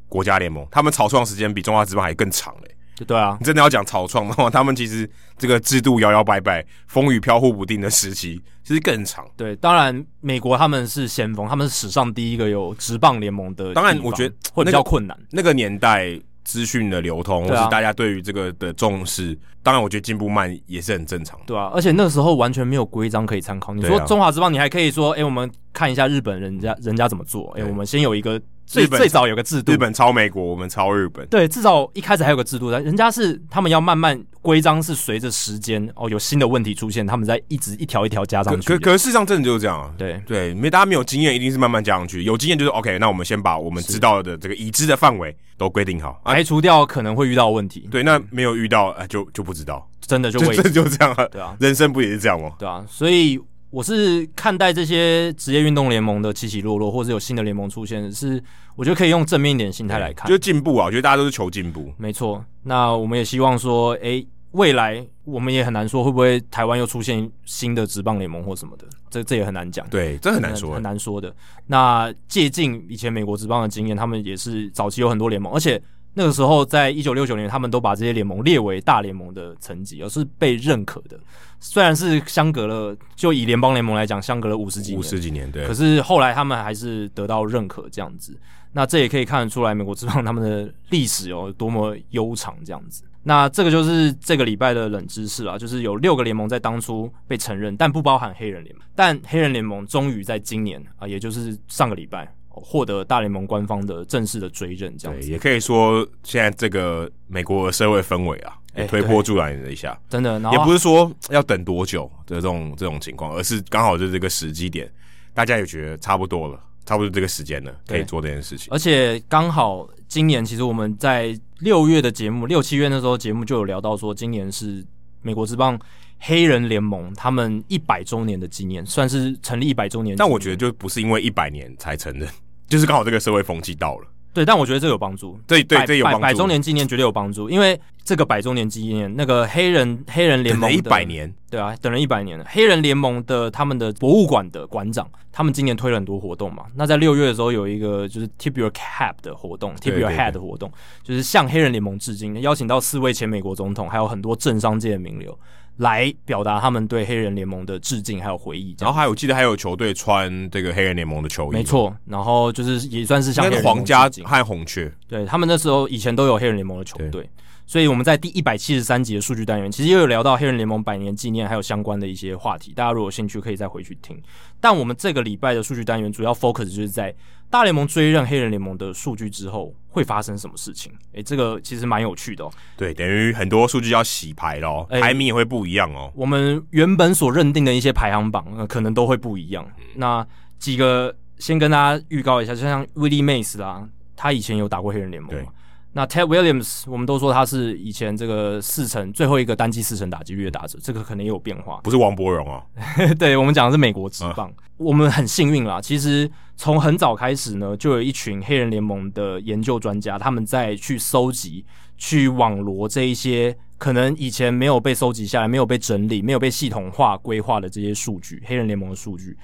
B: 国家联盟，他们草创时间比中华职棒还更长嘞、
A: 对啊
B: 你，真的要讲草创的话，他们其实这个制度摇摇摆摆、风雨飘忽不定的时期，其实更长。
A: 对，当然美国他们是先锋，他们是史上第一个有职棒联盟的地方，
B: 当然我觉得
A: 会比
B: 那
A: 较
B: 个
A: 困难。
B: 那个年代资讯的流通，
A: 对
B: 或
A: 啊
B: 是大家对于这个的重视，当然我觉得进步慢也是很正常的。
A: 对啊，而且那时候完全没有规章可以参考。你
B: 对
A: 说
B: 啊
A: 中华之邦，你还可以说，哎、我们看一下日本人家人家怎么做。哎、
B: 对
A: 我们先有一个最
B: 日本
A: 最早有个制度，
B: 日本超美国，我们超日本。
A: 对，至少一开始还有个制度，但人家是他们要慢慢规章是随着时间哦，有新的问题出现，他们在一直一条一条加
B: 可
A: 上去
B: 可
A: 的。
B: 可是事实上真的就是这样啊。
A: 对
B: 对，没大家没有经验，一定是慢慢加上去。有经验就是 OK，那我们先把我们知道的这个已知的范围都规定好啊。
A: 排除掉可能会遇到的问题，
B: 对，那没有遇到啊，就就不知道，
A: 真嗯的就
B: 就
A: 会
B: 这就这样啊。
A: 对啊
B: 人生不也是这样吗？
A: 对啊，所以我是看待这些职业运动联盟的起起落落，或者有新的联盟出现，是我觉得可以用正面一点的心态来看。
B: 就是进步啊，我觉得大家都是求进步。
A: 没错，那我们也希望说，诶、未来我们也很难说会不会台湾又出现新的职棒联盟或什么的，这这也很难讲。
B: 对，这很难说
A: 很。难说的。那借鉴以前美国职棒的经验，他们也是早期有很多联盟，而且那个时候在一九六九年，他们都把这些联盟列为大联盟的层级，而是被认可的。虽然是相隔了，就以联邦联盟来讲，相隔了五十几
B: 五
A: 年，
B: 十几年，对
A: 可，是后来他们还是得到认可这样子。那这也可以看得出来，美国职棒他们的历史有多么悠长这样子。那这个就是这个礼拜的冷知识啦，就是有六个联盟在当初被承认，但不包含黑人联盟。但黑人联盟终于在今年啊、也就是上个礼拜哦获得大联盟官方的正式的追认，这样
B: 对，
A: 子
B: 也可以说现在这个美国的社会氛围啊，也
A: 哎
B: 推波助澜了一下。
A: 真的。然
B: 也不
A: 后
B: 是说要等多久的这种这种情况，而是刚好就是这个时机点，大家也觉得差不多了，差不多这个时间了，可
A: 对
B: 以做这件事情。
A: 而且刚好今年其实我们在六月的节目，六七月那时候节目就有聊到说，今年是美国职棒黑人联盟他们一百周年的纪念，算是成立一百周年。
B: 但我觉得就不是因为一百年才承认，就是刚好这个社会风气到了，
A: 对，但我觉得这有帮助。
B: 对对
A: 百
B: 这有
A: 百
B: 帮助
A: 百周年纪念绝对有帮助，因为这个百周年纪念，那个黑人黑人联
B: 等
A: 盟
B: 了一百
A: 的，
B: 年，
A: 对啊，等了一百年了。黑人联盟的他们的博物馆的馆长，他们今年推了很多活动嘛。那在六月的时候有一个就是 Tip Your Cap 的活动，Tip
B: 对对
A: Your
B: 对
A: Hat 的活动，就是向黑人联盟致敬，邀请到四位前美国总统，还有很多政商界的名流来表达他们对黑人联盟的致敬还有回忆。这
B: 然后
A: 样
B: 还有记得还有球队穿这个黑人联盟的球衣，
A: 没，错，然后就是也算是向黑
B: 跟
A: 人联
B: 皇
A: 盟
B: 家
A: 致敬
B: 和红雀，
A: 对他们那时候以前都有黑人联盟的球队，所以我们在第一百七十三集的数据单元，其实又有聊到黑人联盟百年纪念，还有相关的一些话题。大家如果有兴趣，可以再回去听。但我们这个礼拜的数据单元主要 focus 就是在大联盟追认黑人联盟的数据之后会发生什么事情。诶，这个其实蛮有趣的哦。
B: 对，等于很多数据要洗牌咯，
A: 哎
B: 排名也会不一样哦。
A: 我们原本所认定的一些排行榜，呃，可能都会不一样。那几个先跟大家预告一下，就像 Willie Mays 啊，他以前有打过黑人联盟
B: 对
A: 嘛。那 Ted Williams，我们都说他是以前这个四成最后一个单季四成打击率的打者，这个可能也有变化。
B: 不是王柏荣哦，
A: 对我们讲的是美国职棒，我们很幸运啦。其实从很早开始呢，就有一群黑人联盟的研究专家，他们在去搜集、去网罗这一些可能以前没有被搜集下来、没有被整理、没有被系统化规划的这些数据，黑人联盟的数据。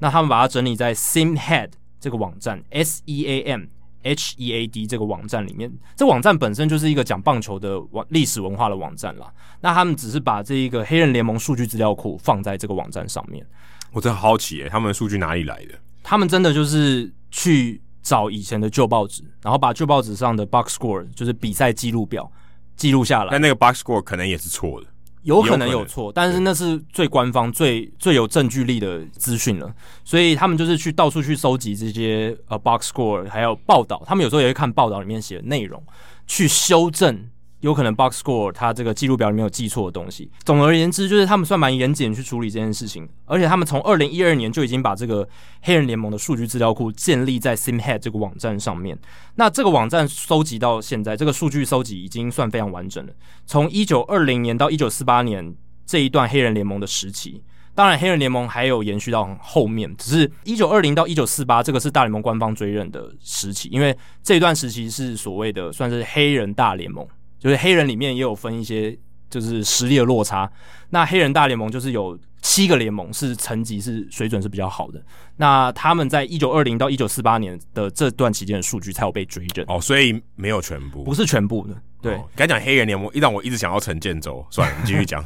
A: 那他们把它整理在 SeamHead 这个网站，S E A M H E A D 这个网站里面。这网站本身就是一个讲棒球的网历史文化的网站啦。那他们只是把这一个黑人联盟数据资料库放在这个网站上面，
B: 我真的好奇耶，他们的数据哪里来的？
A: 他们真的就是去找以前的旧报纸，然后把旧报纸上的 box score 就是比赛记录表记录下来
B: 但。那个 box score 可能也是错的。
A: 有可
B: 有可
A: 能
B: 能
A: 有错，但是那是最官方、最最有证据力的资讯了，所以他们就是去到处去收集这些呃 box score，还有报道，他们有时候也会看报道里面写的内容，去修正有可能 box score 它这个记录表里面有记错的东西。总而言之，就是他们算蛮严谨去处理这件事情，而且他们从二零一二年就已经把这个黑人联盟的数据资料库建立在 SimHead 这个网站上面。那这个网站收集到现在，这个数据收集已经算非常完整了。从一九二零年到一九四八年这一段黑人联盟的时期，当然，黑人联盟还有延续到很后面，只是一九二零到一九四八这个是大联盟官方追认的时期，因为这段时期是所谓的算是黑人大联盟，就是黑人里面也有分一些就是实力的落差。那黑人大联盟就是有七个联盟是层级是水准是比较好的，那他们在一九二零到一九四八年的这段期间的数据才有被追认，
B: 哦，所以没有全部，
A: 不是全部的。对，
B: 哦刚才讲黑人联盟，让我一直想要陈建州，算 了，你继续讲。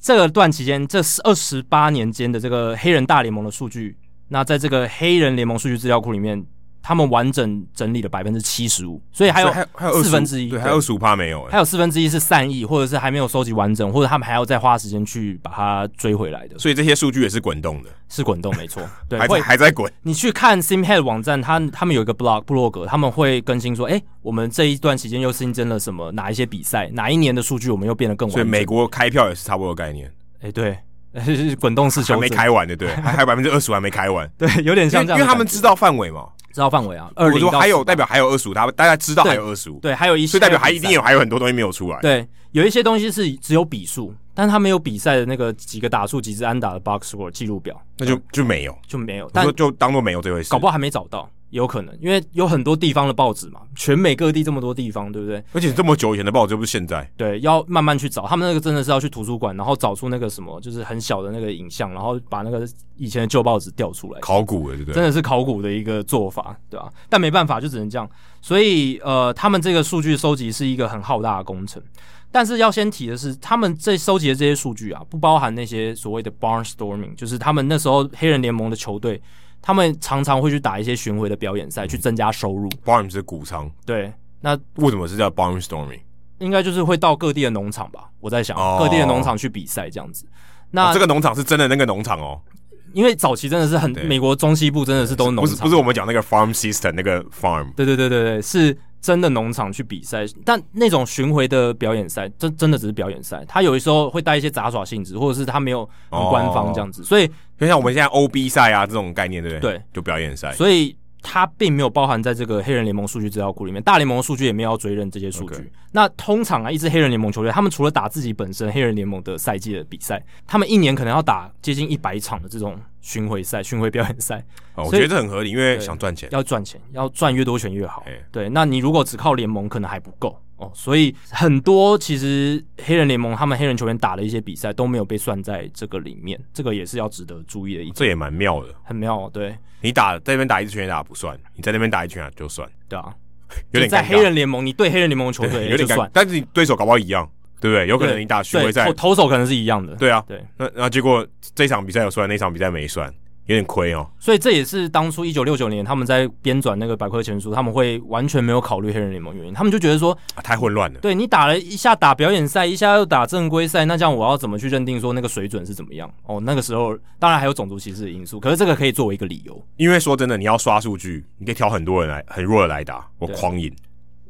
A: 这个段期间，这二十八年间的这个黑人大联盟的数据，那在这个黑人联盟数据资料库里面，他们完整整理了百分之七十五，所以还有
B: 所以还有还有
A: 四分之一，
B: 对，还有二十五趴没有，
A: 还
B: 哎，
A: 有四分之一是善意，或者是还没有收集完整，或者他们还要再花时间去把它追回来的，
B: 所以这些数据也是滚动的，
A: 是滚动没 错，对，
B: 还在
A: 会
B: 还在滚。
A: 你去看 Simhead 网站，他他们有一个 blog 部落格，他们会更新说，哎、我们这一段期间又新增了什么，哪一些比赛，哪一年的数据我们又变得更完
B: 所以
A: 整。
B: 美，国开票也是差不多的概念，
A: 哎、对， 是滚动式修正，
B: 还没开完的，对，还还有百分之二十还没开完，
A: 对，有点
B: 因
A: 像
B: 为
A: 这样的感
B: 因
A: 觉，
B: 为他们知道范围嘛，
A: 知道范围啊，二
B: 我
A: 零
B: 说
A: 到
B: 还有
A: 18
B: 代表还有二十五，他们大家知道还有二十五，
A: 对，还有一些
B: 所以代表还
A: 比
B: 一
A: 赛
B: 定有还有很多东西没有出来。
A: 对，有一些东西是只有比数，但是他没有比赛的那个几个打数、几支安打的 box score 记录表
B: 那就就没有，
A: 就没有，
B: 我
A: 但
B: 说就当做没有这回事。
A: 搞不好还没找到，也有可能，因为有很多地方的报纸嘛，全美各地这么多地方，对不对？
B: 而且这么久以前的报纸又不是现在，
A: 对，要慢慢去找。他们那个真的是要去图书馆，然后找出那个什么，就是很小的那个影像，然后把那个以前的旧报纸调出来。
B: 考古了，对不
A: 真
B: 对？
A: 的是考古的一个做法，对吧、但没办法，就只能这样。所以呃，他们这个数据收集是一个很浩大的工程。但是要先提的是，他们这收集的这些数据啊，不包含那些所谓的 barnstorming，就是他们那时候黑人联盟的球队，他们常常会去打一些巡回的表演赛，
B: 嗯
A: 去增加收入。
B: Barn 是谷仓，
A: 对，那
B: 为什么是叫 Barn Storming？
A: 应该就是会到各地的农场吧？我在想，
B: 哦
A: 各地的农场去比赛这样子。那、
B: 哦这个农场是真的那个农场哦，
A: 因为早期真的是很
B: 对
A: 美国中西部真的是都是农
B: 不是
A: 场，
B: 不是我们讲那个 farm system 那个 farm，
A: 对对对对对，是真的农场去比赛，但那种巡回的表演赛，真真的只是表演赛，他有的时候会带一些杂耍性质，或者是他没有很官方这样子，所以
B: 就像我们现在 OB 赛啊这种概念，对不对？
A: 对，
B: 就表演赛。
A: 所以它并没有包含在这个黑人联盟数据资料库里面，大联盟数据也没有要追认这些数据。
B: OK
A: 那通常啊，一支黑人联盟球队，他们除了打自己本身黑人联盟的赛季的比赛，他们一年可能要打接近一百场的这种巡回赛、巡回表演赛，
B: 哦我
A: 所以
B: 觉得这很合理，因为
A: 对
B: 想赚钱。
A: 要赚钱，要赚越多钱越好
B: 哎。
A: 对，那你如果只靠联盟，可能还不够哦。所以很多其实黑人联盟他们黑人球员打的一些比赛都没有被算在这个里面，这个也是要值得注意的一点，
B: 这也蛮妙的，
A: 很妙哦。对，
B: 你打在那边打一支拳打不算，你在那边打一拳打就算，
A: 对啊，
B: 有点
A: 就在
B: 尴尬
A: 黑 人联盟，你对黑人联盟的球
B: 对
A: 队
B: 有
A: 就
B: 点尴尬
A: 算，，
B: 但是你对手搞不好一样，对不对？有
A: 有
B: 可能你打巡回赛
A: 投，投手可能是一样的。
B: 对啊，
A: 对，
B: 那那结果这场比赛有算，那场比赛没算，有点亏哦。
A: 所以这也是当初一九六九年他们在编纂那个百科全书，他们会完全没有考虑黑人联盟原因，他们就觉得说
B: 啊太混乱了。
A: 对你打了一下打表演赛，一下又打正规赛，那这样我要怎么去认定说那个水准是怎么样？哦，那个时候当然还有种族歧视的因素，可是这个可以作为一个理由，
B: 因为说真的，你要刷数据，你可以挑很多人来，很弱的来打，我
A: 对
B: 狂赢。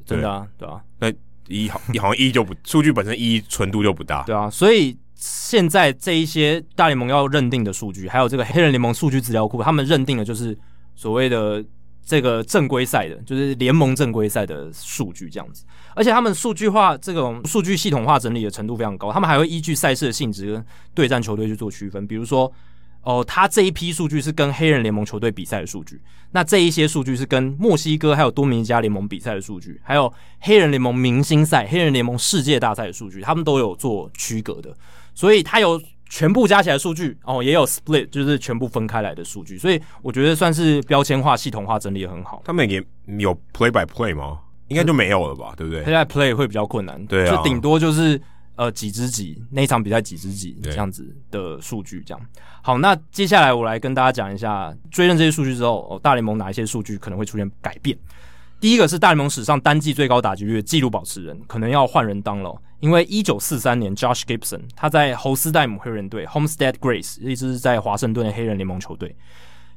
A: 真的啊，对啊，
B: 那一好，好像意义就不，数据本身意义纯度就不大。
A: 对啊，所以现在这一些大联盟要认定的数据，还有这个黑人联盟数据资料库，他们认定的就是所谓的这个正规赛的，就是联盟正规赛的数据这样子。而且他们数据化这种数据系统化整理的程度非常高，他们还会依据赛事的性质跟对战球队去做区分，比如说。哦，他这一批数据是跟黑人联盟球队比赛的数据，那这一些数据是跟墨西哥还有多米尼加联盟比赛的数据，还有黑人联盟明星赛、黑人联盟世界大赛的数据，他们都有做区隔的，所以它有全部加起来的数据，哦，也有 split，就是全部分开来的数据，所以我觉得算是标签化、系统化整理的很好。
B: 他们也有 play by play 吗？应该就没有了吧，对不对？啊
A: play by play 会比较困难，
B: 对啊
A: 就顶多就是呃几支几那一场比赛几支几
B: 对
A: 这样子的数据这样。好，那接下来我来跟大家讲一下追认这些数据之后，哦，大联盟哪一些数据可能会出现改变。第一个是大联盟史上单季最高打击率的纪录保持人，可能要换人当了哦，因为一九四三年 Josh Gibson 他在侯斯代姆黑人队 Homestead Grace，一支在华盛顿的黑人联盟球队。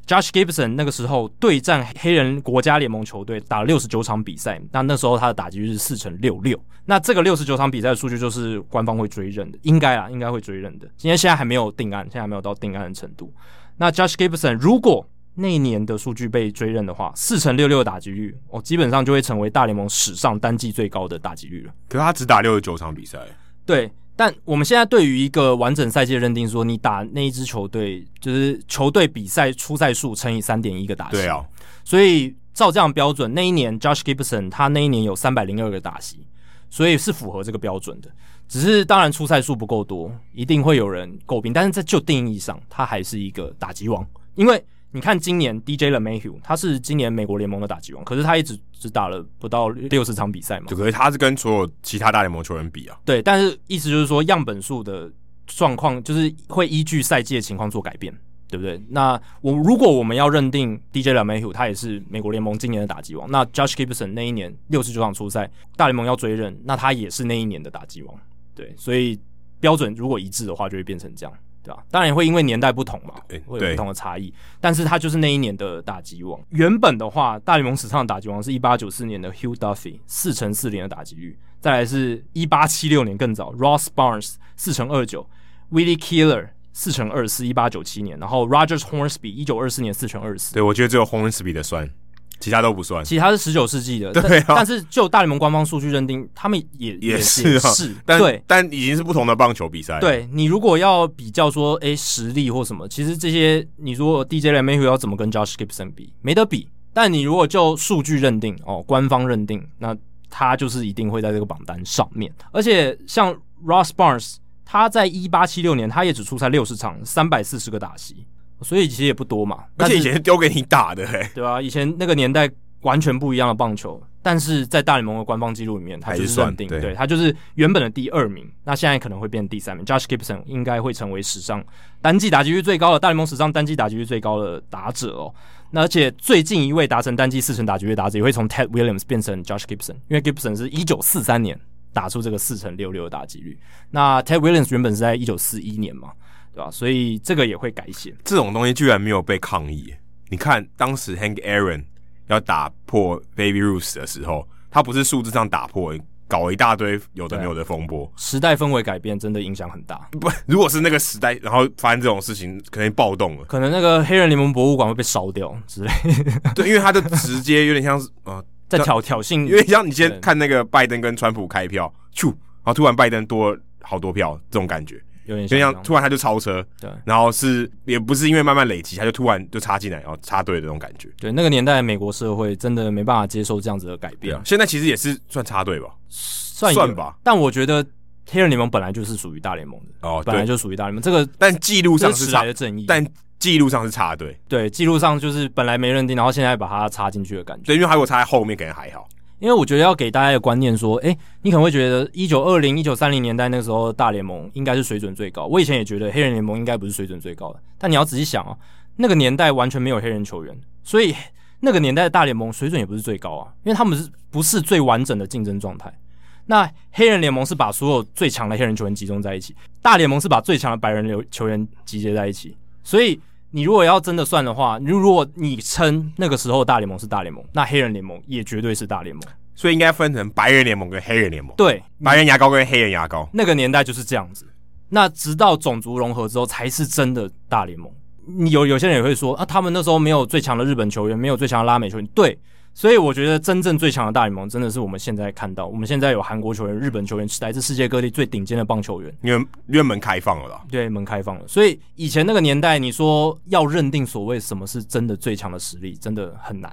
A: Josh Gibson 那个时候对战黑人国家联盟球队打了六十九场比赛，那那时候他的打击率是四乘六六。那这个六十九场比赛的数据就是官方会追认的，应该啦，应该会追认的。今天现在还没有定案，现在还没有到定案的程度。那 Josh Gibson 如果那一年的数据被追认的话，四乘六六的打击率，哦，基本上就会成为大联盟史上单季最高的打击率了。
B: 可是他只打六十九场比赛，
A: 对，但我们现在对于一个完整赛季的认定，说你打那一支球队，就是球队比赛出赛数乘以三点一个打席。
B: 对啊，
A: 所以照这样标准，那一年 Josh Gibson 他那一年有三百零二个打席，所以是符合这个标准的。只是当然出赛数不够多，一定会有人诟病，但是在就定义上，他还是一个打击王。因为你看今年 DJ 了 Mayhew，他是今年美国联盟的打击王，可是他一直只打了不到六十场比赛嘛
B: 就，可是他是跟所有其他大联盟球员比啊，
A: 对，但是意思就是说样本数的状况，就是会依据赛季的情况做改变，对不对？那我如果我们要认定 DJ l a m a h u 他也是美国联盟今年的打击王，那 Josh Gibson 那一年六十九场出赛，大联盟要追认，那他也是那一年的打击王，对，所以标准如果一致的话，就会变成这样。对吧？当然也会因为年代不同嘛
B: 对，
A: 会有
B: 对
A: 不同的差异。但是他就是那一年的打击王。原本的话，大联盟史上的打击王是一八九四年的 Hugh Duffy，四乘四零的打击率；再来是一八七六年更早，Ross Barnes 四乘二九，Willie Keeler 四乘二四，一八九七年，然后 Rogers Hornsby 一九二四年四乘二四。
B: 对我觉得只有 Hornsby 的算，其他都不算。
A: 其实他是十九世纪的，
B: 对啊
A: 但但是就大联盟官方数据认定，他们也
B: 也
A: 是
B: 是啊，
A: 是，
B: 但
A: 对，
B: 但已经是不同的棒球比赛。，
A: 对你如果要比较说，诶实力或什么，其实这些你如果 DJ l e m a h 要怎么跟 Josh Gibson 比，没得比。但你如果就数据认定哦，官方认定，那他就是一定会在这个榜单上面。而且像 Ross Barnes，他在一八七六年他也只出赛六十场，三百四十个打席，所以其实也不多嘛。
B: 而
A: 但
B: 且
A: 是
B: 以前是丢给你打的、欸，
A: 对啊，以前那个年代完全不一样的棒球，但是在大联盟的官方记录里面，他
B: 还
A: 就是是
B: 算
A: 认定，
B: 对
A: 对他就是原本的第二名，那现在可能会变第三名。Josh Gibson 应该会成为史上单季打击率最高的大联盟史上单季打击率最高的打者哦。那而且最近一位达成单季四成打击率的打者也会从 Ted Williams 变成 Josh Gibson，因为 Gibson 是一九四三年打出这个四成六六的打击率，那 Ted Williams 原本是在一九四一年嘛，对吧、所以这个也会改写。
B: 这种东西居然没有被抗议。你看当时 Hank Aaron 要打破 Baby Ruth 的时候，他不是数字上打破，搞一大堆有的没有的风波。
A: 时代氛围改变真的影响很大，
B: 不，如果是那个时代，然后发生这种事情，可能暴 动了。
A: 可能那个黑人联盟博物馆会被烧掉 之类，
B: 对，因为他就直接有点像是， 呃，
A: 在挑挑衅，
B: 因为像你
A: 对
B: 先看那个拜登跟川普开票，咻，然后突然拜登多好多票，这种感觉，
A: 有点
B: 就像
A: 像
B: 突然他就超车，
A: 对
B: 然后是也不是因为慢慢累积，他就突然就插进来，然后插队的那种感觉。
A: 对那个年代的美国社会真的没办法接受这样子的改
B: 对
A: 变
B: 啊，，现在其实也是算插队吧？
A: 算
B: 算
A: 有
B: 吧。
A: 但我觉得黑人联盟本来就是属于大联盟的，
B: 哦，
A: 本来
B: 对，
A: 就属于大联盟，这个
B: 但记录
A: 这
B: 上
A: 是
B: 是
A: 迟来
B: 插
A: 的，正义。
B: 但记录上是插队，
A: 对记录上就是本来没认定，然后现在把它插进去的感觉。
B: 对，因为他如果插在后面，可能还好。
A: 因为我觉得要给大家一个观念说，诶、你可能会觉得一九二零、一九三零年代那时候大联盟应该是水准最高。我以前也觉得黑人联盟应该不是水准最高的，但你要仔细想啊，那个年代完全没有黑人球员，所以那个年代的大联盟水准也不是最高啊，因为他们是不是最完整的竞争状态？那黑人联盟是把所有最强的黑人球员集中在一起，大联盟是把最强的白人流球员集结在一起，所以你如果要真的算的话，如如果你称那个时候大联盟是大联盟，那黑人联盟也绝对是大联盟。
B: 所以应该分成白人联盟跟黑人联盟，
A: 对，
B: 白人牙膏跟黑人牙膏。
A: 那个年代就是这样子。那直到种族融合之后，才是真的大联盟。你有有些人也会说啊，他们那时候没有最强的日本球员，没有最强的拉美球员。对，所以我觉得真正最强的大联盟，真的是我们现在看到，我们现在有韩国球员、日本球员，来自世界各地最顶尖的棒球员。
B: 因为院门开放了啦，
A: 对，门开放了，所以以前那个年代，你说要认定所谓什么是真的最强的实力，真的很难，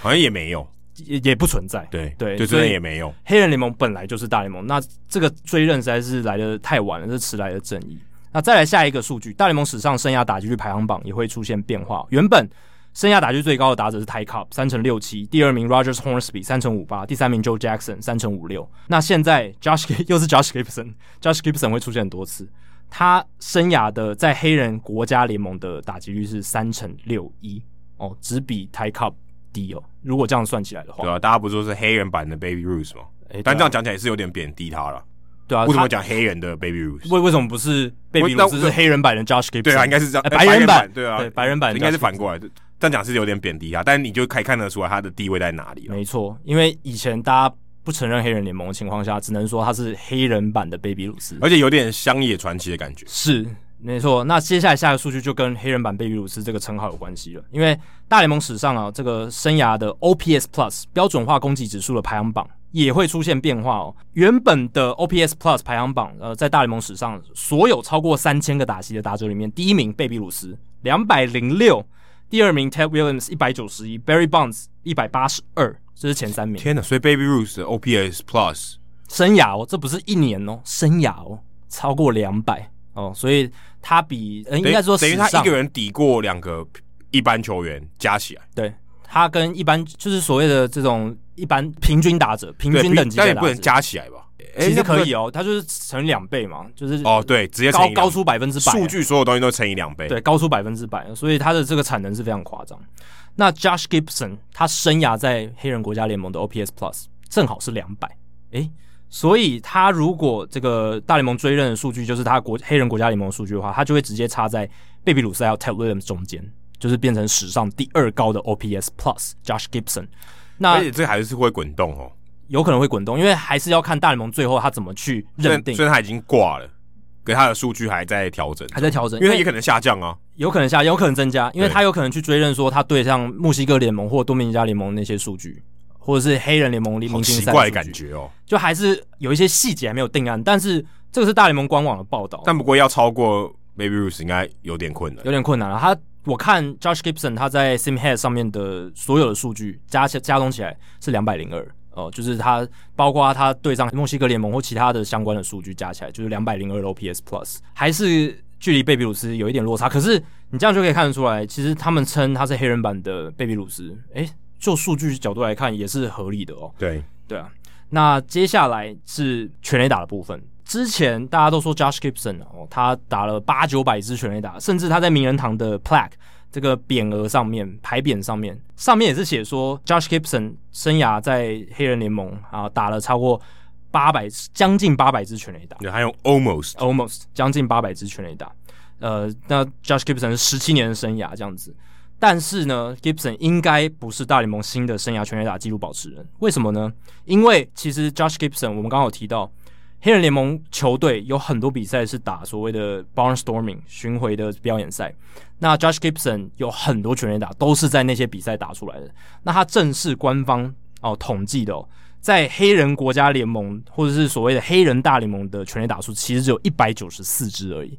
B: 好像也没有，
A: 也也不存在。
B: 对
A: 对
B: 就
A: 所
B: 真
A: 以哦
B: 的也没有。
A: 黑人联盟本来就是大联盟，那这个追认实在是来的太晚了，这是迟来的正义。那再来下一个数据，大联盟史上生涯打击率排行榜也会出现变化。原本生涯打击率最高的打者是 Ty Cobb 三乘六七，第二名 Rogers Hornsby 三乘五八，第三名 Joe Jackson 三乘五六。那现在 Josh Gi- 又是 Josh Gibson，Josh Gibson 会出现很多次。他生涯的在黑人国家联盟的打击率是三乘六一，哦，只比 Ty Cobb 低哦。如果这样算起来的话，
B: 对啊，大家不是说是黑人版的 Baby Ruth 吗？
A: 诶
B: 但这
A: 对啊
B: 样讲起来也是有点贬低他了。
A: 对啊，
B: 为什
A: 他
B: 么讲黑人的 Baby Ruth？
A: 为为什么不是贝比
B: 那
A: 鲁斯是黑人版的 Josh Gibson？
B: 对啊，应该是这样。
A: 哎
B: 诶
A: 白人版
B: 版，对啊，
A: 对白人版的
B: 应该是
A: Josh
B: 反过来。这样讲是有点贬低他，但你就可以看得出来他的地位在哪里了。
A: 没错，因为以前大家不承认黑人联盟的情况下，只能说他是黑人版的贝比鲁斯。
B: 而且有点乡野传奇的感觉。
A: 是没错，那接下来下一个数据就跟黑人版贝比鲁斯这个称号有关系了，因为大联盟史上啊，这个生涯的 OPS Plus 标准化攻击指数的排行榜也会出现变化哦。原本的 OPS Plus 排行榜，呃，在大联盟史上所有超过三千个打席的打者里面，第一名贝比鲁斯两百零六，第二名 Ted Williams 一百九十一，Barry Bonds 一百八十二，这是前三名。
B: 天哪！所以 Baby Ruth 的 OPS Plus
A: 生涯哦，这不是一年哦，生涯哦，超过两百哦，所以他比、呃、应该说
B: 等于
A: 史
B: 他
A: 上
B: 一个人抵过两个一般球员加起来，
A: 对他跟一般就是所谓的这种一般平均打者、平
B: 对，
A: 均
B: 不
A: 等级
B: 但
A: 的
B: 也不
A: 打
B: 能
A: 者，
B: 加起来吧？诶
A: 其实可以
B: 那
A: 哦，他就是乘以两倍嘛，就是
B: 不能哦，对，直接乘
A: 高
B: 以两
A: 高出百分之百，啊
B: 数据所有东西都乘以两倍，
A: 对，高出百分之百，所以他的这个产能是非常夸张。那 Josh Gibson 他生涯在黑人国家联盟的 OPS Plus 正好是两百，诶，所以他如果这个大联盟追认的数据就是他国黑人国家联盟的数据的话，他就会直接插在贝比鲁斯还有 Ted Williams 中间，就是变成史上第二高的 OPS Plus Josh Gibson。那
B: 而且这还是会滚动哦。
A: 有可能会滚动，因为还是要看大联盟最后他怎么去
B: 虽
A: 认
B: 然
A: 定
B: 虽，然他已经挂了，可他的数据还在调整，
A: 还在调整，
B: 因为他也可能下降啊。
A: 有可能下，有可能增加，因为
B: 对
A: 他有可能去追认说他对像墨西哥联盟或多米尼加联盟那些数据，或者是黑人联盟里
B: 好
A: 明星
B: 奇
A: 赛
B: 怪的
A: 数
B: 感
A: 据，
B: 觉哦，
A: 就还是有一些细节还没有定案，但是这个是大联盟官网的报道，啊
B: 但不过要超过 Baby Ruth 应该有点困难
A: 有。点困难了。他我看 Josh Gibson 他在 SimHead 上面的所有的数据加起加总起来是两百零二。哦，就是他，包括他对上墨西哥联盟或其他的相关的数据加起来，就是两百零二 OPS Plus，还是距离贝比鲁斯有一点落差。可是你这样就可以看得出来，其实他们称他是黑人版的贝比鲁斯，诶、就数据角度来看也是合理的哦。
B: 对，
A: 对啊，那接下来是全垒打的部分。之前大家都说 Josh Gibson 哦，他打了八九百支全垒打，甚至他在名人堂的 plaque 这个匾额上面、牌匾上面，上面也是写说 Josh Gibson 生涯在黑人联盟啊打了超过八百，将近八百支全垒打
B: 还有 Almost
A: ，almost 将近八百支全垒打。呃，那 Josh Gibson 十七年的生涯这样子，但是呢，Gibson 应该不是大联盟新的生涯全垒打纪录保持人，为什么呢？因为其实 Josh Gibson 我们刚刚有提到，黑人联盟球队有很多比赛是打所谓的 barnstorming 巡回的表演赛，那 Josh Gibson 有很多全垒打都是在那些比赛打出来的。那他正式官方哦统计的哦，在黑人国家联盟或者是所谓的黑人大联盟的全垒打数，其实只有一百九十四支而已。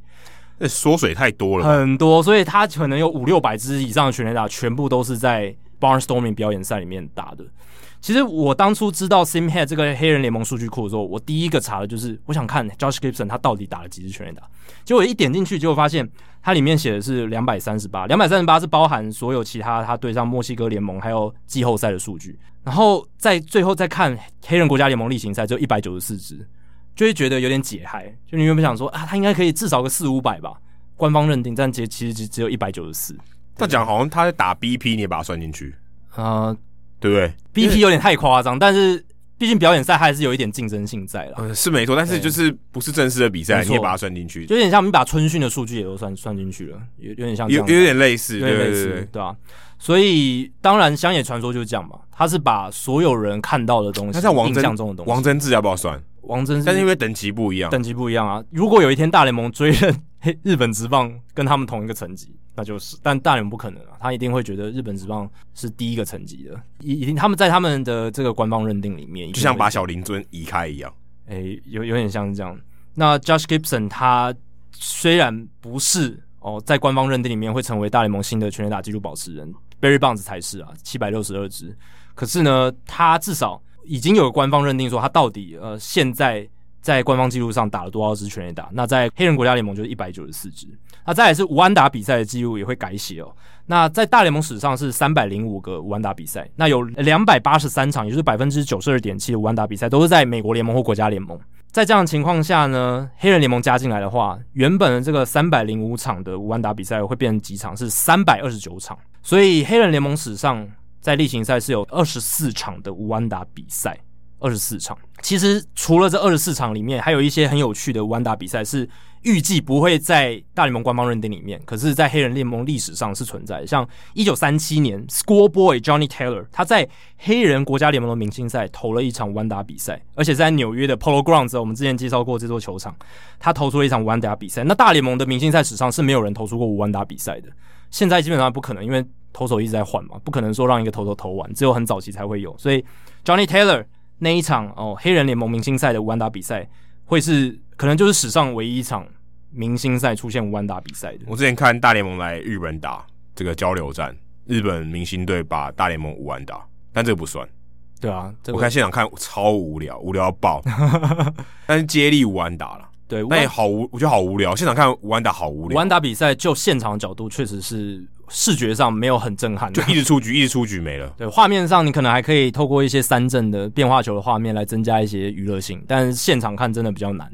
B: 那哎缩水太多了吧，
A: 很多，所以他可能有五六百支以上的全垒打，全部都是在 Barnstorming 表演赛里面打的。其实我当初知道 Simhead 这个黑人联盟数据库的时候，我第一个查的就是我想看 Josh Gibson 他到底打了几支全垒打。结果一点进去，结果发现它里面写的是两百三十八，两百三十八是包含所有其他他对上墨西哥联盟还有季后赛的数据。然后在最后再看黑人国家联盟例行赛，只有一百九十四支，就会觉得有点解嗨。就你原本想说啊，他应该可以至少个四五百吧，官方认定，但其实其实只只有一百九十四。
B: 但讲好像他在打 BP，你也把它算进去，啊
A: 呃
B: 对不对？
A: ，BP 有点太夸张，但是毕竟表演赛还是有一点竞争性在啦，
B: 嗯，是没错，但是就是不是正式的比赛，
A: 没错
B: 你也把它算进去，
A: 就有点像你把春训的数据也都算算进去了，有有点像这
B: 有
A: 样
B: 有点类似，
A: 有
B: 对
A: 点类
B: 对
A: 似，
B: 对。
A: 对啊。所以当然，乡野传说就是这样嘛，他是把所有人看到的东西，
B: 那像王
A: 印
B: 真
A: 象中的东西，
B: 王真志要不要算？
A: 王真
B: 但是因
A: 为
B: 为等级不一样，
A: 等级不一样啊。如果有一天大联盟追认嘿 日本职棒跟他们同一个层级，那就是，但大联盟不可能啊，他一定会觉得日本职棒是第一个层级的，一一定他们在他们的这个官方认定里面，
B: 就像把
A: 把。
B: 小林尊移开一样。
A: 诶、哎有有点像是这样。那 Josh Gibson 他虽然不是哦，在官方认定里面会成为大联盟新的全垒打纪录保持人，Barry Bonds 才是啊，七百六十二支。可是呢，他至少已经有官方认定说他到底呃现在在官方记录上打了多少支全垒打。那在黑人国家联盟就是一百九十四支。那再来是无安打比赛的记录也会改写哦。那在大联盟史上是三百零五个无安打比赛，那有两百八十三场，也就是百分之九十二点七的无安打比赛都是在美国联盟或国家联盟。在这样的情况下呢，黑人联盟加进来的话，原本的这个三百零五场的无安打比赛会变成几场？是三百二十九场。所以黑人联盟史上在例行赛是有二十四场的无安打比赛，二十四场。其实除了这二十四场里面，还有一些很有趣的无安打比赛是预计不会在大联盟官方认定里面，可是，在黑人联盟历史上是存在的。像一九三七年，Schoolboy Johnny Taylor 他在黑人国家联盟的明星赛投了一场弯打比赛，而且在纽约的 Polo Grounds，我们之前介绍过这座球场，他投出了一场弯打比赛。那大联盟的明星赛史上是没有人投出过无弯打比赛的，现在基本上不可能，因为投手一直在换嘛，不可能说让一个投手投完，只有很早期才会有。所以 Johnny Taylor 那一场哦黑人联盟明星赛的五安打比赛，会是可能就是史上唯一一场明星赛出现五安打比赛的。
B: 我之前看大联盟来日本打这个交流战，日本明星队把大联盟五万打，但这个不算。
A: 对啊，这个
B: 我看现场看超无聊，无聊到 爆。但是接力五万打了，
A: 对，
B: 但也
A: 五
B: 好无，我觉得好无聊。现场看五万打好无聊
A: 安，打比赛就现场的角度确实是视觉上没有很震撼的
B: 就。一直出局，一直出局没了。
A: 对，画面上你可能还可以透过一些三振的变化球的画面来增加一些娱乐性，但是现场看真的比较难。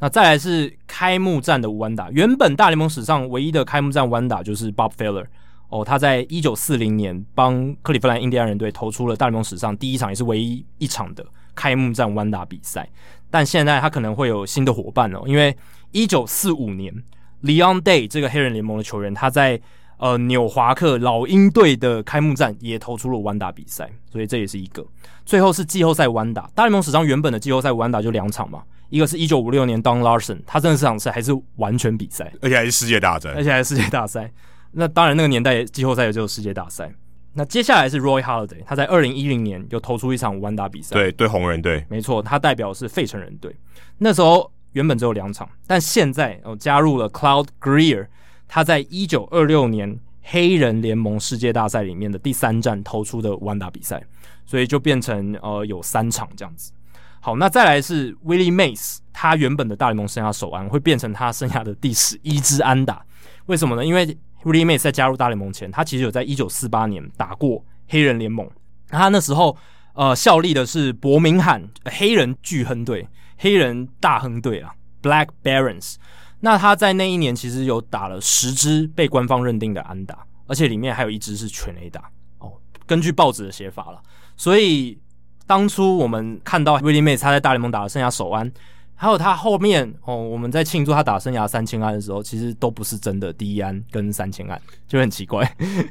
A: 那再来是开幕战的弯打，原本大联盟史上唯一的开幕战弯打就是 Bob Feller。哦，他在一九四零年帮克利夫兰印第安人队投出了大联盟史上第一场，也是唯一一场的开幕战弯打比赛。但现在他可能会有新的伙伴哦，因为一九四五年 Leon Day 这个黑人联盟的球员，他在呃纽华克老鹰队的开幕战也投出了弯打比赛，所以这也是一个。最后是季后赛弯打，大联盟史上原本的季后赛弯打就两场嘛，一个是一九五六年 Don Larson，他真的是场是还是完全比赛，
B: 而且还是世界大战
A: 而，且还是世界大赛。那当然那个年代季后赛也只有世界大赛。那接下来是 Roy Halladay，他在二零一零年又投出一场弯打比赛，
B: 对对，红人队
A: 没错，他代表是费城人队。那时候原本只有两场，但现在哦加入了 Cloud Greer，他在一九二六年黑人联盟世界大赛里面的第三站投出的弯打比赛，所以就变成呃有三场这样子。好，那再来是 Willie Mays，他原本的大联盟生涯首安会变成他生涯的第十一支安打，为什么呢？因为 Willie Mays 在加入大联盟前，他其实有在一九四八年打过黑人联盟，他那时候呃效力的是伯明翰呃黑人巨亨队、黑人大亨队啊 （Black Barons）。那他在那一年其实有打了十支被官方认定的安打，而且里面还有一支是全 A 打哦，根据报纸的写法了。所以当初我们看到 Willie Mays 他在大联盟打的生涯首安，还有他后面哦，我们在庆祝他打生涯三千安的时候，其实都不是真的第一安跟三千安，就很奇怪。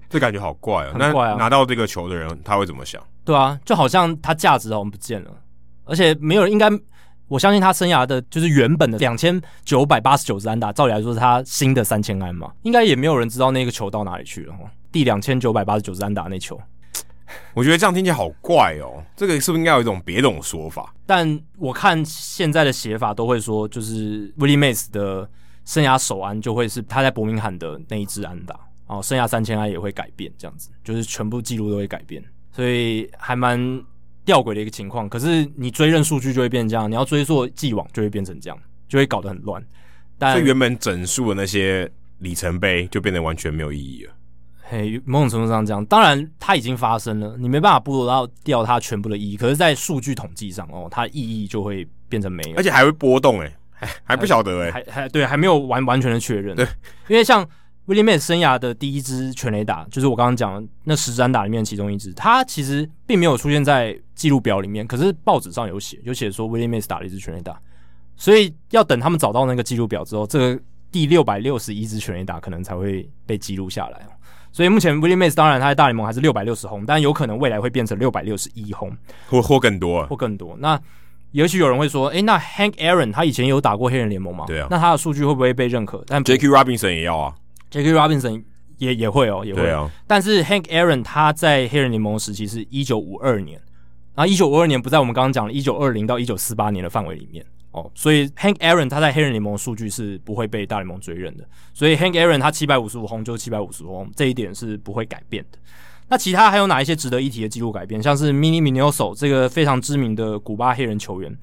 B: 这感觉好怪哦。
A: 很
B: 那
A: 怪啊
B: 拿到这个球的人他会怎么想？
A: 对啊，就好像他价值好像不见了，而且没有人应该，我相信他生涯的就是原本的两千九百八十九支安打，照理来说是他新的三千安嘛，应该也没有人知道那个球到哪里去了哦，第两千九百八十九支安打那球。
B: 我觉得这样听起来好怪哦。这个是不是应该有一种别种说法？
A: 但我看呃现在的写法都会说，就是 Willie Mays 的生涯首安就会是他在伯明翰的那一支安打，哦，生涯三千安也会改变，这样子就是全部记录都会改变，所以还蛮吊诡的一个情况。可是你追认数据就会变这样，你要追溯既往就会变成这样，就会搞得很乱。但
B: 所以原本整数的那些里程碑就变得完全没有意义了。
A: 嘿，某种程度上这样，当然它已经发生了，你没办法剥夺到掉它全部的意义。可是，在数据统计上，哦，它的意义就会变成没有
B: 而。且还会波动哎、还还不晓得哎、
A: 还还对，还没有完完全的确认。对，因为像 w i l l i a m 生涯的第一支全垒打，就是我刚刚讲的那十支安打里面其中一支，他其实并没有出现在记录表里面，可是报纸上有写，有写说 w i l l i a m 打了一支全垒打，所以要等他们找到那个记录表之后，这个第六百六十一支全垒打可能才会被记录下来哦。所以目前 w i l l i a m 当然他在大联盟还是六百六十轰，但有可能未来会变成六百六十一轰。
B: 或或更多啊
A: 或更多。那也许有人会说，诶、那 Hank Aaron 他以前有打过黑人联盟吗？
B: 对啊
A: 那他的数据会不会被认可？但
B: J.Q. Robinson 也要啊，
A: J.K. Robinson 也也会哦，也会
B: 对。啊，
A: 但是 Hank Aaron 他在黑人联盟的时期是一九五二年，然后一九五二年不在我们刚刚讲的一九二零到一九四八年的范围里面哦，所以 Hank Aaron 他在黑人联盟的数据是不会被大联盟追认的，所以 Hank Aaron 他七百五十五轰就七百五十轰，这一点是不会改变的。那其他还有哪一些值得一提的记录改变？像是 Mini Minoso 这个非常知名的古巴黑人球员，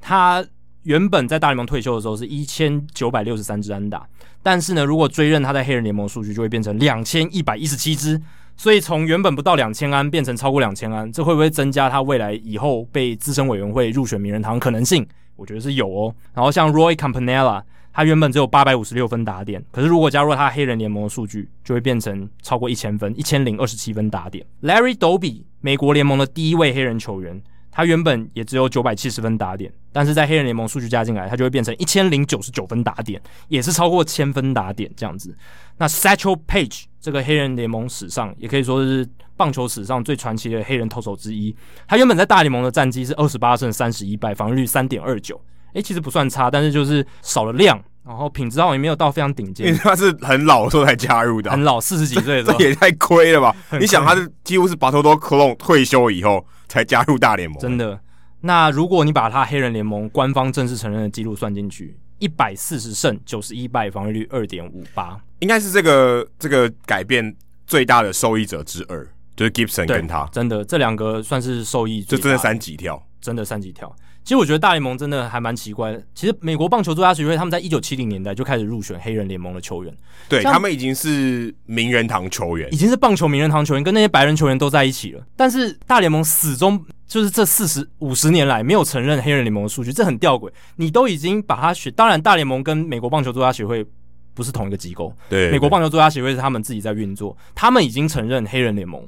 A: 他原本在大联盟退休的时候是一千九百六十三支安打，但是呢，如果追认他在黑人联盟数据，就会变成两千一百一十七支。所以从原本不到两千安变成超过两千安，这会不会增加他未来以后被资深委员会入选名人堂可能性？我觉得是有哦。然后像 Roy Campanella，他原本只有八百五十六分打点，可是如果加入他黑人联盟的数据，就会变成超过一千分，一千零二十七分打点。Larry Doby，美国联盟的第一位黑人球员，他原本也只有九百七十分打点，但是在黑人联盟数据加进来，他就会变成一千零九十九分打点，也是超过千分打点这样子。那 Satchel Page 这个黑人联盟史上也可以说是棒球史上最传奇的黑人投手之一，他原本在大联盟的战绩是二十八胜三十一败，防御率三点二九，诶，其实不算差，但是就是少了量，然后品质好像也没有到非常顶
B: 因为
A: 尖，
B: 他是很老的时候才加入的 啊、
A: 很老，四十几岁的时
B: 这
A: 候，
B: 也太亏了吧！你想，他是几乎是把头都 clone 退休以后才加入大联盟，
A: 真的。那如果你把他黑人联盟官方正式承认的记录算进去，一百四十胜九十一败，防御率二点五八。
B: 应该是这个这个改变最大的受益者之二，就是 Gibson
A: 对
B: 跟他，
A: 真的这两个算是受益
B: 就
A: 最大
B: 真的三级跳。
A: 真的三级跳。其实我觉得大联盟真的还蛮奇怪的。其实美国棒球作家协会他们在一九七零年代就开始入选黑人联盟的球员，
B: 对
A: 像
B: 他们已经是名人堂球员
A: 已，经是棒球名人堂球员，跟那些白人球员都在一起了。但是大联盟始终就是这四十五十年来没有承认黑人联盟的数据，这很吊诡。你都已经把它选，当然大联盟跟美国棒球作家协会不是同一个机构，
B: 对
A: 美国棒球作家协会是他们自己在运作，他们已经承认黑人联盟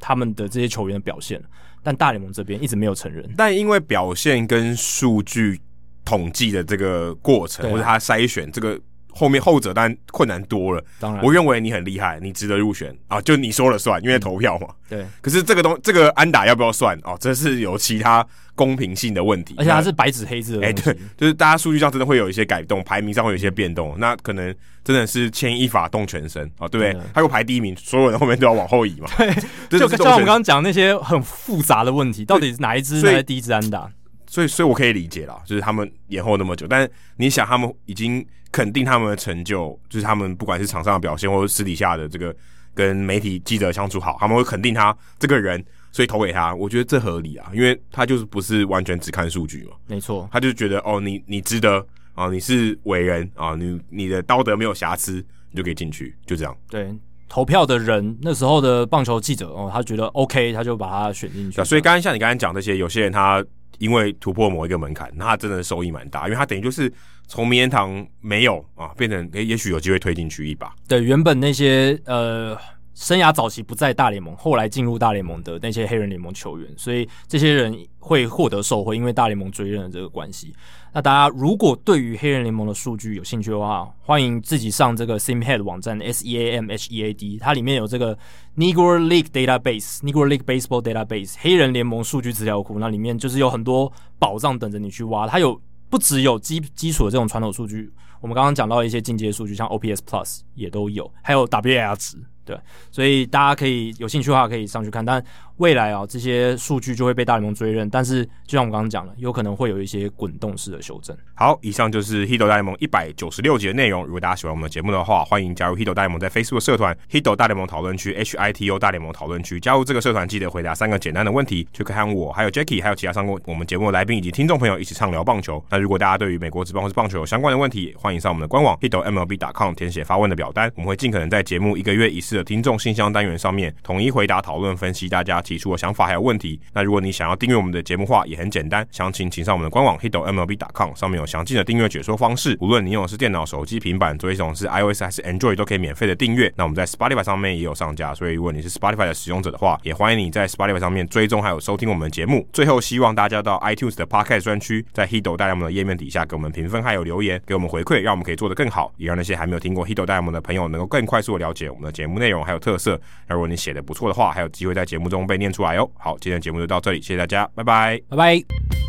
A: 他们的这些球员的表现了，但大联盟这边一直没有承认。
B: 但因为表现跟数据统计的这个过程，
A: 对啊
B: 或者他筛选这个后面后者，当然困难多了。
A: 当然，
B: 我认为你很厉害，你值得入选啊，就你说了算，因为投票嘛。
A: 对，
B: 可是这个东这个安打要不要算哦？这是有其他公平性的问题，
A: 而且它
B: 那
A: 是白纸黑字
B: 哎、
A: 的东西。
B: 对，就是大家数据上真的会有一些改动，排名上会有一些变动，那可能真的是牵一发动全身啊，对不
A: 真
B: 对
A: 的？
B: 他如果排第一名，所有人后面都要往后移嘛。 对，
A: 就
B: 这
A: 就
B: 种
A: 像我们
B: 全
A: 刚刚讲那些很复杂的问题，到底哪一支
B: 所以
A: 才是第一支安打？
B: 所以所以我可以理解啦，就是他们延后那么久，但你想，他们已经肯定他们的成就，就是他们不管是场上的表现，或者私底下的这个跟媒体记者相处好，他们会肯定他这个人，所以投给他，我觉得这合理啊，因为他就是不是完全只看数据嘛，
A: 没错，
B: 他就觉得哦，你你值得啊，你是伟人啊，你你的道德没有瑕疵，你就可以进去，就这样。
A: 对。投票的人，那时候的棒球记者哦，他觉得 OK，他就把他选进去。
B: 对啊、所以刚刚像你刚才讲这些，有些人他因为突破某一个门槛，那他真的收益蛮大，因为他等于就是从名人堂没有啊，变成诶、也许有机会推进去一把。
A: 对原本那些呃生涯早期不在大联盟，后来进入大联盟的那些黑人联盟球员，所以这些人会获得受惠，因为大联盟追认的这个关系。那大家如果对于黑人联盟的数据有兴趣的话，欢迎自己上这个 SimHead 网站 S E A M H E A D，它里面有这个 Negro League Database、Negro League Baseball Database 黑人联盟数据资料库，那里面就是有很多宝藏等着你去挖。它有不只有基基础的这种传统数据，我们刚刚讲到一些进阶数据，像 OPS Plus 也都有，还有 WAR 值，对，所以大家可以有兴趣的话可以上去看。但未来啊，这些数据就会被大联盟追认，但是就像我们刚刚讲了，有可能会有一些滚动式的修正。
B: 好，以上就是 Hito 大联盟一百九十六集的内容。如果大家喜欢我们的节目的话，欢迎加入 Hito 大联盟在 Facebook 社团 Hito 大联盟讨论区 H I T O 大联盟讨论区。加入这个社团，记得回答三个简单的问题，就可以和我、还有 Jacky、还有其他上过我们节目的来宾以及听众朋友一起畅聊棒球。那如果大家对于美国职棒或是棒球有相关的问题，欢迎上我们的官网 Hito MLB.com 填写发问的表单，我们会尽可能在节目一个月一次的听众信箱单元上面统一回答、讨论、分析大家提出的想法还有问题。那如果你想要订阅我们的节目话，也很简单，详情请上我们的官网 hito mlb.com，上面有详尽的订阅解说方式。无论你用的是电脑、手机、平板，作为一种是 iOS 还是 Android，都可以免费的订阅。那我们在 Spotify 上面也有上架，所以如果你是 Spotify 的使用者的话，也欢迎你在 Spotify 上面追踪还有收听我们的节目。最后，希望大家到 iTunes 的 Podcast 专区，在 Hito 大联盟的页面底下给我们评分还有留言，给我们回馈，让我们可以做得更好，也让那些还没有听过 Hito 大联盟的朋友能够更快速的了解我们的节目内容还有特色。那如果你写的不错的话，还有机会在节目中被念出来哦。好，今天的节目就到这里，谢谢大家，拜拜。
A: 拜拜。